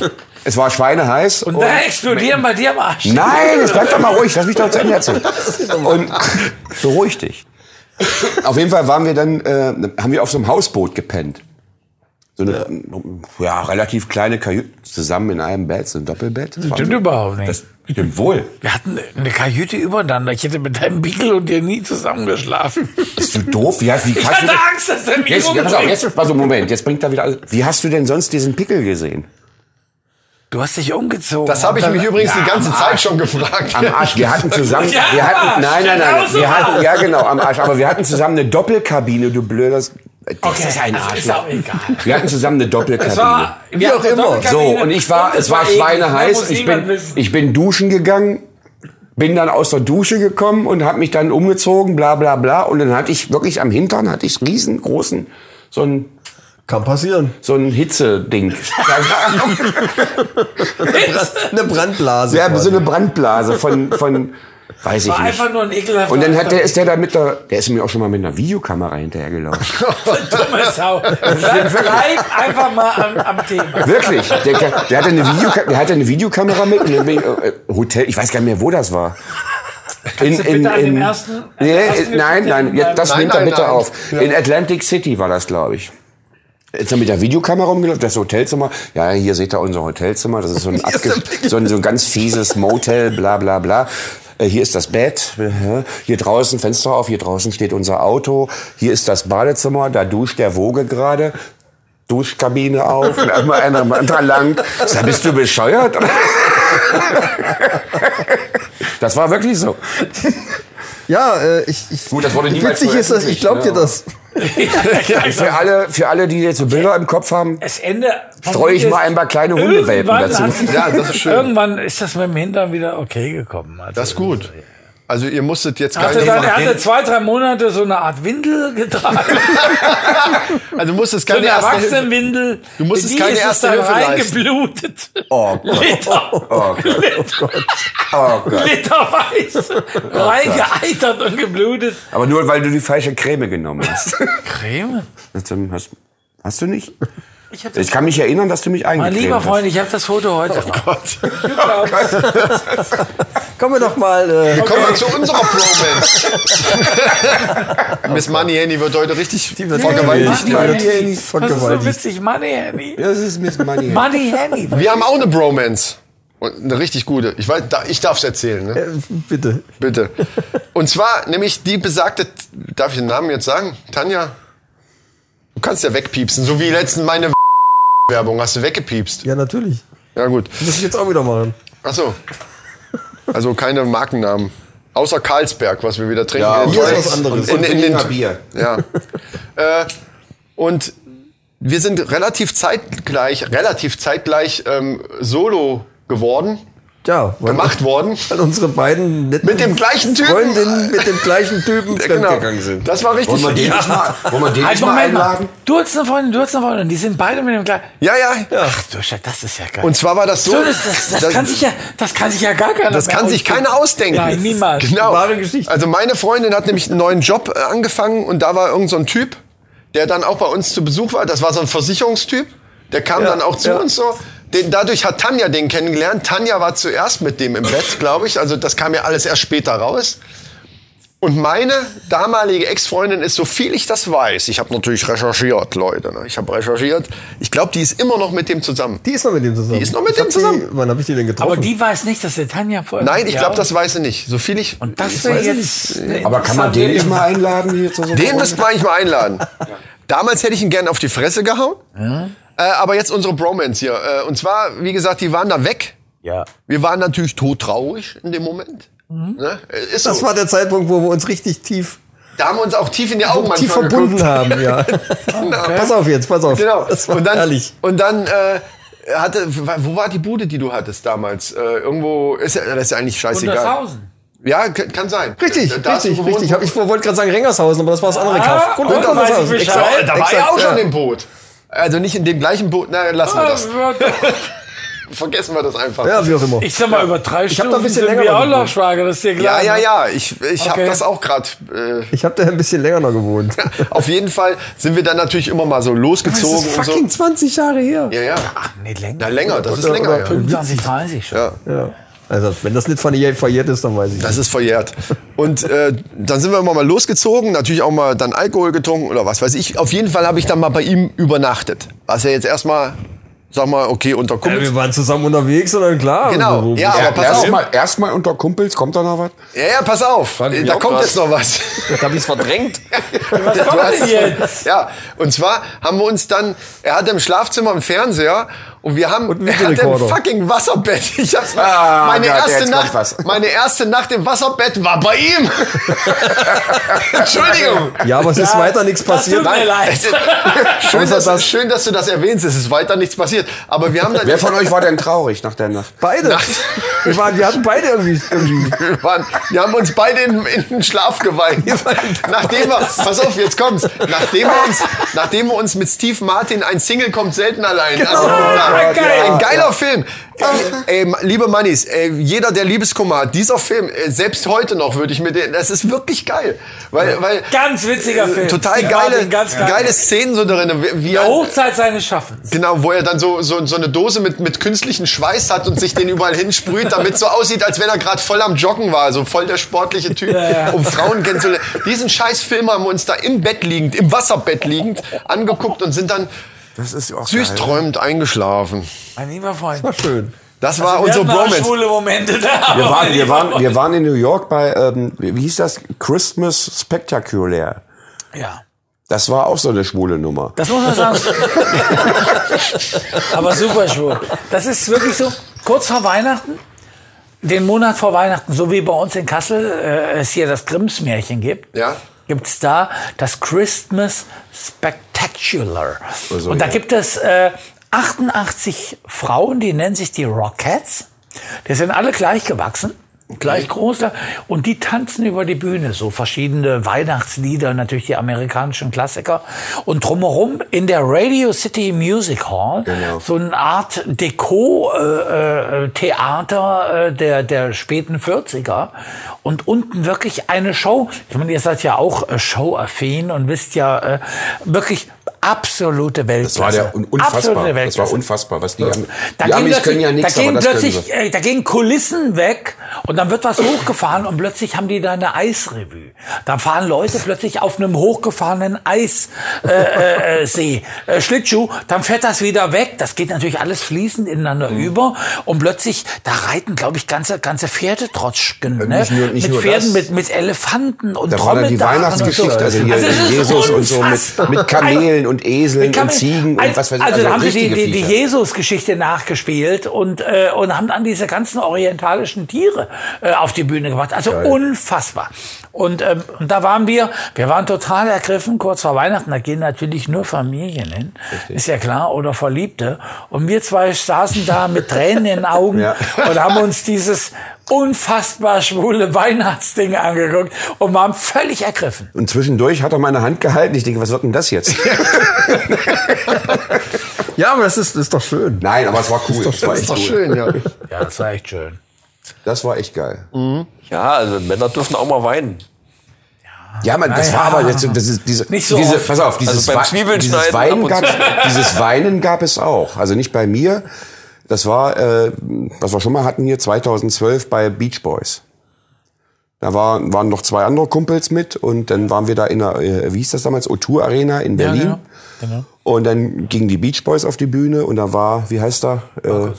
es war schweineheiß.
Und da explodieren bei dir am Arsch.
Nein, jetzt bleib doch mal ruhig, lass mich doch zu Ende erzählen. Und beruhig dich. Auf jeden Fall waren wir dann, äh, haben wir auf so einem Hausboot gepennt. So eine ja. relativ kleine Kajüte zusammen in einem Bett, so ein Doppelbett. Das war
Stimmt
so-
überhaupt nicht.
Das stimmt wohl.
Wir hatten eine Kajüte übereinander. Ich hätte mit deinem Beagle und dir nie zusammengeschlafen.
Bist du doof? Wie, hast- wie
Ich
kannst du
hatte Angst, dass er mich
Jetzt, ja, pass auf,
umbringt.
jetzt, also Moment, jetzt bringt er wieder alles. Wie hast du denn sonst diesen Pickel gesehen?
Du hast dich umgezogen.
Das habe ich
Und
mich
dann-
übrigens die ganze
am
Zeit schon gefragt.
Am Arsch, wir hatten zusammen,
Ja,
wir hatten,
am Arsch,
nein, nein, nein,
genau so
wir hatten,
war's.
ja genau, am Arsch, aber wir hatten zusammen eine Doppelkabine, du blödes, das
Okay,
ist ein
das
Arsch.
ist auch egal.
Wir hatten zusammen eine
Es
Doppelkabine.
war, wie auch immer.
So, und ich war, es war schweineheiß, ich bin, ich bin duschen gegangen, bin dann aus der Dusche gekommen und habe mich dann umgezogen, bla, bla, bla, und dann hatte ich wirklich am Hintern, hatte ich riesengroßen, so ein,
Kann passieren.
so ein Hitzeding.
Eine Brandblase.
Ja, so
quasi.
eine Brandblase von, von weiß ich
war
nicht.
Also einfach nur ein ekelhafter
Und dann hat der, ist der da mit der, der ist mir auch schon mal mit einer Videokamera hinterhergelaufen.
dumme Sau. Bleib, bleib einfach mal am, am Thema.
Wirklich. Der, der, hatte eine Videoka der hatte eine Videokamera mit und dann bin ich, äh, Hotel, ich weiß gar nicht mehr, wo das war. In,
du bitte an dem ersten- an
nee,
der ersten
äh, nein,
Geschichte
nein, jetzt, das
bleiben?
nimmt
Nein,
er
nein,
bitte
nein.
auf.
Ja.
In Atlantic City war das, glaube ich. Ist er mit der Videokamera rumgelaufen, das Hotelzimmer. Ja, hier seht ihr unser Hotelzimmer. Das ist so ein, abge so ein, so ein ganz fieses Motel, bla bla bla. Äh, Hier ist das Bett, äh, hier draußen Fenster auf, hier draußen steht unser Auto, hier ist das Badezimmer, da duscht der Woge gerade, Duschkabine auf, und einmal einer am anderen lang. Sag, bist du bescheuert? Das war wirklich so.
Ja, äh, ich, ich,
Gut, das wurde niemals
witzig ist das, ich
ne,
glaub dir das.
Für alle, für alle, die jetzt so Bilder im Kopf haben,
Es Ende.
streue ich mal ein paar kleine Hundewelpen
Irgendwann
dazu.
hat sich-
Ja, das ist schön.
Irgendwann ist das mit dem Hintern wieder okay gekommen. Also,
Das ist gut. Also ihr musstet jetzt gar
Hatte
nicht
dann, er
machen.
hatte zwei, drei Monate so eine Art Windel getragen.
Also du musstest
so
keine
eine
erste Hilfe.
Erwachsenenwindel.
Du musstest
In die
keine
ist
erste
es dann
Hilfe leisten.
reingeblutet.
Oh Gott.
Liter,
Oh Gott.
Liter,
Oh Gott. Oh
Literweise reingeeitert und geblutet.
Aber nur, weil du die falsche Creme genommen hast.
Creme?
Hast du- hast, hast du nicht?
Ich hab das,
Ich kann mich erinnern, dass du mich
mein
eingecremt
lieber
hast.
Freund, ich habe das Foto heute. Oh Gott.
Kommen wir doch mal. Äh,
Kommen wir zu unserer Pro-Band. Miss Money Handy wird heute richtig
Money
vergewaltigt.
Money
Handy
Handy.
ist
Das ist so witzig, Money Handy.
Das ist Miss Money.
Money Handy.
Wir haben auch eine Bromance. Und eine richtig gute. Ich, weiß, da- ich darf es erzählen, ne?
Äh, bitte.
Bitte. Und zwar nämlich die besagte, darf ich den Namen jetzt sagen? Tanja? Du kannst ja wegpiepsen, so wie letzten meine Werbung. Hast du weggepiepst?
Ja, natürlich.
Ja, gut.
Muss ich jetzt auch wieder machen.
Ach so. Also keine Markennamen. Außer Karlsberg, was wir wieder trinken.
Ja,
In den
hier ist
tollen-
was anderes.
In, in, in
Berliner
den,
Bier.
Ja. äh, und wir sind relativ zeitgleich, relativ zeitgleich ähm, solo geworden,
Ja, weil
gemacht worden.
weil unsere beiden netten
Mit dem gleichen Typen.
Freundinnen mit dem gleichen Typen
fremdgegangen sind.
Das war richtig.
Wollen wir den nicht mal, wollen wir den
Halt,
nicht mal
Moment mal.
einladen?
Du hast eine Freundin, du hast eine Freundin. Die sind beide mit dem gleichen.
Ja, ja,
Ach du Scheiße, das ist ja geil.
Und zwar war das so.
so, das, das, das, kann sich ja, das kann sich ja gar keiner
das
mehr
kann sich
ausdenken.
keiner ausdenken.
Nein, niemals.
Genau.
Wahre Geschichte.
Also meine Freundin hat nämlich einen neuen Job äh, angefangen und da war irgend so ein Typ, der dann auch bei uns zu Besuch war. Das war so ein Versicherungstyp. Der kam dann auch zu uns so. Den, dadurch hat Tanja den kennengelernt. Tanja war zuerst mit dem im Bett, glaube ich. Also das kam ja alles erst später raus. Und meine damalige Ex-Freundin ist, so viel ich das weiß, ich habe natürlich recherchiert, Leute, ne? ich habe recherchiert, ich glaube, die ist immer noch mit dem zusammen.
Die ist noch mit dem zusammen.
Die ist noch mit
Ich
dem
hab
zusammen.
Die, wann habe ich die denn getroffen?
Aber die weiß nicht, dass der Tanja vorher.
Nein, ich glaube, das weiß sie nicht. So viel ich.
Und das wäre jetzt. eine
Aber kann man den nicht
interessante-
mal einladen hier zu so einer
Den
Runde?
müsste man eigentlich mal einladen. Damals hätte ich ihn gern auf die Fresse gehauen. Äh, aber jetzt unsere Bromance hier. Äh, und zwar, wie gesagt, die waren da weg.
Ja.
Wir waren natürlich todtraurig in dem Moment. Ne? Äh, Ist so.
Mhm. das war der Zeitpunkt, wo wir uns richtig tief,
da haben wir uns auch tief in die Augen
tief
manchmal
verbunden
geguckt.
haben. Ja. Genau. Pass auf jetzt, pass auf.
Genau.
Das war
Und dann,
herrlich.
Und dann äh, hatte, wo war die Bude, die du hattest damals? Äh, irgendwo ist ja, das ist ja eigentlich scheißegal.
Gundershausen.
Ja, kann, kann sein. Äh,
Richtig,
Da- da hast du
richtig,
gewohnt, Ah,
richtig.
wo-
Hab, ich wollte gerade sagen Rengershausen, aber das war das andere Kaff.
und weiß ich Bescheid.
Exakt,
Exakt,
da war ich
exakt,
auch schon
ja.
im Boot. Also nicht in dem gleichen Boot, na, lassen wir das.
Äh,
Vergessen wir das einfach.
Ja, wie auch immer.
Ich sag mal, über drei Stunden
noch ein bisschen
sind
länger
wir auch
gebraucht.
noch Schwager, das ist dir
ja,
klar.
ja,
ne?
ja. Ich, ich hab habe
Okay.
das auch gerade. Äh,
Ich habe da ein bisschen länger noch gewohnt.
auf jeden Fall sind wir dann natürlich immer mal so losgezogen und so.
20 Jahre her.
Ja, ja.
Nee, länger.
Na, länger, das ist
Oder-
länger.
oder
Ja.
25, 30 schon.
Ja. Also, wenn das nicht verjährt verjährt ist, dann weiß ich.
Das ist verjährt. Und äh, dann sind wir immer mal losgezogen, natürlich auch mal dann Alkohol getrunken oder was weiß ich. Auf jeden Fall habe ich dann mal bei ihm übernachtet. Was ja jetzt erstmal, sag mal, okay, unter
Ja,
Kumpels.
wir waren zusammen unterwegs und dann klar.
Genau,
Wo- wo-
ja, aber pass auf.
Erstmal erst mal unter Kumpels, kommt da noch was?
Ja, ja, pass auf.
Fand ich
Da
auch
kommt
krass.
jetzt noch was.
Da hab ich's verdrängt.
Was
Du
kommt
hast-
denn jetzt?
Ja, und zwar haben wir uns dann, er hatte im Schlafzimmer einen Fernseher und wir haben,
einen
er hatte ein
Videorekorder.
fucking Wasserbett. Ich hab's,
Ah,
meine,
Gott,
erste
jetzt kommt
Nacht,
was.
meine erste Nacht im Wasserbett war bei ihm. Entschuldigung.
Ja, aber es ist weiter nichts
Das
passiert.
tut mir leid.
Schön dass,
das-
schön, dass du das erwähnst. Es ist weiter nichts passiert. Aber wir haben dann.
Wer von euch war denn traurig nach der Nacht?
Beide. Wir, waren, wir hatten beide irgendwie. irgendwie.
Wir, waren, wir haben uns beide in, in den Schlaf geweint. Nachdem wir, pass auf, jetzt kommt's. Nachdem wir uns, nachdem wir uns mit Steve Martin ein Single kommt selten allein. Also, ja,
Genau. Oh, geil.
Ein geiler Film. Ey, ey, liebe Mannis, ey, jeder, der Liebeskummer hat, dieser Film, äh, selbst heute noch würde ich mir den, das ist wirklich geil. Weil, weil, äh,
Ganz witziger Film.
total
Ja,
geile,
den ganz geil.
geile Szenen so darin. Wie, wie
Der
ein,
Hochzeit seines Schaffens.
Genau, wo er dann so, so, so eine Dose mit, mit künstlichem Schweiß hat und sich den überall hinsprüht, damit so aussieht, als wenn er gerade voll am Joggen war. So voll der sportliche Typ,
Ja, ja.
um Frauen kennenzulernen. Diesen scheiß Film haben wir uns da im Bett liegend, im Wasserbett liegend, angeguckt und sind dann
Das ist auch
süß träumend eingeschlafen.
Mein lieber Freund.
War schön.
Das war
Also Wir
unsere
hatten auch
Bromance.
schwule Momente da.
Wir
aber
waren,
mein
wir,
lieber
waren,
Freund.
wir waren in New York bei, ähm, wie hieß das? Christmas Spectacular.
Ja.
Das war auch so eine schwule Nummer.
Das muss man sagen. Aber super schwul. Das ist wirklich so, kurz vor Weihnachten, den Monat vor Weihnachten, so wie bei uns in Kassel äh, es hier das Grimms-Märchen gibt,
Ja.
gibt es da das Christmas Spectacular.
Also,
Und da
ja.
gibt es äh, 88 Frauen, die nennen sich die Rockettes. Die sind alle gleich gewachsen. Gleich großer. Und die tanzen über die Bühne, so verschiedene Weihnachtslieder, natürlich die amerikanischen Klassiker. Und drumherum in der Radio City Music Hall,
Genau.
so eine Art Deko-Theater äh, der, der späten 40er. Und unten wirklich eine Show. Ich meine, ihr seid ja auch äh, showaffin und wisst ja äh, wirklich absolute Weltklasse.
Das war der un- unfassbar.
Absolute
Das war
Weltklasse.
unfassbar. Was die, haben,
Da
die
gehen
Amis können
plötzlich,
ja nichts,
da
aber
gehen
das können
plötzlich,
sie.
äh, da gehen Kulissen weg und dann wird was hochgefahren und plötzlich haben die da eine Eisrevue. Dann fahren Leute plötzlich auf einem hochgefahrenen Eissee, äh, äh, See, äh, Schlittschuh, dann fährt das wieder weg. Das geht natürlich alles fließend ineinander
Mhm.
über und plötzlich, da reiten, glaube ich, ganze, ganze Pferdetrotschgen, ne?
Äh, nicht nur- nicht
mit
nur
Pferden,
das.
mit, mit Elefanten und
Da war dann die
Trommeldachen
Weihnachtsgeschichte,
und
also
so.
hier
es ist
Jesus und so
unfassbar.
mit, mit Kamelen und Eseln
Kann
und
man-
Ziegen
ein-
und was weiß ich.
Also, da haben sie die,
richtige
die, die
Viecher.
Jesus-Geschichte nachgespielt und, äh, und haben dann diese ganzen orientalischen Tiere äh, auf die Bühne gebracht. Also unfassbar. Und, ähm, und da waren wir, wir waren total ergriffen, kurz vor Weihnachten, da gehen natürlich nur Familien hin, ist ja klar, oder Verliebte. Und wir zwei saßen da mit Tränen in den Augen
Ja.
und haben uns dieses unfassbar schwule Weihnachtsding angeguckt und waren völlig ergriffen.
Und zwischendurch hat er meine Hand gehalten. Ich denke, was wird denn das jetzt?
Ja, aber das ist, das ist doch schön.
Nein, aber es war cool. Das war
Das
echt
ist doch
cool.
schön, ja.
Ja, das war echt schön.
Das war echt geil.
Ja, also Männer dürfen auch mal weinen.
Ja, man, das
Naja.
war aber jetzt, so- das ist diese,
Nicht so
diese
oft.
pass auf, dieses,
Also beim
Wei-
Zwiebeln
dieses,
schneiden ab
Weinen
und
gab,
zu.
dieses Weinen gab es auch. Also nicht bei mir. Das war, äh, was wir schon mal hatten hier, 2012 bei Beach Boys. Da war, waren noch zwei andere Kumpels mit und dann waren wir da in der, äh, wie hieß das damals, O2 Arena in Berlin.
genau. Genau.
Und dann gingen die Beach Boys auf die Bühne und da war, wie heißt er? Äh,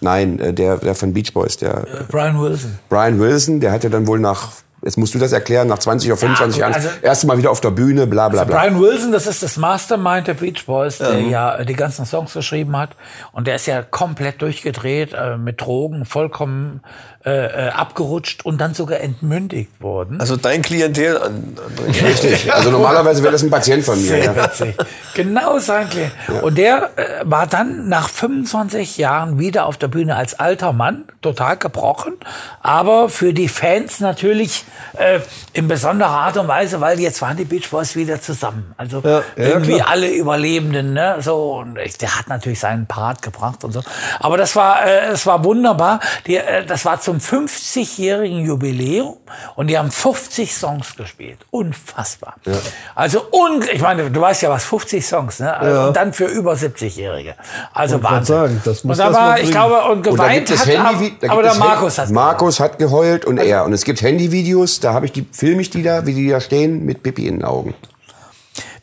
nein, äh, der, der von Beach Boys, der
Brian Wilson.
Brian Wilson, der hat ja dann wohl nach, jetzt musst du das erklären, nach 20 oder 25
Ja,
Jahren,
gut, also-
erste Mal wieder auf der Bühne, bla bla bla.
Brian Wilson, das ist das Mastermind der Beach Boys, der ja äh, die ganzen Songs geschrieben hat. Und der ist ja komplett durchgedreht, äh, mit Drogen vollkommen äh, äh, abgerutscht und dann sogar entmündigt worden.
Also dein Klientel an. an
Richtig. Also normalerweise wäre das ein Patient von mir.
Sehr
Ja.
witzig. Genau sein Klient. Und der äh, war dann nach 25 Jahren wieder auf der Bühne als alter Mann, total gebrochen, aber für die Fans natürlich äh, in besonderer Art und Weise, weil jetzt waren die Beach Boys wieder zusammen. Also irgendwie alle Überlebenden, ne? So und ich, der hat natürlich seinen Part gebracht und so. Aber das war äh, es war wunderbar. Die, äh, das war zum 50-jährigen Jubiläum und die haben 50 Songs gespielt. Unfassbar. Also un ich meine, du weißt ja was 50 Songs, ne? Und dann für über 70-Jährige. Also Wahnsinn.
sagen, das muss
und da
erst mal
war, ich
bringen.
glaube, und
Und da
geweint
gibt es
hat,
Handy, da
aber,
gibt
aber der
es
Markus
Hand-
hat Also-
Markus hat geheult und er. Und es gibt Handyvideos, da habe ich die, filme ich die da, wie die da stehen, mit Pipi in den Augen.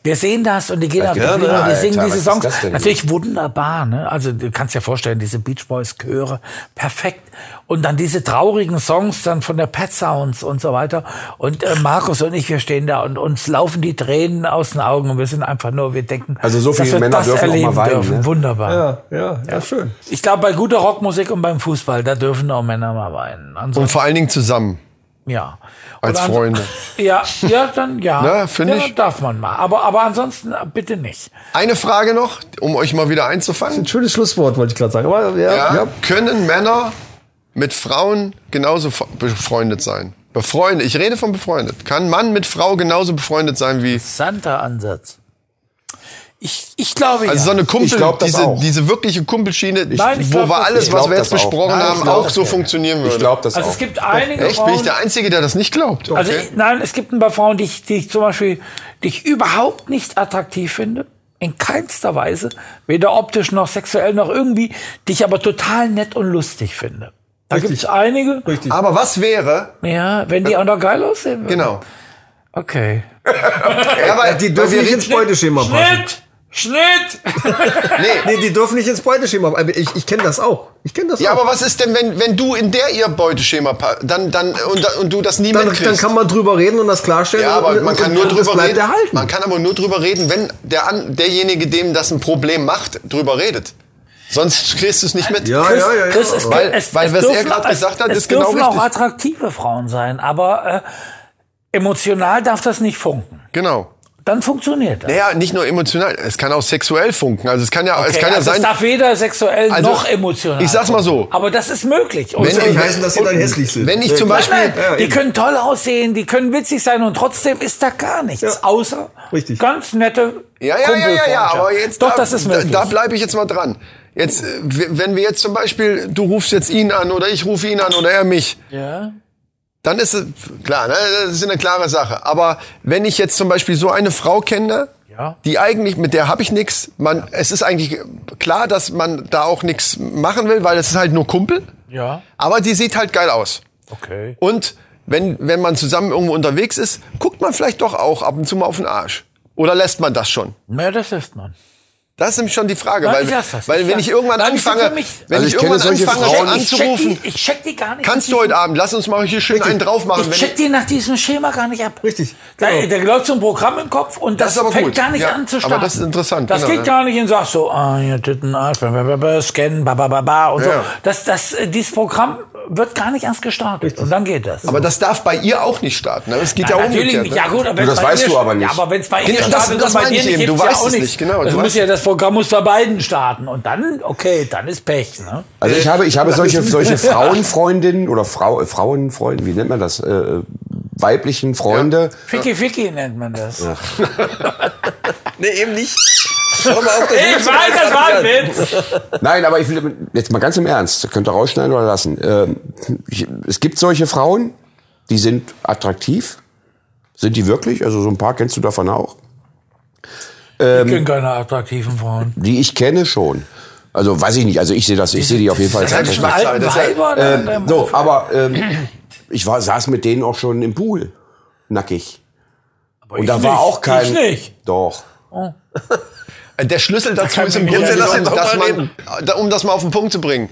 Wir sehen das und die gehen auf die
Ja,
Bühne, und die
Alter,
singen
was
diese
ist
Songs.
das denn?
Natürlich wunderbar, ne? Also du kannst dir vorstellen, diese Beach Boys Chöre, perfekt. Und dann diese traurigen Songs dann von der Pet Sounds und so weiter. Und äh, Markus und ich, wir stehen da und uns laufen die Tränen aus den Augen und wir sind einfach nur, wir denken,
Also so
dass
viele
wir
Männer
das
dürfen auch mal
erleben
weinen,
dürfen.
ne?
Wunderbar.
Ja, ja, ja, schön.
Ich glaube, bei guter Rockmusik und beim Fußball, da dürfen auch Männer mal weinen. Ansonsten,
Und vor allen Dingen zusammen.
ja.
Als
Und ans-
Freunde.
Ja, ja, dann ja.
Ne, finde
ja,
ich.
Darf man mal. Aber, aber ansonsten äh, bitte nicht.
Eine Frage noch, um euch mal wieder einzufangen.
Ein schönes Schlusswort wollte ich gerade sagen. Aber, ja,
Ja,
ja.
Können Männer mit Frauen genauso fr- befreundet sein? Befreundet, ich rede von befreundet. Kann Mann mit Frau genauso befreundet sein wie.
interessanter Ansatz. Ich, ich glaube ja.
Also so eine Kumpel,
Ich glaub das
diese,
auch.
diese wirkliche Kumpelschiene,
Nein, ich
wo
glaub
wir
das
alles,
nicht.
was
Ich
wir
glaub
jetzt
das auch.
besproenigen
Nein, ich
haben,
glaub
auch
das
so
nicht.
funktionieren würde.
Ich glaube das
also
auch.
es gibt einige
Echt? Bin
Frauen,
ich der Einzige, der das nicht glaubt?
also
Okay.
ich, nein, es gibt ein paar Frauen, die ich, die ich zum Beispiel, die ich überhaupt nicht attraktiv finde. In keinster Weise, weder optisch noch sexuell noch irgendwie, die ich aber total nett und lustig finde. Da gibt es einige,
Aber was wäre,
ja, wenn die auch noch geil aussehen würden.
genau.
Okay.
Ja, weil,
Die
weil
dürfen
wir
nicht
reden,
ins Beuteschema passen.
Schnitt! Schnitt!
Nee, die dürfen nicht ins Beuteschema passen. Aber Ich, ich kenne das auch. Ich kenne das
ja,
auch.
aber was ist denn, wenn, wenn du in der ihr Beuteschema pa- dann, dann, und, da- und du das nie
dann,
mitkriegst?
dann kann man drüber reden und das klarstellen.
Ja, aber
und,
man
und-
kann nur
und das
drüber
bleibt
reden.
erhalten.
Man kann aber nur drüber reden, wenn der an, derjenige, dem das ein Problem macht, drüber redet. Sonst kriegst du es nicht mit.
Ja, ja, ja, ja.
Chris, es,
Weil-
es,
weil
es
was er
dürfen-
gerade
es-
gesagt hat,
es
ist genau
dürfen auch
richtig.
attraktive Frauen sein, aber äh, emotional darf das nicht funken.
Genau.
dann funktioniert das.
Naja, nicht nur emotional, es kann auch sexuell funken. Also es kann ja, es
Okay,
kann ja
also es
sein.
darf weder sexuell
Also,
noch emotional.
ich sag's mal so.
Aber das ist möglich. Und
Wenn
soll
ich-
nicht heißen, dass sie dann hässlich sind.
Wenn ich zum
Nein,
Beispiel,
nein,
Ja,
die
eben.
können toll aussehen, die können witzig sein und trotzdem ist da gar nichts. Außer
Richtig.
ganz nette
Ja, ja, ja, ja, ja,
Kumpelfreundschaft.
aber jetzt.
Doch,
da,
das ist
da,
möglich.
da bleibe ich jetzt mal dran. Jetzt, äh, w- wenn wir jetzt zum Beispiel, du rufst jetzt ihn an oder ich rufe ihn an oder er mich,
ja.
dann ist es klar, ne, das ist eine klare Sache. Aber wenn ich jetzt zum Beispiel so eine Frau kenne,
Ja.
die eigentlich, mit der habe ich nichts, man, es ist eigentlich klar, dass man da auch nichts machen will, weil es ist halt nur Kumpel,
ja,
aber die sieht halt geil aus.
okay.
Und wenn, wenn man zusammen irgendwo unterwegs ist, guckt man vielleicht doch auch ab und zu mal auf den Arsch. Oder lässt man das schon?
Na, das ist man.
Das ist nämlich schon die Frage,
Nein,
weil,
ich lass das,
weil
ich
wenn
lass-
ich irgendwann
Nein, ich bin
anfange,
für mich-
wenn
Also
ich
ich kenne
irgendwann
solche
anfange,
Frauen,
schon
Ich check,
anzurufen,
die, ich check die gar nicht.
kannst
nach
du heute
diesem-
Abend, lass uns mal hier schön einen drauf machen.
Ich
wenn
check die nach diesem Schema gar nicht ab.
Richtig,
Da,
genau.
da läuft so ein Programm im Kopf und das,
ist aber
fängt
gut.
gar nicht
Ja,
an zu
aber
starten.
das ist interessant,
Das
genau,
geht
ja.
gar nicht und sagt so, ah, hier Titten, ah, bla, bla, bla, bla, scannen, ba, ba, ba, ba und
Ja.
so. Das, das, äh, dieses Programm wird gar nicht erst gestartet und dann geht das.
aber das darf bei ihr auch nicht starten. ne? Es geht
Ja,
ja
natürlich
umgekehrt.
nicht.
ne?
Ja, gut, aber
das
wenn's bei
weißt
dir-
du aber nicht.
Ja, aber wenn es bei
Genau,
ihr
das-
startet
das
und bei
meine
dir
ich
nicht,
eben. Du
gibt's ja
weißt
auch
es
nichts.
nicht, genau,
Das
du
muss
weißt
ja
es
das Programm muss bei beiden starten und dann, okay, dann ist Pech. Ne?
Also ich habe, ich habe solche, solche Frauenfreundinnen oder Frau, äh, Frauenfreunde, wie nennt man das? Äh, weiblichen Freunde.
Ficky Ficky nennt man das.
Nee, eben nicht.
Ich weiß, das war ein
Ähm,
Witz.
Nein, aber ich will jetzt mal ganz im Ernst, könnt ihr rausschneiden oder lassen. Ähm, ich, es gibt solche Frauen, die sind attraktiv. Sind die wirklich? Also so ein paar kennst du davon auch.
Ich bin keine attraktiven Frauen.
Die ich kenne schon. Also weiß ich nicht. Also ich sehe das, ich sehe die auf jeden Fall. als
Das ist
attraktiv.
Schwachsinn.
Alten
das ist
Weiber, dann- dann-
So, aber ähm, ich war, saß mit denen auch schon im Pool. Nackig. Und
ich
da war
nicht,
auch kein.
ich nicht.
Doch.
Der Schlüssel dazu
kann
ist im
man ja
Grunde,
nicht
dass,
drüber
dass man, da- um das mal auf den Punkt zu bringen,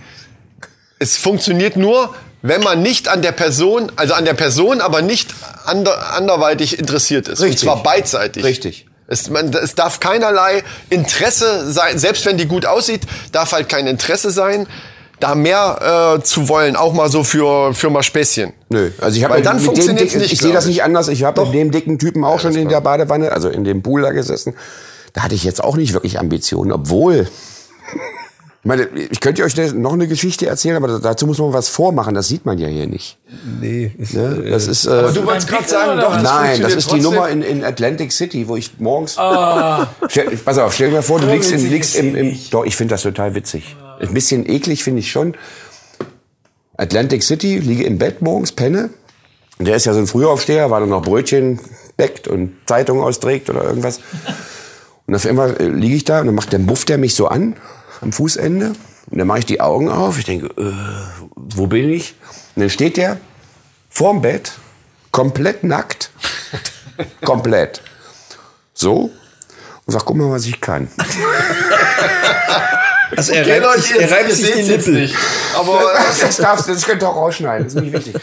es funktioniert nur, wenn man nicht an der Person, also an der Person, aber nicht ander, anderweitig interessiert ist.
Richtig.
Und zwar beidseitig.
Richtig.
Es, man, es darf keinerlei Interesse sein, selbst wenn die gut aussieht, darf halt kein Interesse sein, da mehr äh, zu wollen, auch mal so für, für mal Späßchen.
Nö, also ich habe
Weil dann funktioniert's nicht,
ich sehe
glaub
das nicht anders. Ich habe mit dem dicken Typen auch schon in der Badewanne, also in dem Pool da gesessen. Da hatte ich jetzt auch nicht wirklich Ambitionen, obwohl ich meine, ich könnte euch noch eine Geschichte erzählen, aber dazu muss man was vormachen, das sieht man ja hier nicht.
Nee, ist,
Ne? Das ist äh,
Du wolltest
Pickel
gerade sagen,
oder
doch,
was?
das
Nein, das
funktioniert
ist die
trotzdem.
Nummer in, in Atlantic City, wo ich morgens. Stell, pass auf, stell dir mal vor, du liegst, in,
witzig
liegst
ist
im,
sie
im. Doch, ich finde das total witzig. Ein bisschen eklig finde ich schon. Atlantic City, liege im Bett morgens, penne. Und der ist ja so ein Frühaufsteher, war dann noch Brötchen bäckt und Zeitung austrägt oder irgendwas. Und auf einmal äh, liege ich da und dann, macht, dann bufft er mich so an, am Fußende. Und dann mache ich die Augen auf. Ich denke, äh, wo bin ich? Und dann steht der vorm Bett, komplett nackt. komplett. So. Und sag, guck mal, was ich kann.
also er
Genau,
reibt sich,
ihr
er reibt sich
seht's
den
jetzt
Nippel.
nicht. Aber
Das darfst du, das könnt ihr auch rausschneiden, das ist nicht wichtig.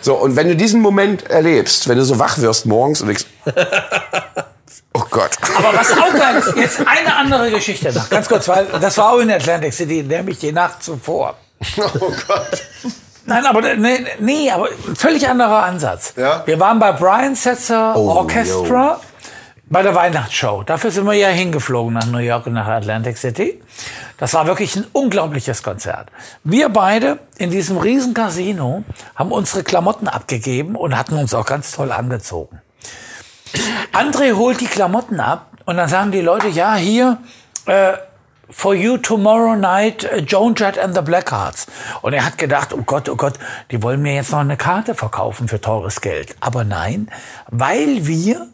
So, und wenn du diesen Moment erlebst, wenn du so wach wirst morgens und denkst, oh Gott.
Aber was auch geil ist, jetzt eine andere Geschichte noch. Ganz kurz, weil das war auch in Atlantic City, nämlich die Nacht zuvor.
Oh Gott.
Nein, aber nee, nee, aber völlig anderer Ansatz.
Ja.
Wir waren bei Brian Setzer
Oh,
Orchestra bei der Weihnachtsshow. Dafür sind wir ja hingeflogen nach New York und nach Atlantic City. Das war wirklich ein unglaubliches Konzert. Wir beide in diesem riesen Casino haben unsere Klamotten abgegeben und hatten uns auch ganz toll angezogen. André holt die Klamotten ab und dann sagen die Leute, ja, hier, äh, for you tomorrow night, äh, Joan Jett and the Blackhearts. Und er hat gedacht, oh Gott, oh Gott, die wollen mir jetzt noch eine Karte verkaufen für teures Geld. Aber nein, weil wir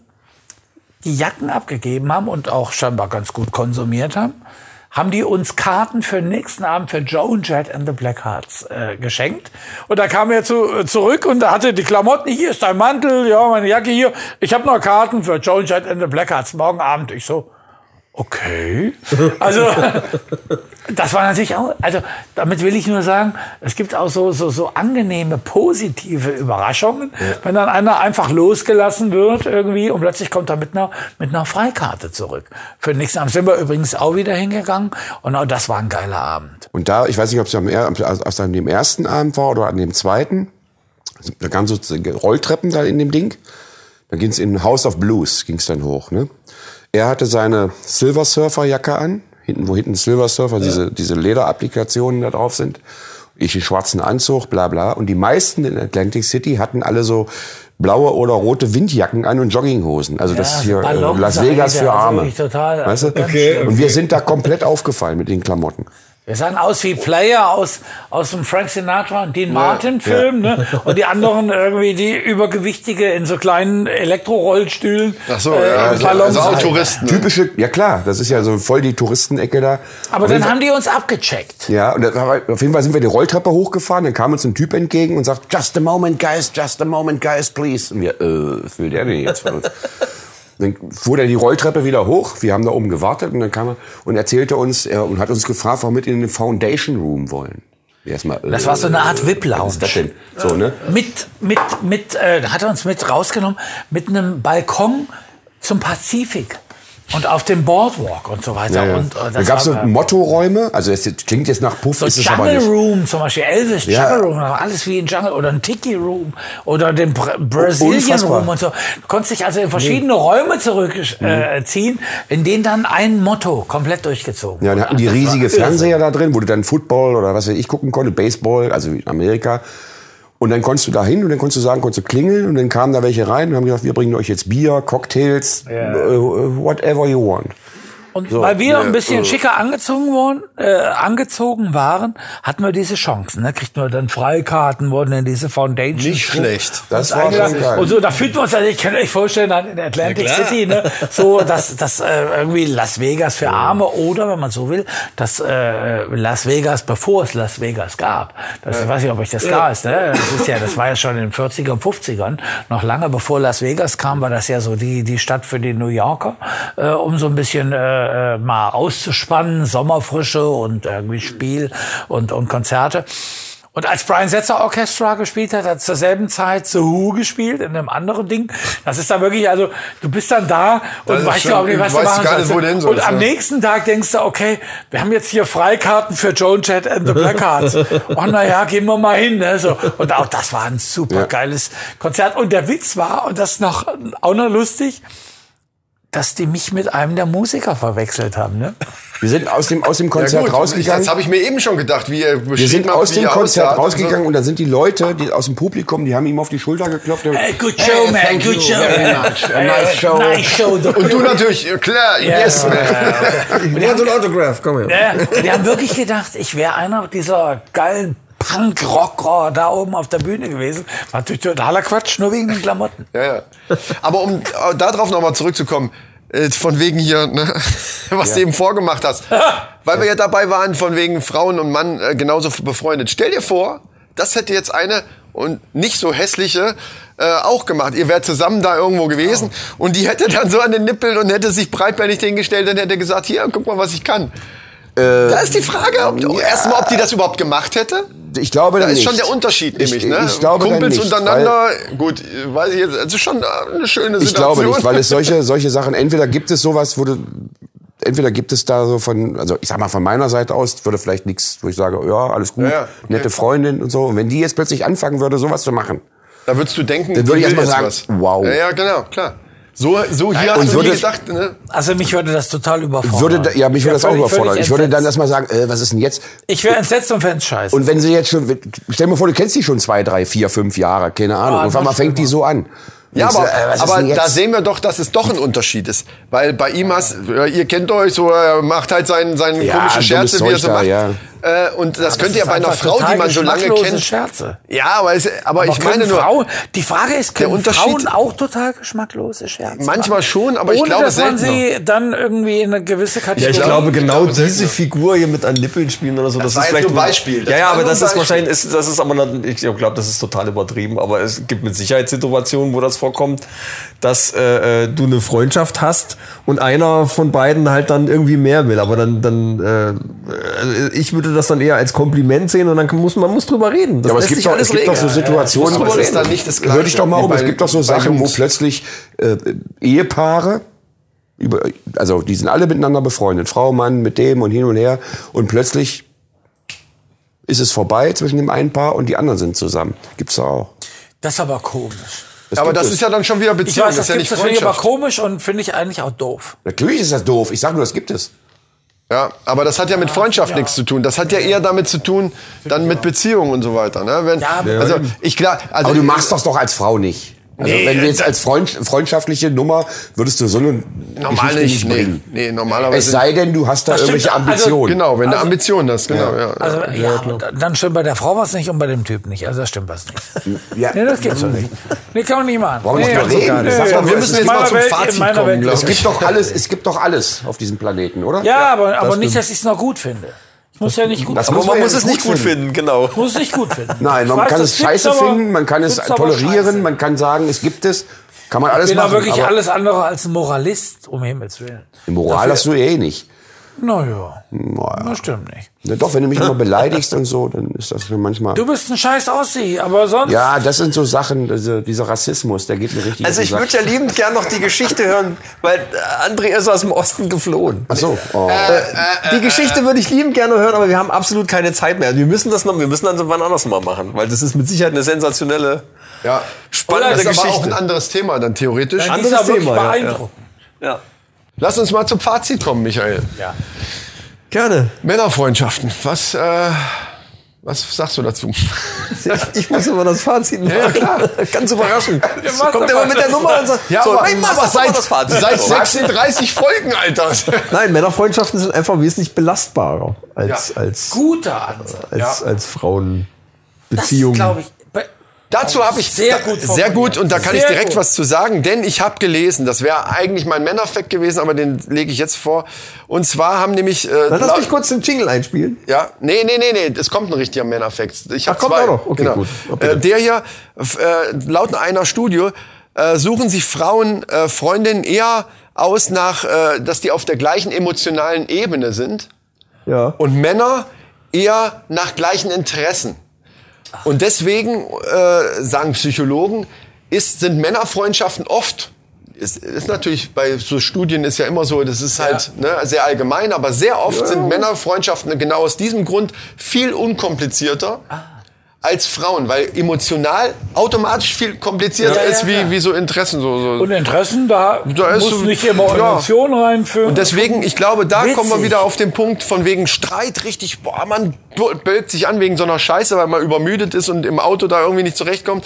die Jacken abgegeben haben und auch scheinbar ganz gut konsumiert haben, haben die uns Karten für den nächsten Abend für Joan Jett and the Blackhearts äh, geschenkt. Und da kam er zu, äh, zurück und da hatte die Klamotten, hier ist dein Mantel, ja, meine Jacke hier. Ich habe noch Karten für Joan Jett and the Blackhearts morgen Abend. Ich so, okay. Also, das war natürlich auch, also damit will ich nur sagen, es gibt auch so, so, so angenehme, positive Überraschungen, wenn dann einer einfach losgelassen wird irgendwie und plötzlich kommt er mit einer, mit einer Freikarte zurück. Für den nächsten Abend sind wir übrigens auch wieder hingegangen und auch das war ein geiler Abend.
Und da, ich weiß nicht, ob es am, er- ob es an dem ersten Abend war oder an dem zweiten, da kamen so Rolltreppen da in dem Ding. Dann ging es in House of Blues, ging es dann hoch. Ne? Er hatte seine Silver Surfer Jacke an, hinten, wo hinten Silver Surfer, diese, diese Lederapplikationen da drauf sind. Ich den schwarzen Anzug, bla bla. Und die meisten in Atlantic City hatten alle so blaue oder rote Windjacken an und Jogginghosen. Also das ist hier äh,
Ballons,
Las Vegas
Alter,
für
also
Arme.
wirklich total, also
weißt du?
ganz schlimm.
Und wir sind da komplett aufgefallen mit den Klamotten.
Wir sahen aus wie Player aus, aus dem Frank Sinatra und Dean Martin Film, ne? Und die anderen irgendwie die Übergewichtige in so kleinen Elektrorollstühlen.
Ach so,
äh,
ja,
in
also,
Ballons
also auch
halten.
Touristen. Ne?
Typische, ja klar, das ist ja so voll die Touristenecke da.
Aber
Auf jeden
dann
Fall-
haben die uns abgecheckt.
Ja, und das war, auf jeden Fall sind wir die Rolltreppe hochgefahren, dann kam uns ein Typ entgegen und sagt, just a moment, guys, just a moment, guys, please. Und wir, äh, was will der denn jetzt von uns? Dann fuhr der die Rolltreppe wieder hoch, wir haben da oben gewartet und dann kam er und erzählte uns äh, und hat uns gefragt, warum wir mit in den Foundation Room wollen. Wir Erstmal, äh,
Das war so eine Art
was ist das
VIP-Lounge.
denn? So, ne?
Mit, mit, mit, äh, hat er uns mit rausgenommen, mit einem Balkon zum Pazifik. Und auf dem Boardwalk und so
Ja,
weiter.
ja.
Und, äh,
da gab es so
war, äh,
Mottoräume, also es klingt jetzt nach Puff,
So
ist es aber
Jungle
nicht.
Room zum Beispiel, Elvis
Ja.
Jungle Room, alles wie ein Jungle oder ein Tiki Room oder den Bra Brazilian
Unfassbar.
Room und so. Du konntest dich also in verschiedene Räume zurückziehen,
Mhm.
äh, ziehen, in denen dann ein Motto komplett durchgezogen
Ja,
wurde.
dann hatten die
Also das war
riesige
irre.
Fernseher da drin, wo du dann Football oder was weiß ich gucken konnte, Baseball, also in Amerika. Und dann konntest du da hin und dann konntest du sagen, konntest du klingeln und dann kamen da welche rein und haben gesagt, wir bringen euch jetzt Bier, Cocktails, äh, whatever you want.
Und weil wir ein bisschen schicker angezogen, worden, äh, angezogen waren, hatten wir diese Chancen. Ne? Kriegten wir dann Freikarten, wurden in diese Foundation.
Nicht schlecht.
Das war schon
eingeladen.
geil.
Und so, da fühlten wir uns, also ich kann euch vorstellen, dann in Atlantic
Ja, klar.
City, ne? so das, das äh, irgendwie Las Vegas für Arme oder, wenn man so will, das äh, Las Vegas, bevor es Las Vegas gab. Das, Ich weiß nicht, ob euch das klar ist. Ne? Das, ist ja, das war ja schon in den 40ern und 50ern. Noch lange bevor Las Vegas kam, war das ja so die, die Stadt für die New Yorker, äh, um so ein bisschen äh, äh, mal auszuspannen, Sommerfrische und irgendwie Spiel und, und Konzerte. Und als Brian Setzer Orchestra gespielt hat, hat zur selben Zeit The Who gespielt, in einem anderen Ding. Das ist dann wirklich, also du bist dann da und
Das ist
weißt
schon-
ja auch nicht, was
du
du
weißt
machen
gar
sollst.
nicht,
ne?
wo du hin
und
sollst,
am
ja.
nächsten Tag denkst du, okay, wir haben jetzt hier Freikarten für Joan Jett and the Blackhearts. oh naja, gehen wir mal hin. Ne? So. Und auch das war ein super geiles Konzert. Und der Witz war, und das ist noch, auch noch lustig, dass die mich mit einem der Musiker verwechselt haben. Ne?
Wir sind aus dem, aus dem
Ja
Konzert
gut,
rausgegangen.
Das habe ich mir eben schon gedacht, wie Also er
Wir sind aus dem Konzert rausgegangen
rausgegangen
und dann sind die Leute die aus dem Publikum, die haben ihm auf die Schulter geklopft. und-
Hey, good show, man.
thank
good
you
show.
very much. A
Hey,
nice show.
Nice show. the
Und du natürlich, äh, klar,
Ja,
yes,
ja,
man.
Und er hat so ein Autograph, komm her.
Ja, und die haben wirklich gedacht, ich wäre einer dieser geilen Punk-Rocker da oben auf der Bühne gewesen. War natürlich totaler Quatsch, nur wegen den Klamotten.
Ja, ja. Aber um äh, darauf nochmal zurückzukommen, äh, von wegen hier, ne, was du eben vorgemacht hast. Weil wir ja dabei waren, von wegen Frauen und Mann äh, genauso f- befreundet. Stell dir vor, das hätte jetzt eine und nicht so hässliche äh, auch gemacht. Ihr wärt zusammen da irgendwo gewesen und die hätte dann so an den Nippeln und hätte sich breitbeinig hingestellt und hätte gesagt, hier, guck mal, was ich kann. da ist die Frage, ob, erstmal, ob die das überhaupt gemacht hätte.
Ich glaube,
Da
dann
ist
nicht.
schon der Unterschied, nämlich,
ich,
ne?
Ich glaube dann
Kumpels
nicht, weil-
untereinander, gut, äh, weiß ich jetzt, also schon äh, eine schöne
Ich
Situation.
glaube nicht, weil es solche, solche Sachen, entweder gibt es sowas, wo du, entweder gibt es da so von, also ich sag mal von meiner Seite aus, würde vielleicht nichts, wo ich sage, ja, alles gut,
Ja, ja, okay.
nette Freundin und so. Und wenn die jetzt plötzlich anfangen würde, sowas zu machen,
Da würdest du denken,
Dann würde
die
ich
will
erst mal
jetzt
sagen, wow.
Ja, ja, genau, klar. So, so hier
und
hast du nie
würde-
gedacht, ne?
Also mich würde das total überfordern.
würde, da- ja, mich würde das auch
völlig-
überfordern.
völlig
Ich würde dann
entsetzt.
erstmal sagen, äh, was ist denn jetzt?
Ich wäre entsetzt und fände scheiße.
Und wenn sie jetzt schon, stell mir vor, du kennst die schon zwei, drei, vier, fünf Jahre, keine Ahnung.
Ah,
und auf einmal
noch
fängt die so an.
Ja,
Und ich sag,
aber,
äh, was ist
aber
denn jetzt?
da sehen wir doch, dass es doch ein Unterschied ist. Weil bei ihm hast, äh, ihr kennt euch, so er macht halt seinen, seinen
Ja,
komischen
dummes
Scherze, wie er
Zeug
so
da,
macht.
ja.
Äh, und das könnte ja
ist
bei einer
einfach
Frau, die
total
man so lange
geschmacklose
kennt.
Scherze.
Ja, aber, es, aber, ich
können
meine nur.
Frauen, die Frage ist,
Der
können
Unterschied-
Frauen auch total geschmacklose Scherze
Manchmal
machen?
schon, aber ich
Ohne,
glaube
dass man
seltener.
sie dann irgendwie in eine gewisse Kategorie...
Ja, ich glaube, genau
glaube, das
diese Figur hier mit an Nippeln spielen oder so, das,
war
ist
jetzt
vielleicht
nur ein Beispiel. Das
ja, ja,
war
aber
nur
das
ein
ist wahrscheinlich, ist, das ist aber, dann- ich glaube, das ist total übertrieben, aber es gibt mit Sicherheit Situationen, wo das vorkommt, dass äh, äh, du eine Freundschaft hast und einer von beiden halt dann irgendwie mehr will, aber dann, dann, äh, also ich würde das dann eher als Kompliment sehen und dann muss man muss drüber reden. Das
Ja, aber es
lässt
gibt
sich
doch,
alles
es gibt doch
regeln.
so Situationen, also
Aber es ist dann nicht das Gleiche.
Hör dich doch mal
Wie
um. Es
bei-
gibt doch so
bei
Sachen, wo
Jungs.
plötzlich äh, Ehepaare, über, also die sind alle miteinander befreundet, Frau, Mann, mit dem und hin und her, und plötzlich ist es vorbei zwischen dem einen Paar und die anderen sind zusammen. Gibt's da auch.
Das ist aber komisch.
aber
gibt
das
es.
ist ja dann schon wieder
Ich
Beziehung,
weiß, das,
ist ja
gibt's,
nicht
das finde ich aber komisch
Freundschaft.
und finde ich eigentlich auch doof.
Natürlich ist das doof. Ich sag nur, das gibt es.
Ja, aber das hat ja mit Freundschaft nichts zu tun. Das hat ja eher damit zu tun, dann mit Beziehungen und so weiter. Ne? Wenn,
Ja, aber-
also ich klar, also
Aber du machst das doch als Frau nicht. Also wenn du jetzt als Freund, freundschaftliche Nummer würdest du so eine
normal
Geschichte
nicht, nee,
bringen.
nee,
Es
normalerweise.
sei denn, du hast da
Das stimmt,
irgendwelche
also-
Ambitionen.
genau, wenn du Ambitionen hast, genau. Ja.
Also, ja, aber da- dann stimmt bei der Frau was nicht und bei dem Typ nicht. Also, das stimmt was nicht.
Ja. also
Nee, das gibt's doch nicht. Nee, kann man nicht machen.
Warum muss
nee,
man
also
reden?
gar nicht.
Sag doch,
Nee,
wir
in
müssen jetzt
meiner
mal zum
Welt- in
Fazit
meiner
kommen,
Welt-
glaub
Es gibt doch alles, es gibt doch alles auf diesem Planeten, oder?
Ja, aber, aber nicht, dass ich es noch gut finde. Ich muss ja nicht gut
Das
aber
muss
Man
ja
muss es nicht gut finden, genau.
ich muss es nicht gut finden.
Nein,
Ich
man
weiß,
kann
das
es
gibt's,
scheiße
aber-
finden, man kann es
find's aber scheiße.
tolerieren, man kann sagen, es gibt es, kann man alles
Ich bin
machen.
da wirklich
aber
alles andere als ein Moralist, um Himmels Willen.
Moral hast du eh nicht.
Naja,
Naja.
das stimmt nicht.
Na Doch, wenn du mich immer beleidigst und so, dann ist das mir manchmal.
Du bist ein scheiß Aussie, aber sonst...
Ja, das sind so Sachen, diese, dieser Rassismus, der geht mir richtig.
Also
auf
ich
den
würde
Sack.
ja liebend gern noch die Geschichte hören, weil äh, André ist aus dem Osten geflohen.
Ach so. Oh.
Äh, die Geschichte würde ich liebend gerne hören, aber wir haben absolut keine Zeit mehr. Wir müssen das noch, wir müssen dann wann anders mal machen, weil das ist mit Sicherheit eine sensationelle,
Ja.
spannende
Das ist aber auch ein
Geschichte.
anderes Thema dann theoretisch.
Das ist ja wirklich
Thema, ja, ja.
beeindruckend.
Ja.
Lass uns mal zum Fazit kommen, Michael.
Gerne.
Männerfreundschaften. Was, äh, was sagst du dazu?
Ich muss immer das Fazit machen.
ja, klar.
Ganz überraschend.
mach
Kommt
doch
immer
mal
mit der
das
Nummer und sagt,
Ja,
so,
aber,
nein, mach
aber
das, mach
seit,
das Fazit.
seit
So.
36 Folgen, Alter.
Nein, Männerfreundschaften sind einfach wesentlich belastbarer als, als,
Guter Ansatz.
als, als Frauenbeziehungen.
Das glaube ich... be-
Dazu habe ich
Sehr
da-
gut
sehr gut und da kann
Sehr
ich direkt
gut.
was zu sagen, denn ich habe gelesen, das wäre eigentlich mein Männerfact gewesen, aber den lege ich jetzt vor. Und zwar haben nämlich äh,
Dann lass
laut-
mich kurz den Jingle einspielen.
Ja, nee, nee, nee, nee, es kommt ein richtiger Männerfact. Ich hab
Ach, kommt
zwei.
auch noch? Okay, gut. Ja, bitte.
Äh, der hier, f- äh, laut einer Studie, äh, suchen sich Frauen äh, Freundinnen eher aus nach, äh, dass die auf der gleichen emotionalen Ebene sind
Ja.
und Männer eher nach gleichen Interessen. Und deswegen, äh, sagen Psychologen, ist, sind Männerfreundschaften oft, ist, ist natürlich bei so Studien ist ja immer so, das ist halt ne, sehr allgemein, aber sehr oft sind Männerfreundschaften genau aus diesem Grund viel unkomplizierter
Ah.
als Frauen, weil emotional automatisch viel komplizierter
Ja, ja,
ist
klar.
wie, wie so Interessen. So, so.
Und Interessen, da,
Da ist
muss
so-
nicht immer
ja.
Emotionen reinführen.
Und deswegen, ich glaube, da
Witzig.
kommen wir wieder auf den Punkt von wegen Streit richtig, boah, man b- bölkt sich an wegen so einer Scheiße, weil man übermüdet ist und im Auto da irgendwie nicht zurechtkommt.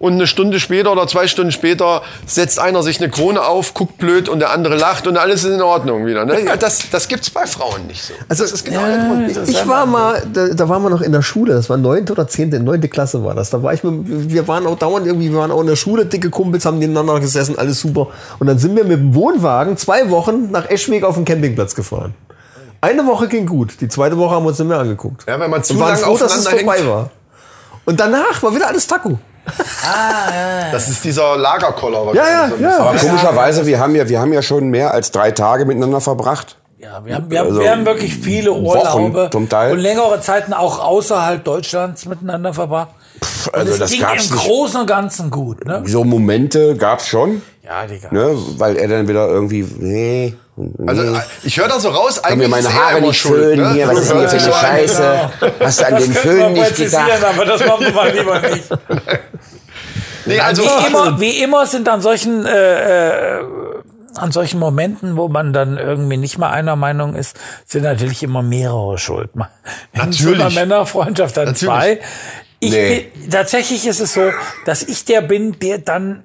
Und eine Stunde später oder zwei Stunden später setzt einer sich eine Krone auf, guckt blöd und der andere lacht und alles ist in Ordnung wieder. Ne? Ja, das, das gibt's bei Frauen nicht
Äh.
so.
Also,
das ist genau der Grund.
Ich- Ich war mal, da, da waren wir noch in der Schule, das war neunte oder zehnte, neunte Klasse war das. Da war ich mit, wir waren auch dauernd irgendwie, wir waren auch in der Schule, dicke Kumpels, haben nebeneinander gesessen, alles super. Und dann sind wir mit dem Wohnwagen zwei Wochen nach Eschweg auf den Campingplatz gefahren. Eine Woche ging gut, die zweite Woche haben wir uns nicht mehr angeguckt.
Ja, wenn man zu
Und waren
lange
froh, dass es
aufeinander
vorbei
hängt.
war. Und danach war wieder alles Taco.
Das ist dieser Lagerkoller.
Ja, ja,
wahrscheinlich.
ja.
äh,
Aber komischerweise, wir haben ja, wir haben ja schon mehr als drei Tage miteinander verbracht.
Ja, wir haben, wir haben,
Also,
wir haben wirklich viele Urlaube
Wochen zum Teil.
und längere Zeiten auch außerhalb Deutschlands miteinander verbracht. Und
also
es
das
ging
gab's
im
nicht.
Großen und Ganzen gut, ne?
So Momente gab's schon,
Ja, Digga.
ne? Weil er dann wieder irgendwie, nee.
Also
nee.
äh, ich höre da so raus,
Kann mir
eigentlich
meine
ist er
Haare
immer
nicht
schuld,
föhnen
ne?
hier, was ist denn hier für eine
Ja,
Scheiße? Hast du an
genau. Das
den
könnte man
Föhn nicht
präzisieren,
gedacht?
aber das machen wir mal lieber nicht.
Nee, also
wie, immer, wie immer sind an solchen, äh, äh, an solchen Momenten, wo man dann irgendwie nicht mal einer Meinung ist, sind natürlich immer mehrere schuld. Man-
Natürlich.
Immer Männerfreundschaft dann
Natürlich.
zwei. Ich
Nee.
bin, tatsächlich ist es so, dass ich der bin, der dann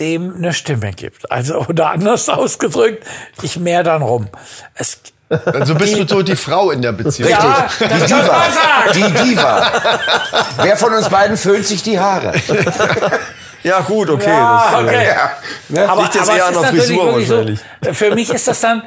dem eine Stimme gibt. Also, oder anders ausgedrückt, ich mehr dann rum. Es,
also bist du so die Frau in der Beziehung.
ja, das kann
Diva.
man sagen.
Die Diva. Wer von uns beiden föhnt sich die Haare?
Ja, gut, okay.
Ja, okay.
Ne?
Aber,
Liegt jetzt
aber es
eher an
ist
der
natürlich
Frisur
wirklich so, für mich ist das dann,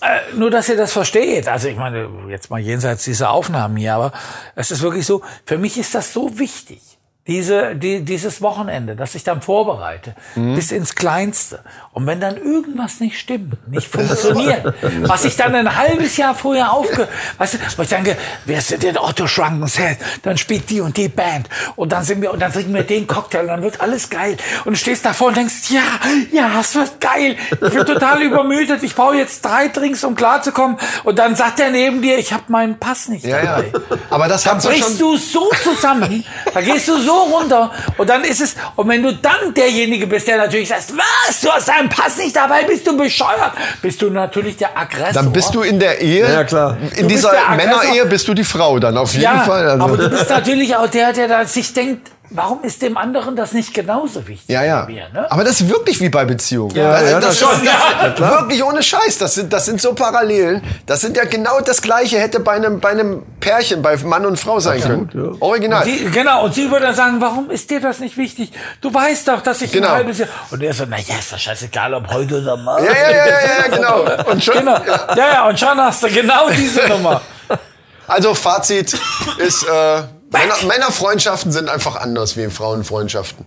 äh, nur dass ihr das versteht. Also ich meine, jetzt mal jenseits dieser Aufnahmen hier, aber es ist wirklich so, für mich ist das so wichtig. Diese, die, dieses Wochenende, das ich dann vorbereite,
Mhm.
bis ins Kleinste. Und wenn dann irgendwas nicht stimmt, nicht funktioniert, was ich dann ein halbes Jahr vorher aufge... Weißt du, wo ich denke, wer sind denn Otto Schrankensheld? Dann spielt die und die Band. Und dann sind wir, und dann trinken wir den Cocktail und dann wird alles geil. Und du stehst davor und denkst, ja, ja, es wird geil. Ich bin total übermüdet. Ich brauche jetzt drei Drinks, um klarzukommen. Und dann sagt der neben dir, ich habe meinen Pass nicht
Ja, ja.
dabei.
Aber das hat
Brichst du so zusammen, da gehst du so so runter. Und dann ist es, und wenn du dann derjenige bist, der natürlich sagt, was, du hast deinen Pass nicht dabei, bist du bescheuert, bist du natürlich der Aggressor.
Dann bist du in der Ehe,
Ja, klar.
in
Du bist
dieser
der Aggressor.
Männerehe bist du die Frau dann auf jeden
ja,
Fall. Also.
aber du bist natürlich auch der, der da sich denkt, warum ist dem anderen das nicht genauso wichtig
ja, ja.
wie mir, ne?
Aber das ist wirklich wie bei Beziehungen.
Ja,
das,
ja,
das,
das
ist, das, Wirklich ohne Scheiß. Das sind, das sind so Parallelen. Das sind ja genau das Gleiche hätte bei einem, bei einem Pärchen, bei Mann und Frau sein können. Original.
Sie, genau, und sie würde dann sagen, warum ist dir das nicht wichtig? Du weißt doch, dass ich
Genau.
ein halbes Jahr... Und er so, na ja, ist doch scheißegal, ob heute oder morgen.
Ja, ja, ja, ja, ja, genau. Und schon,
Genau. Ja, ja, und schon hast du genau diese Nummer.
Also Fazit ist, äh, Männer, Männerfreundschaften sind einfach anders wie Frauenfreundschaften.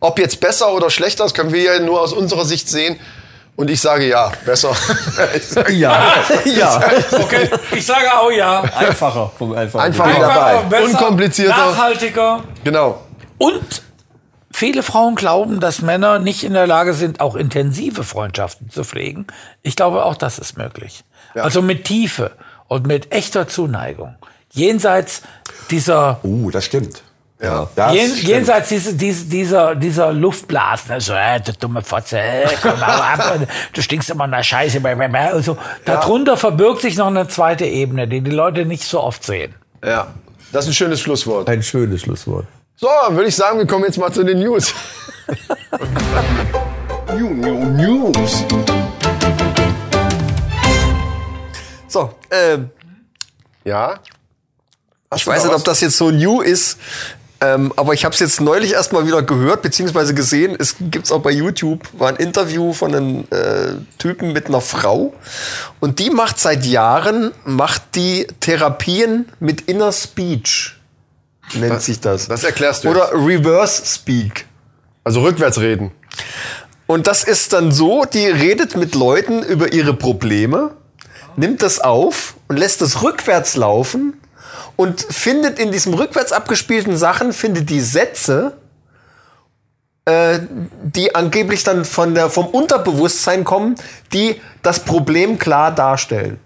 Ob jetzt besser oder schlechter, das können wir ja nur aus unserer Sicht sehen. Und ich sage ja, besser.
Ja, ja.
Okay, ich sage auch ja.
Einfacher. Vom Einfacher.
äh, Einfacher.
Einfacher, besser,
Unkomplizierter.
Nachhaltiger.
genau.
Und viele Frauen glauben, dass Männer nicht in der Lage sind, auch intensive Freundschaften zu pflegen. Ich glaube, auch das ist möglich. Also mit Tiefe und mit echter Zuneigung. Jenseits dieser
Uh, das stimmt. Ja, das
Jen,
stimmt.
jenseits diese, diese, dieser, dieser Luftblasen, also, äh, du dumme Fotze, äh, komm mal ab, und du stinkst immer nach Scheiße, bäh, bäh, bäh, und so. Darunter verbirgt sich noch eine zweite Ebene, die die Leute nicht so oft sehen.
Ja. Das ist ein schönes Schlusswort.
Ein schönes Schlusswort.
So, dann würde ich sagen, wir kommen jetzt mal zu den News. News.
So, ähm,
Ja.
ich weiß nicht, ob das jetzt so new ist, ähm, aber ich habe es jetzt neulich erst mal wieder gehört bzw. gesehen. Es gibt's auch bei YouTube war ein Interview von einem äh, Typen mit einer Frau und die macht seit Jahren macht die Therapien mit Inner Speech nennt sich das.
das erklärst du
Oder Reverse Speak.
Also rückwärts reden.
Und das ist dann so, die redet mit Leuten über ihre Probleme, nimmt das auf und lässt es rückwärts laufen und findet in diesem rückwärts abgespielten Sachen, findet die Sätze, äh, die angeblich dann von der, vom Unterbewusstsein kommen, die das Problem klar darstellen.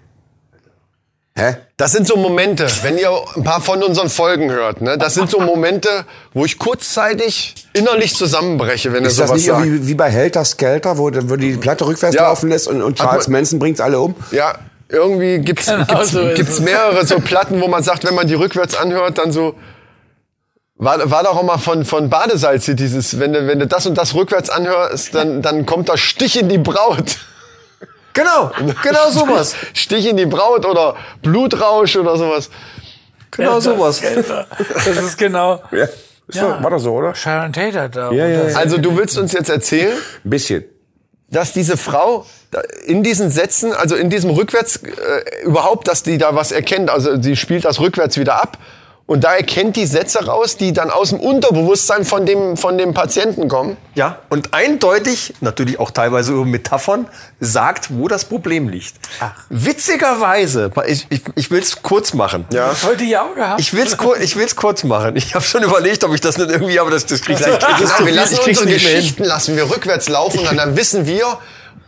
Hä?
Das sind so Momente, wenn ihr ein paar von unseren Folgen hört, ne? Das sind so Momente, wo ich kurzzeitig innerlich zusammenbreche, wenn er
Ist das
sowas
nicht
Also sagt.
irgendwie wie bei Helter Skelter, wo, wo die Platte rückwärts
Ja.
laufen lässt und, und
Hat
Charles
man-
Manson bringt's alle um?
Ja, irgendwie gibt's gibt's,
so ist
gibt's
es.
mehrere so Platten, wo man sagt, wenn man die rückwärts anhört, dann so war, war doch auch mal von von Badesalz hier dieses, wenn du wenn du das und das rückwärts anhörst, dann dann kommt da Stich in die Braut.
Genau, genau sowas.
Stich in die Braut oder Blutrausch oder sowas.
Genau sowas.
Das ist genau.
Ja. Ist doch- War doch so, oder?
Sharon Tate hat da.
Ja, ja, ja.
Also du willst uns jetzt erzählen,
Ein bisschen.
dass diese Frau da- in diesen Sätzen, also in diesem rückwärts äh, überhaupt, dass die da was erkennt, also sie spielt das rückwärts wieder ab und da erkennt die Sätze raus, die dann aus dem Unterbewusstsein von dem von dem Patienten kommen.
Ja, und eindeutig, natürlich auch teilweise über Metaphern, sagt, wo das Problem liegt. Witzigerweise, ich, ich, ich will es kurz machen. Ja.
Das wollte ich auch gehabt.
Ich will es kur ich will's kurz machen. Ich habe schon überlegt, ob ich das nicht irgendwie, aber das, das krieg ich gleich. Das ist zu
Genau, wir
viel,
lassen
ich krieg's
unsere
nicht mehr hin.
Geschichten lassen wir rückwärts laufen und dann wissen wir,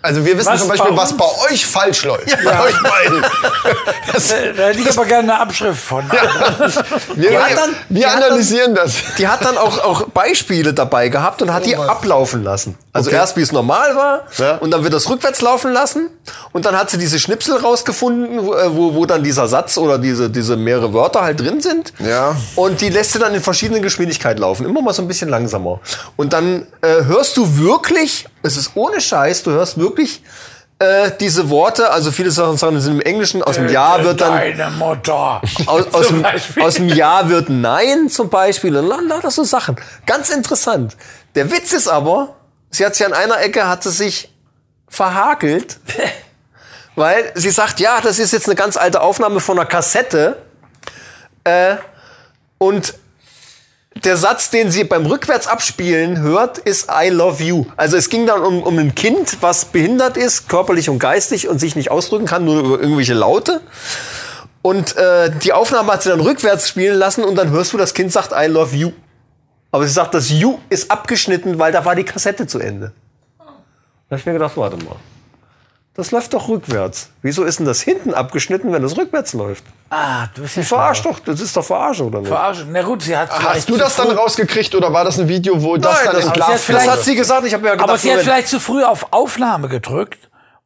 also wir wissen
Was
zum Beispiel,
bei
was
uns-
bei euch falsch läuft. Bei euch beiden. Das,
äh, da hätte ich aber gerne eine Abschrift von.
wir
Die hat dann- die
wir
hat dann-
analysieren das.
Die hat dann auch, auch Beispiele dabei gehabt und hat die ablaufen lassen. Also
Oh Okay.
erst wie es normal war
Ja.
und dann wird das rückwärts laufen lassen und dann hat sie diese Schnipsel rausgefunden, wo, äh, wo, wo dann dieser Satz oder diese, diese mehrere Wörter halt drin sind.
Ja.
Und die lässt sie dann in verschiedenen Geschwindigkeiten laufen, immer mal so ein bisschen langsamer. Und dann äh, hörst du wirklich, es ist ohne Scheiß, du hörst wirklich äh, diese Worte, also viele Sachen sagen, sind im Englischen, aus dem
Äh,
Jahr wird dann
Deine Mutter.
aus, aus,
Zum
dem,
Beispiel.
aus dem Ja wird Nein zum Beispiel und lauter la, so Sachen. Ganz interessant. Der Witz ist aber, sie hat sich an einer Ecke, hat sie sich verhakelt, weil sie sagt, ja, das ist jetzt eine ganz alte Aufnahme von einer Kassette äh, und der Satz, den sie beim Rückwärtsabspielen hört, ist I love you. Also es ging dann um, um ein Kind, was behindert ist, körperlich und geistig und sich nicht ausdrücken kann, nur über irgendwelche Laute. Und äh, die Aufnahme hat sie dann rückwärts spielen lassen und dann hörst du, das Kind sagt I love you. Aber sie sagt, das You ist abgeschnitten, weil da war die Kassette zu Ende. Da hab ich mir gedacht, warte mal. Das läuft doch rückwärts. Wieso ist denn das hinten abgeschnitten, wenn es rückwärts läuft?
Ah, du bist ja
Die verarscht doch, das ist doch verarscht, oder nicht?
Verarscht. Na gut, sie hat vielleicht
Hast du
zu
das dann
früh-
rausgekriegt oder war das ein Video, wo das
Nein,
dann
das-
im
aber
sie hat
Glas
vielleicht-
Das hat sie gesagt, ich habe ja gedacht,
Aber sie hat
Moment.
vielleicht zu früh auf Aufnahme gedrückt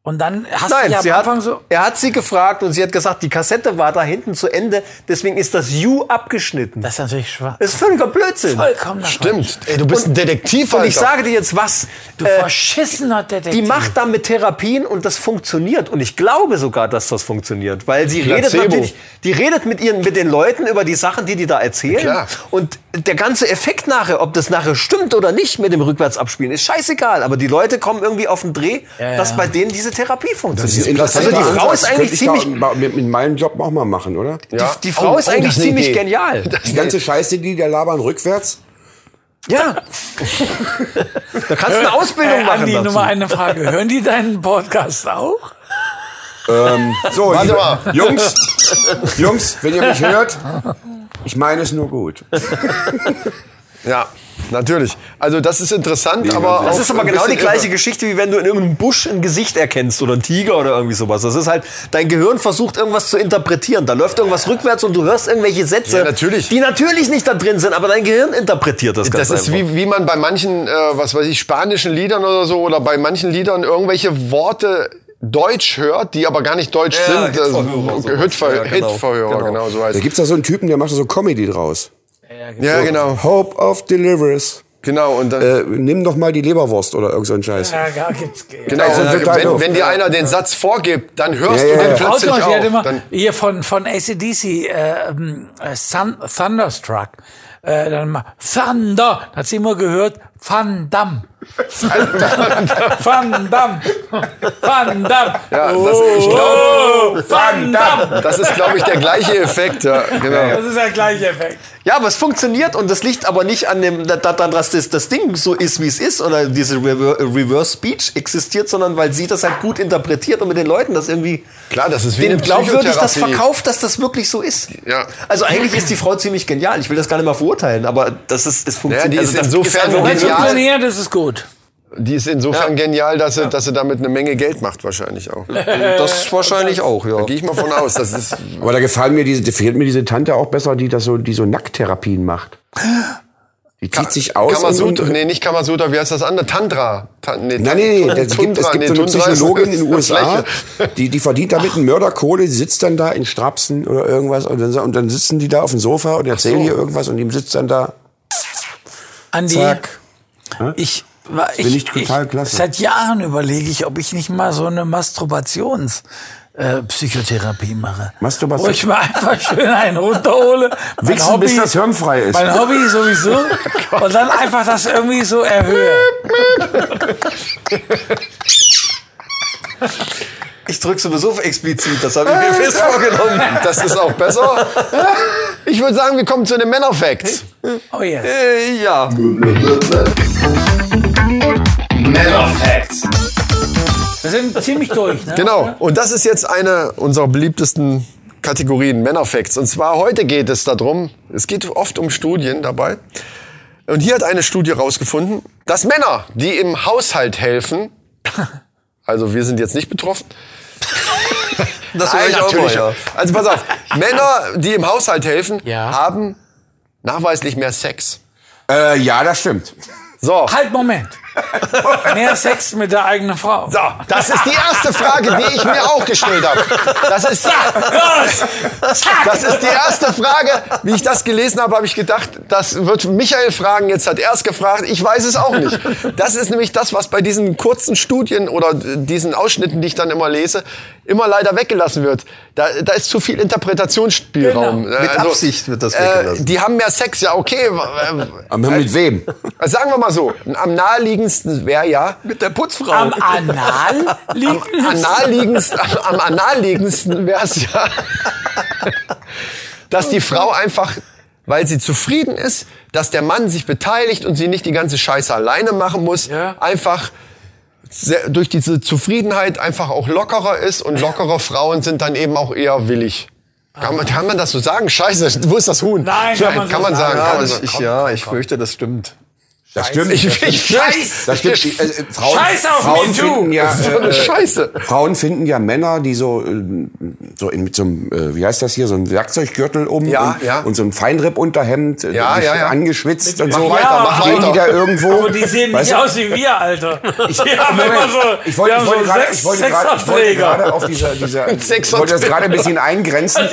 und dann hast du
Nein,
ja
sie
am
hat,
Anfang so.
er hat sie gefragt und sie hat gesagt, die Kassette war da hinten zu Ende, deswegen ist das You abgeschnitten.
Das ist natürlich schwach.
Das ist völliger Blödsinn.
Vollkommen davon.
Stimmt. Ey, du bist ein Detektiv,
Und
Alter.
ich sage dir jetzt was,
Du
äh,
verschissener Detektiv.
die macht damit Therapien und das funktioniert. Und ich glaube sogar, dass das funktioniert. Weil sie redet
Placebo.
natürlich, die redet mit ihren, mit den Leuten über die Sachen, die die da erzählen.
Klar.
Und der ganze Effekt nachher, ob das nachher stimmt oder nicht mit dem Rückwärtsabspielen, ist scheißegal. Aber die Leute kommen irgendwie auf den Dreh,
ja.
dass bei denen diese Therapie funktioniert.
Interessanter
also die Frau
Ansatz.
ist eigentlich
Könnte ich
ziemlich,
da mit, mit meinem Job auch mal machen, oder?
Ja.
die Frau
Oh,
ist
oh,
eigentlich
das ist eine
ziemlich
Idee.
genial.
Die ganze Scheiße, die da labern, rückwärts.
Ja. da kannst du eine Ausbildung machen
Äh, Andi,
dazu.
nur mal eine Frage. Hören die deinen Podcast auch?
So,
Warte
liebe-
mal.
Jungs, Jungs, wenn ihr mich hört, ich meine es nur gut.
Ja, natürlich. Also das ist interessant, aber
Das
auch
ist aber
ein
genau die
bisschen
gleiche
irre.
Geschichte, wie wenn du in irgendeinem Busch ein Gesicht erkennst oder einen Tiger oder irgendwie sowas. Das ist halt, dein Gehirn versucht irgendwas zu interpretieren. Da läuft irgendwas rückwärts und du hörst irgendwelche Sätze,
Ja, natürlich.
die natürlich nicht da drin sind, aber dein Gehirn interpretiert das ganz
Das ist
einfach.
wie, wie man bei manchen, äh, was weiß ich, spanischen Liedern oder so oder bei manchen Liedern irgendwelche Worte deutsch hört, die aber gar nicht deutsch
Ja,
sind. Das-
Hitverhörer, sowas.
Hitver
Ja, genau.
Hitverhörer, genau,
Genau.
so
Da
heißt es.
gibt's da so einen Typen, der macht da so Comedy draus.
Ja, genau.
Hope of Deliverance.
Genau, und dann,
Äh, nimm doch mal die Leberwurst oder irgend so einen Scheiß.
Ja, gar gibt's.
genau,
das ist
und
also total
wenn,
doof.
wenn dir einer den Satz vorgibt, dann hörst
Ja,
du
ja,
den
ja.
Frau zum
plötzlich
Beispiel hat
auch.
immer
Dann,
hier von, von ACDC, äh, ähm, äh, Sun, Thunderstruck, äh, dann mal Thunder, da hat sie immer gehört, Van Damme. Van Damme. Van Damme.
ja, das, ich
Oh,
glaub,
Van Damme.
das ist, glaube ich, der gleiche Effekt. Ja, genau.
Das ist der gleiche Effekt.
Ja, aber es funktioniert und das liegt aber nicht an dem, da- da- daran, dass das, das Ding so ist, wie es ist oder diese Rever Reverse Speech existiert, sondern weil sie das halt gut interpretiert und mit den Leuten das irgendwie
Klar, das ist wie
denen
eine
glaubwürdig das
Psychotherapie.
verkauft, dass das wirklich so ist.
Ja.
Also eigentlich ist die Frau ziemlich genial. Ich will das gar nicht mal verurteilen, aber das ist, es
Ja,
funktioniert.
die ist
also das
insofern
einfach
Wenn es
genial.
genial,
funktioniert, ist es gut.
die ist insofern genial, dass sie, dass sie damit eine Menge Geld macht wahrscheinlich auch.
Das wahrscheinlich auch, ja.
Gehe ich mal von aus. Das ist
Aber da gefallen mir diese, gefällt mir diese Tante auch besser, die das so, die so Nackttherapien macht. Die zieht sich aus.
Kamasutra, nee, nicht Kamasutra, wie heißt das andere? Tantra. Ta nee,
Nein, nee, nee, es gibt, es gibt so eine Psychologin in den USA, die, die verdient damit einen Mörderkohle, die sitzt dann da in Strapsen oder irgendwas und dann, und dann sitzen die da auf dem Sofa und erzählen ihr irgendwas und ihm sitzt dann da.
Andi,
Zack.
ich war ich,
ich total klasse.
Seit Jahren überlege ich, ob ich nicht mal so eine Masturbations äh, Psychotherapie mache.
Masturbation-
Wo ich mir einfach schön einen runterhole. Mein
Wichsen, bis das hirnfrei ist. Oh
Mein Hobby sowieso. und dann einfach das irgendwie so erhöhe.
Ich drück sowieso auf explizit, das habe ich mir fest vorgenommen.
Genau, Das ist auch besser. Ich würde sagen, wir kommen zu den Männerfacts.
Oh yes.
Äh, ja.
Wir sind ziemlich durch, ne?
Genau. Und das ist jetzt eine unserer beliebtesten Kategorien, Männerfacts. Und zwar heute geht es darum, es geht oft um Studien dabei. Und hier hat eine Studie rausgefunden, dass Männer, die im Haushalt helfen, also wir sind jetzt nicht betroffen,
Das
Nein,
höre ich auch mal,
natürlich.
ja.
Also pass auf, Männer, die im Haushalt helfen,
Ja.
haben nachweislich mehr Sex.
Äh, ja, das stimmt.
So.
Halt, Moment. Mehr Sex mit der eigenen Frau.
So, das ist die erste Frage, die ich mir auch gestellt habe. Das ist, das ist die erste Frage, wie ich das gelesen habe, habe ich gedacht, das wird Michael fragen. Jetzt hat er es gefragt. Ich weiß es auch nicht. Das ist nämlich das, was bei diesen kurzen Studien oder diesen Ausschnitten, die ich dann immer lese, immer leider weggelassen wird. Da, da ist zu viel Interpretationsspielraum.
Genau. Mit Absicht wird das
Äh,
weggelassen.
die haben mehr Sex, ja okay. Äh,
Aber mit wem?
Also sagen wir mal so, am naheliegendsten wäre ja,
Mit der Putzfrau.
Genau.
Am Anal liegen.
naheliegendsten, am naheliegendsten wäre es ja, dass die Frau einfach, weil sie zufrieden ist, dass der Mann sich beteiligt und sie nicht die ganze Scheiße alleine machen muss,
Ja.
einfach sehr, durch diese Zufriedenheit einfach auch lockerer ist und lockere Frauen sind dann eben auch eher willig. Kann man, kann man das so sagen? Scheiße, wo ist das Huhn?
Nein, kann man so
kann man
sagen.
sagen.
ja,
kann man
das,
sagen.
ich, ja, ich fürchte, das stimmt.
Das stimmt.
Ich- ich-
Scheiß. Das stimmt. Äh, äh, Frauen,
Scheiß auf
Frauen
Me Too.
finden ja,
Das ist so eine
äh, äh,
Scheiße.
Frauen finden ja Männer, die so, äh, so in, mit so einem, äh, wie heißt das hier, so einem Werkzeuggürtel um
Ja,
und,
ja.
und so einem Feinrippunterhemd, äh,
Ja, ja, ja.
angeschwitzt und
Mach
so.
weiter, mach
Gehen
weiter.
die da irgendwo?
Aber die sehen
Weißt
nicht
du?
aus wie wir, Alter. Ich, die haben
Moment,
immer so,
ich wollte,
die
ich wollte
haben so
gerade,
sechs
ich wollte gerade, ich wollte
Sechserträger.
gerade auf dieser, dieser, ich wollte das
Sechserträger.
gerade ein bisschen eingrenzen.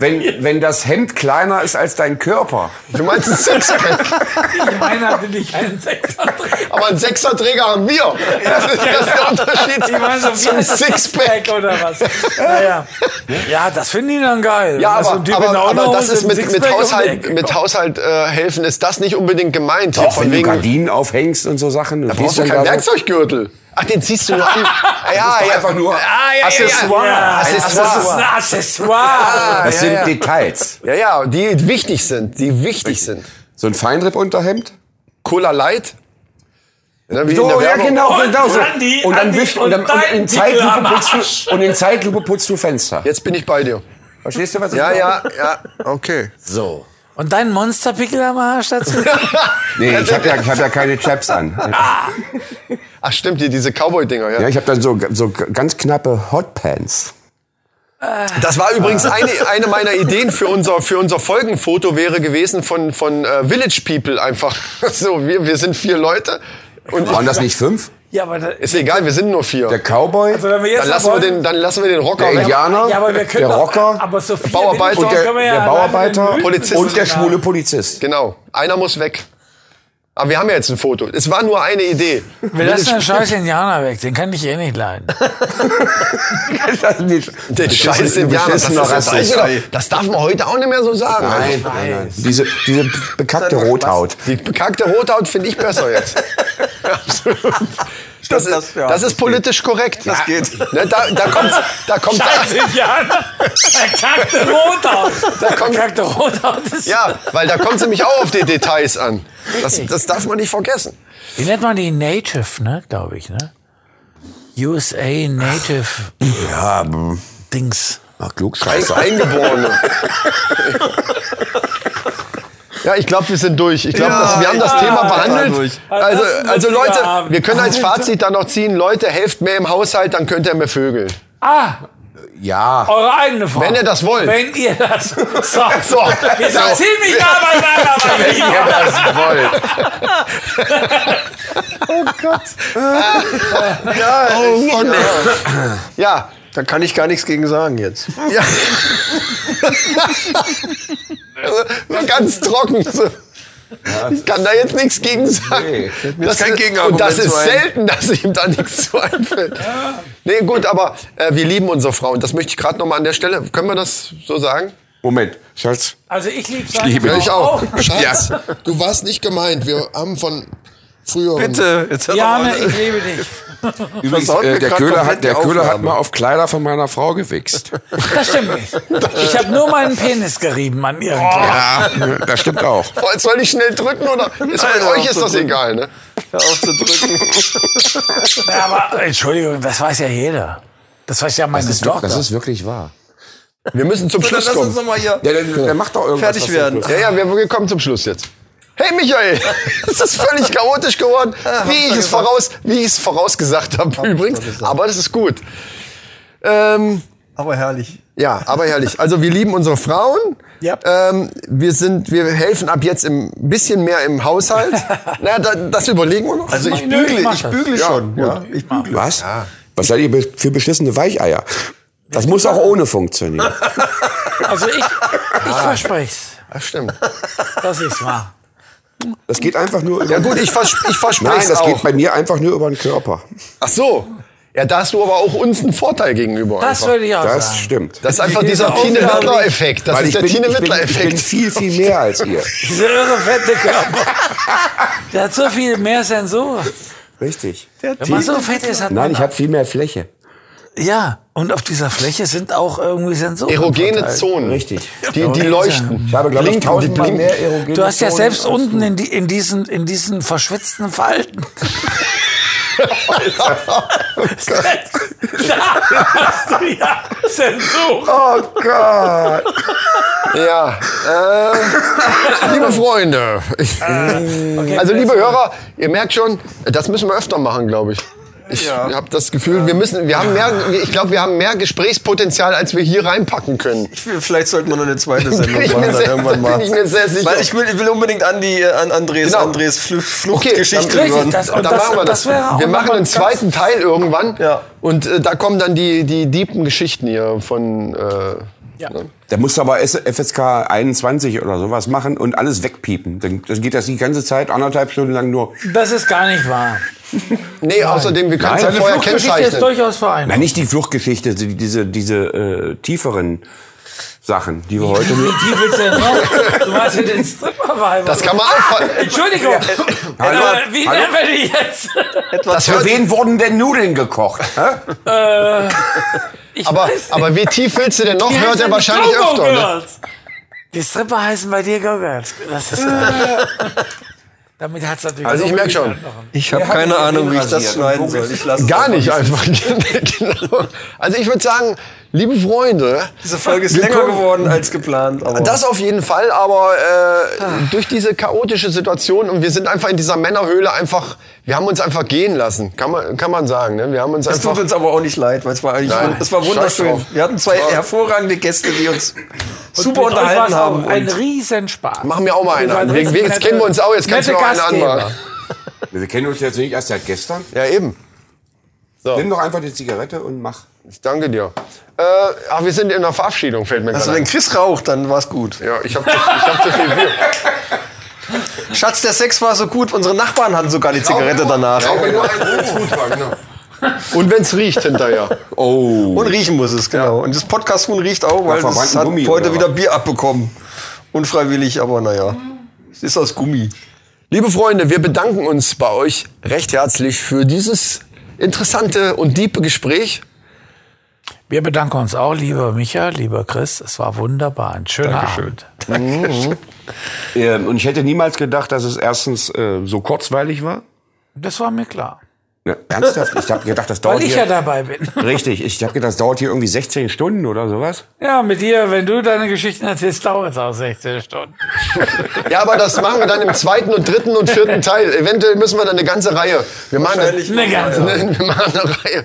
Wenn, wenn das Hemd kleiner ist als dein Körper.
Du meinst einen Sechser.
Ich meine, hatte nicht einen Sechserträger.
Aber einen Sechserträger haben wir. Das ist, das ist der Unterschied
Ich meine, so
zum
wie ein Sixpack oder was. Naja. Ja, das finden die dann geil.
Ja,
Also
aber,
ein Typ in
aber,
einer
aber das
Unterhose,
ist
ein
mit,
Sixpack um
mit
die
Haushalt,
Ecke.
mit Haushalt äh, helfen ist das nicht unbedingt gemeint. Hier
Auch wenn du Gardinen aufhängst und so Sachen. Da
brauchst du keinen Werkzeuggürtel. Ach, den ziehst du nur an.
Das
Ah, ja,
ist
ja.
doch einfach nur
ah, ja,
Accessoire.
Ja, ja.
Ein
Das ist ein
Accessoire.
Accessoire.
Das
Ja,
sind
ja.
Details.
Ja, ja, die wichtig sind, die wichtig sind.
So ein Feinripp-Unterhemd.
Cola Light. Ne, wie in
So,
der
ja,
Werbung.
genau,
Und
genau so.
Andi,
und dann
Andi,
wischst und, dann,
und
und
dein
in
Titel am
Zeitlupe
Arsch.
putzt du, und in Zeitlupe putzt du Fenster.
Jetzt bin ich bei dir.
Verstehst du, was ich
Ja,
meine?
ja, ja, okay.
So.
Und dein Monsterpickel am Arsch dazu?
Nee, ich habe ja, ich hab ja keine Chaps an.
Ach, stimmt, hier diese Cowboy-Dinger, ja.
Ja, ich habe dann so, so ganz knappe Hotpants.
Das war übrigens eine, eine meiner Ideen für unser, für unser Folgenfoto wäre gewesen von, von äh, Village People einfach. So, wir, wir sind vier Leute. Und
Waren das nicht fünf?
Ja, aber da,
ist egal, wir sind nur
Der
vier.
Cowboy,
also wenn wir jetzt
Dann lassen wir
wollen-
den, dann lassen wir den Rocker
der
weg.
Indianer,
ja, aber wir
der
können doch-
Rocker
aber so viel
Bauarbeiter
und
Doch,
der, der Bauarbeiter
Polizist.
und der schwule Polizist.
Genau. Einer muss weg. Aber wir haben ja jetzt ein Foto. Es war nur eine Idee.
Wir lassen den scheiß Indianer weg, den kann ich eh nicht leiden.
Das ist nicht- das
Den
ist
scheiß
ein
Indianer, das,
beschissener
ist
Rassist.
das, das darf man heute auch nicht mehr so sagen.
Nein, nein, nein. Also, Diese, diese bekackte
doch Spaß.
Rothaut.
Die bekackte Rothaut finde ich besser jetzt. Absolut. Das ist,
das, ja,
das ist politisch korrekt. Das
geht.
Ne, da, da kommt, da kommt,
Scheiß Indianer! Er kackte rot aus!
Da kommt-
er kackte rot aus.
ja, weil da kommt es nämlich auch auf die Details an. Das, das darf man nicht vergessen.
Wie nennt man die Native, ne? Glaube ich, ne? USA Native
Ja, mm.
Dings.
ach,
Ein,
Klugscheißer.
Eingeborene. Ja, ich glaube, wir sind durch. Ich glaube,
Ja,
das- wir haben das
ja, ja,
Thema behandelt.
durch.
Also,
Das ist ein
also
lustiger
Leute,
Abend.
wir können als Fazit dann noch ziehen, Leute, helft mehr im Haushalt, dann könnt ihr mehr Vögel.
Ah,
Ja.
eure eigene Frau.
Wenn ihr das wollt.
Wenn ihr das sagt.
So.
Wir
So.
sind ziemlich nah
Ja,
beieinander,
das wollt. oh Gott. Ja, ja.
Da kann ich gar nichts gegen sagen jetzt.
ja. Nur ganz trocken. So. Ich kann da jetzt nichts gegen sagen.
jetzt kein
ist-
Gegenargument
und das
zu
ist
ein.
selten, dass ihm da nichts so einfällt. Nee, gut, aber äh, wir lieben unsere Frauen. Das möchte ich gerade noch mal an der Stelle. Können wir das so sagen?
Moment, Schatz.
Also ich liebe
liebe dich auch.
Schatz,
du warst nicht gemeint. Wir haben von früher.
jetzt hör
Jane, ich liebe dich.
Übrigens,
Versaut mir
äh, der
grad
Köhler
komplett
hat, der
die
Köhler hat
Aufnahme.
mal auf Kleider von meiner Frau gewichst.
Das stimmt nicht. Ich habe nur meinen Penis gerieben an ihren Kleidern.
ja, das stimmt auch.
Soll ich schnell drücken oder? Ist
Nein,
bei euch
auf
ist
zu
das
drücken.
egal, ne?
auf zu drücken.
Ja, aber Entschuldigung, das weiß ja jeder. Das weiß ja meine Tochter.
Das ist wirklich wahr.
Wir müssen zum
Dann
Schluss
lass uns
kommen.
noch mal hier
Ja, dann, dann mach doch irgendwas.
fertig
was
werden.
Ja, ja, wir wir kommen zum Schluss jetzt. Hey Michael, es ist völlig chaotisch geworden, wie ich es voraus, wie ich es vorausgesagt habe übrigens. Aber das ist gut. Ähm,
Aber herrlich.
ja, aber herrlich. Also wir lieben unsere Frauen.
Ja.
Ähm, wir sind, wir helfen ab jetzt ein bisschen mehr im Haushalt. Naja, da, das überlegen wir noch.
Also ich
Nö, ich
bügle,
mach
ich
das.
bügle schon. Ja, ich bügle.
Was? Was seid ihr be- für beschissene Weicheier? Das muss auch ohne funktionieren.
Also ich, ich verspreche
Ach, stimmt.
es, dass ich es mache.
Das geht einfach nur über.
Ja gut, ich, vers ich verspreche
Nein,
es
das
auch.
geht bei mir einfach nur über den Körper.
Ach so. Ja, da hast du aber auch uns einen Vorteil gegenüber.
Das
einfach.
würde ich auch
Das
sagen.
stimmt.
das ist einfach dieser
Diese
Tine
Aufgabe-
Wittler-Effekt. Das
Weil
ist
ich
der
bin, ich,
Tine
bin, ich bin
Wittler-Effekt.
viel, viel mehr als ihr.
Diese irre fette Körper. Der hat so viel mehr Sensor.
Richtig.
Wenn man so fett ist, hat man...
Nein, ich habe viel mehr Fläche.
Ja, und auf dieser Fläche sind auch irgendwie Sensoren.
Erogene
verteilt.
Zonen.
Richtig.
Die, die leuchten.
Ich habe, glaube ich,
Blinken,
tausendmal
blinken.
mehr erogene
Du hast ja
Zonen
selbst
als du.
unten in, die, in, diesen, in diesen verschwitzten Falten
ja, Zensur.
Oh Gott. Ja, äh, liebe Freunde.
Äh,
Ich, also liebe Hörer, ihr merkt schon, das müssen wir öfter machen, glaube ich. Ich habe das Gefühl, wir müssen, wir haben mehr, ich glaube, wir haben mehr Gesprächspotenzial, als wir hier reinpacken können.
Vielleicht sollten wir noch eine zweite
Bin
Sendung
ich
machen,
mir
dann
sehr,
irgendwann mal.
bin ich mir sehr sicher.
Weil ich will, ich will unbedingt an die äh, an Andres,
Genau.
Andres Fl
dann-
Fluchtgeschichte hören.
Richtig, das, und
dann
das,
machen wir das.
das wäre auch
wir machen
nochmal
einen
ganz-
zweiten Teil irgendwann.
Ja.
Und äh, da kommen dann die, die diepen Geschichten hier von. Äh,
Ja.
Da musst du aber S- FSK 21 oder sowas machen und alles wegpiepen. Dann, dann geht das die ganze Zeit, anderthalb Stunden lang nur.
Das ist gar nicht wahr.
Nee, außerdem, wir können es ja
Nein, eine
vorher
Fluchtgeschichte ist
kennzeichnen.
durchaus
Na,
vereinbar.
nicht die Fluchtgeschichte, die- diese, diese äh, tieferen Sachen, die wir heute mit.
Die willst du denn noch? Du meinst ja den Stripperweib.
Das kann man auch.
Entschuldigung.
Hallo?
Äh, wie
Hallo?
nennen wir die jetzt?
Für wen worden denn Nudeln gekocht? hä?
Ich
Aber,
weiß
aber wie tief willst du denn noch?
Die
Hört
heißen
er
die
wahrscheinlich
Go-Go
öfter. Ne?
Girls. Die Stripper heißen bei dir Go-Girls. Das ist geil. Damit hat's natürlich
Also ich
auch
merk schon.
noch-
Ich habe keine Ahnung, wie ich das schneiden soll. Ich lasse
Gar nicht einfach. genau. Also ich würde sagen, liebe Freunde,
Diese Folge ist
Wir
länger
kommen-
geworden als geplant. Aber
Das auf jeden Fall, aber äh, durch diese chaotische Situation und wir sind einfach in dieser Männerhöhle einfach, wir haben uns einfach gehen lassen, kann man, kann man sagen. Ne? Wir haben uns
es tut
einfach.
uns aber auch nicht leid, weil es war eigentlich,
Nein,
es war
scheiß drauf.
wunderschön. Wir hatten zwei
War-
hervorragende Gäste, die uns super
Mit euch war's
unterhalten
auch
haben.
Ein
Und
Riesenspaß.
Machen wir auch mal einen
Ihr seid
an. Wir,
richtig
wir, jetzt
nette-
kennen wir uns auch, jetzt kannst du
nette
noch einen
Gastgeber.
anmachen.
Wir kennen uns jetzt nicht erst seit gestern.
Ja, eben.
Nimm doch einfach die Zigarette und mach.
Ich danke dir. Äh, ach, wir sind in der Verabschiedung, fällt mir
also
gerade
wenn
ein.
Chris raucht, dann war's gut.
Ja, ich habe hab zu viel Bier.
Schatz, der Sex war so gut, unsere Nachbarn hatten sogar die Zigarette danach.
Ja, wenn nur ein Rotfuß war, genau.
ne?
Und wenn's riecht hinterher.
Oh.
Und riechen muss es, genau. Und das Podcast-Huhn riecht auch, weil das
verbrannten
hat
Gummi,
heute
oder
wieder Bier abbekommen. Unfreiwillig, aber naja. Es ist aus Gummi.
Liebe Freunde, wir bedanken uns bei euch recht herzlich für dieses interessante und diepe Gespräch.
Wir bedanken uns auch, lieber Micha, lieber Chris. Es war wunderbar. Ein schöner Abend.
Ähm, und ich hätte niemals gedacht, dass es erstens äh, so kurzweilig war.
Das war mir klar.
Ja, ernsthaft? Ich habe gedacht, das dauert
Weil ich ja
hier.
dabei bin.
richtig, ich habe gedacht, das dauert hier irgendwie 16 Stunden oder sowas.
Ja, mit dir, wenn du deine Geschichten erzählst, dauert es auch 16 Stunden.
Ja, aber das machen wir dann im zweiten und dritten und vierten Teil. Eventuell müssen wir dann eine ganze Reihe. Wir machen eine,
Eine ganze
wir machen eine Reihe.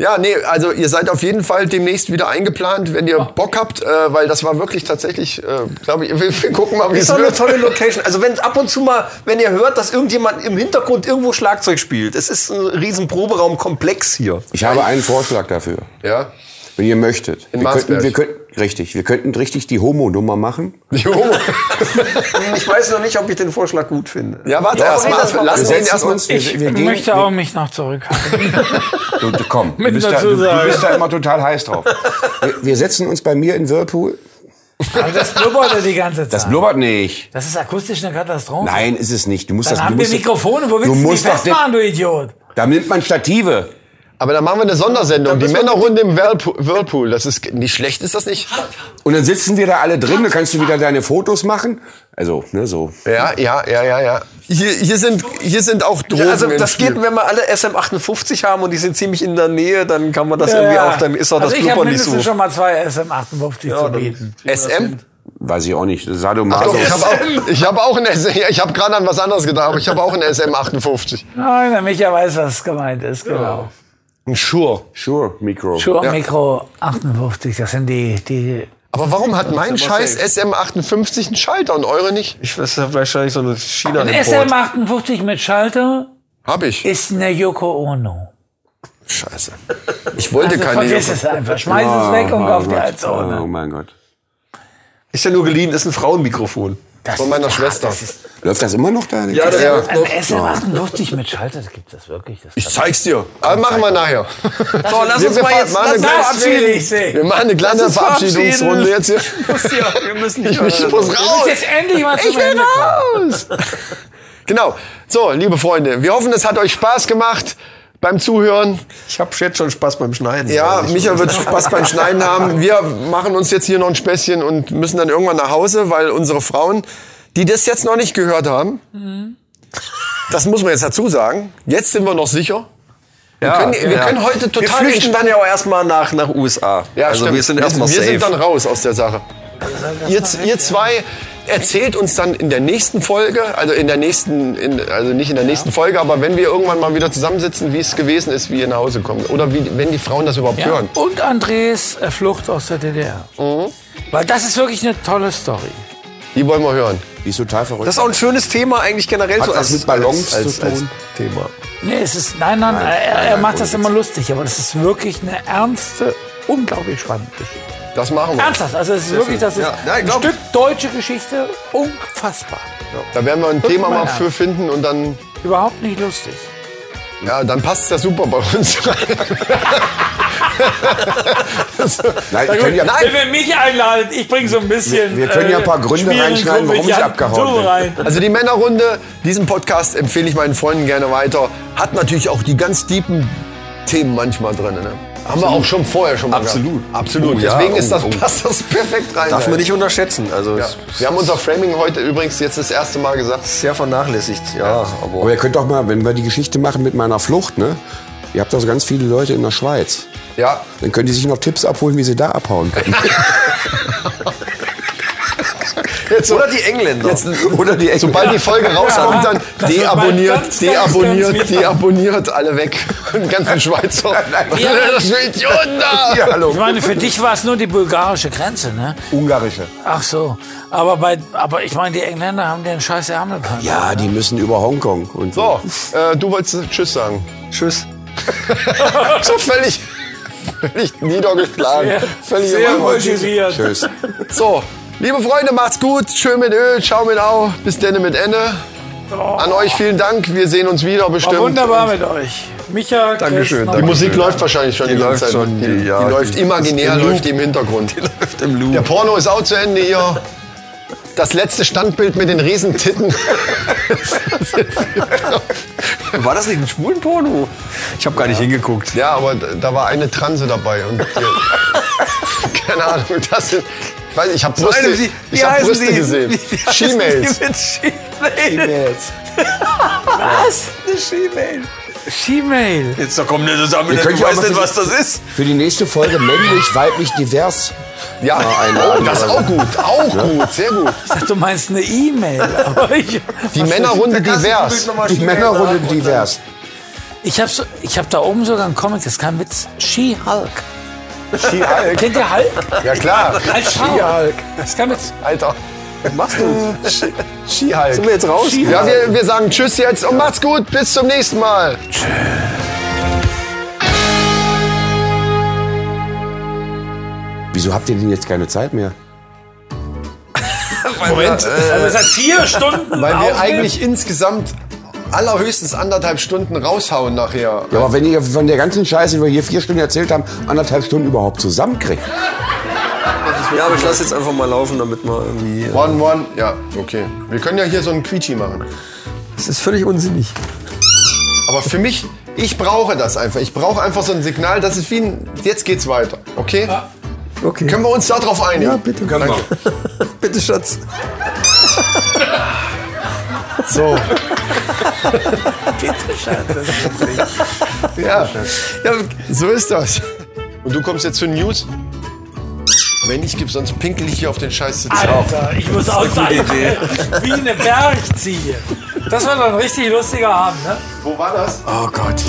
Ja, nee, also ihr seid auf jeden Fall demnächst wieder eingeplant, wenn ihr Bock habt, äh, weil das war wirklich tatsächlich, äh, glaube ich, wir, wir gucken mal, wie es
Ist doch eine
wird.
tolle Location. Also wenn ab und zu mal, wenn ihr hört, dass irgendjemand im Hintergrund irgendwo Schlagzeug spielt. Es ist ein riesen Proberaumkomplex hier.
Ich habe einen Vorschlag dafür,
Ja.
wenn ihr möchtet.
In
wir
Marsberg.
könnten, wir könnten, richtig, wir könnten richtig die Homo-Nummer machen.
Jo.
Ich weiß noch nicht, ob ich den Vorschlag gut finde.
Ja, warte
Ja,
erst
nee,
mal.
das war-
Lass
wir
den
setzen
erstmal.
wir,
Ich
wir gehen-
möchte auch mich noch zurückhalten.
Du, du, komm, du
Mit
bist, da,
dazu
du, du
sagen.
bist da immer total heiß drauf. Wir, wir setzen uns bei mir in Whirlpool.
Aber das blubbert ja die ganze Zeit.
Das blubbert nicht.
Das ist akustisch eine Katastrophe.
Nein, ist es nicht. Du musst
Dann
das. du
haben wir
musst,
Mikrofone. Wo
du
willst du die
musst doch den,
festmachen, du Idiot?
Da nimmt man Stative.
Aber dann machen wir eine Sondersendung, die Männerrunde im Whirlpool- Whirlpool. Das ist nicht schlecht, ist das nicht?
Und dann sitzen wir da alle drin. Dann kannst du wieder deine Fotos machen. Also ne, so.
Ja, ja, ja, ja, ja. Hier, hier sind, hier sind auch Drogen.
Also
im
das
Spiel.
geht, wenn wir alle SM58 haben und die sind ziemlich in der Nähe, dann kann man das irgendwie auch, dann ist auch
also
das
ich habe
Blubbern nicht
mindestens
so.
schon mal zwei SM58 zu bieten.
SM?
Weiß ich auch nicht.
Ach
Sadomaso.
doch, ich habe auch, ich hab auch ein SM. Ja, ich habe gerade an was anderes gedacht, aber ich habe auch ein SM58.
Nein, der Micha weiß, was gemeint ist, genau.
Ein Schur.
Sure, Mikro.
Shure Mikro 58, das sind die, die
Aber warum hat mein scheiß SM58 einen Schalter und eure nicht?
Ich weiß ja wahrscheinlich so eine china
Ein
import
SM58 mit Schalter
Hab ich.
ist eine Yoko Ono.
Scheiße. Ich wollte
Also
keine.
vergiss es einfach, schmeiß es weg und kauf dir als
Oh
Ono.
mein Gott.
Ist ja nur geliehen, ist ein Frauenmikrofon.
Von meiner Schwester.
Läuft das immer noch da?
Ja, das
Ja.
läuft
Ein
noch.
SM58 mit Schalter, das gibt das wirklich. Das
Ich zeig's dir. Aber machen wir nachher.
So, lass uns
wir
mal
ver-
jetzt, lass
machen eine
uns
kleine-
verabschieden.
ich sehe.
Wir machen eine kleine
uns verabschieden.
Verabschiedungsrunde jetzt hier.
Ja, wir müssen
Ich, ich muss raus.
Jetzt endlich mal zum
Ich will
Ende kommen.
raus! genau. So, liebe Freunde, wir hoffen, es hat euch Spaß gemacht beim Zuhören.
Ich habe jetzt schon Spaß beim Schneiden.
Ja,
Also ich-
Micha wird Spaß beim Schneiden haben. Wir machen uns jetzt hier noch ein Späßchen und müssen dann irgendwann nach Hause, weil unsere Frauen, die das jetzt noch nicht gehört haben, das muss man jetzt dazu sagen. Jetzt sind wir noch sicher. Wir, können, wir können heute
Wir
total
flüchten dann ja auch erstmal nach, nach USA.
Ja,
also
stimmt.
wir sind erstmal
wir
safe.
sind dann raus aus der Sache. Ihr, z- ihr zwei erzählt uns dann in der nächsten Folge, also in der nächsten, in, also nicht in der nächsten Folge, aber wenn wir irgendwann mal wieder zusammensitzen, wie es gewesen ist, wie ihr nach Hause kommt. Oder wie, wenn die Frauen das überhaupt
Ja.
hören.
Und Andres äh, Flucht aus der DDR.
Mhm.
Weil das ist wirklich eine tolle Story.
Die wollen wir hören.
Die ist total verrückt.
das ist auch ein schönes Thema eigentlich generell.
Hat
so
was mit Ballons
als, als,
zu tun?
Als Thema.
Nee, es ist, nein, nein, er, er macht das immer lustig, aber das ist wirklich eine ernste, unglaublich spannende Geschichte.
Das machen wir.
Ernsthaft, also es ist wirklich, das ist
Ja, nein,
ein
glaub ich.
Stück deutsche Geschichte, unfassbar.
Da werden wir ein Thema mal
mal
für finden und dann,
Überhaupt nicht lustig.
ja, dann passt das super bei uns rein.
Nein, wir können ja,
Wenn ihr mich einladet, ich bringe so ein bisschen.
Wir-
äh,
wir können ja ein paar Gründe
schmieren,
reinschneiden, warum ich
Kumpel,
abgehauen
du
bin.
rein.
Also die Männerrunde, diesen Podcast empfehle ich meinen Freunden gerne weiter. Hat natürlich auch die ganz tiefen Themen manchmal drin. Ne? Haben wir auch schon vorher schon mal
Absolut.
Gehabt. Absolut.
Oh, ja,
Deswegen ist
oh,
das,
oh.
passt das perfekt rein.
Darf
ey.
man nicht unterschätzen. Also
Ja.
es
Wir haben unser Framing heute übrigens jetzt das erste Mal gesagt.
ist sehr vernachlässigt. Ja, aber
Aber Oh, ihr könnt doch mal, wenn wir die Geschichte machen mit meiner Flucht, ne? Ihr habt doch so ganz viele Leute in der Schweiz.
Ja.
Dann können die sich noch Tipps abholen, wie sie da abhauen können.
Jetzt,
Oder die Engländer.
Jetzt,
Oder die Engländer.
Sobald die Folge rauskommt,
Ja.
dann
Das wird mein
deabonniert,
ganz, ganz,
deabonniert,
ganz
deabonniert, alle weg. Den ganzen Schweizer. Das sind Idioten da.
ja, hallo.
Ich meine, für dich war es nur die bulgarische Grenze, ne?
Ungarische.
Ach so. Aber, bei, aber ich meine, die Engländer haben den scheiß Ärmelkanal.
Ja, die müssen über Hongkong und
So, äh, du wolltest Tschüss sagen.
tschüss.
so völlig, völlig niedergeschlagen. völlig
Sehr
im Eimer.
motiviert.
Tschüss.
So, liebe Freunde, macht's gut. Schön mit Öl, ciao mit Au. Bis denne mit Ende. An euch vielen Dank. Wir sehen uns wieder
Oh. War
bestimmt.
wunderbar mit euch. Micha,
Dankeschön,
Chris,
Die
danke.
Musik läuft wahrscheinlich schon die, ganze
läuft
Zeit.
schon,
die,
die-
die
ja, die-
läuft
die
imaginär,
ist im
läuft die im Hintergrund.
Im Loop.
Der Porno ist auch zu Ende hier. Das letzte Standbild mit den Riesentitten.
War das nicht ein schwulen Porno? Ich habe gar nicht hingeguckt.
Ja, aber da da war eine Transe dabei und die, keine Ahnung, das sind, ich weiß, nicht, ich habe Brüste,
Meine, wie- wie
ich hab
heißen
Brüste
die?
gesehen.
Wie- wie heißen
She-Mails.
die mit She-Mails. Was? Eine She-Mail.
Gmail.
Jetzt doch komm nicht zusammen,
Ihr
du
könnt ja auch
weißt
mal
nicht,
für
was das ist.
Für die nächste Folge männlich, weiblich, divers.
Ja,
Ah,
Mal einladen
oh, das ist
oder so.
auch gut, auch gut, sehr gut.
Ich dachte, du meinst eine E-Mail. aber ich-
Die Männerrunde divers.
Die Männerrunde divers.
Ich habe so, ich hab da oben sogar einen Comic, das ist kein Witz. She-Hulk. She-Hulk? Kennt ihr Hulk?
Ja klar,
Als She-Hulk. Das ist kein Witz.
Alter.
Was machst du?
Ski halt.
Sind wir jetzt raus?
Ja, wir, wir sagen Tschüss jetzt und macht's gut, bis zum nächsten Mal.
Wieso habt ihr denn jetzt keine Zeit mehr?
Moment,
Also seit vier Stunden
weil wir
aufnehmen.
eigentlich insgesamt allerhöchstens anderthalb Stunden raushauen nachher.
Ja, aber wenn ihr von der ganzen Scheiße, die wir hier vier Stunden erzählt haben, anderthalb Stunden überhaupt zusammenkriegt.
Ja, aber ich lass jetzt einfach mal laufen, damit man irgendwie.
One, one, ja, okay. Wir können ja hier so einen Quietschi machen.
Das ist völlig unsinnig.
Aber für mich, ich brauche das einfach. Ich brauche einfach so ein Signal, das ist wie ein, jetzt geht's weiter, okay?
Okay.
Können wir uns darauf einigen? Ja, bitte. Danke.
Bitte, Schatz.
So, ja. ja, so ist das. Und du kommst jetzt zu den News? Wenn ich gebe, sonst pinkel ich hier auf den scheiß Sitz.
Alter, ich muss auch sagen, wie eine Bergziehe. Das war doch ein richtig lustiger Abend, ne?
Wo war das?
Oh Gott.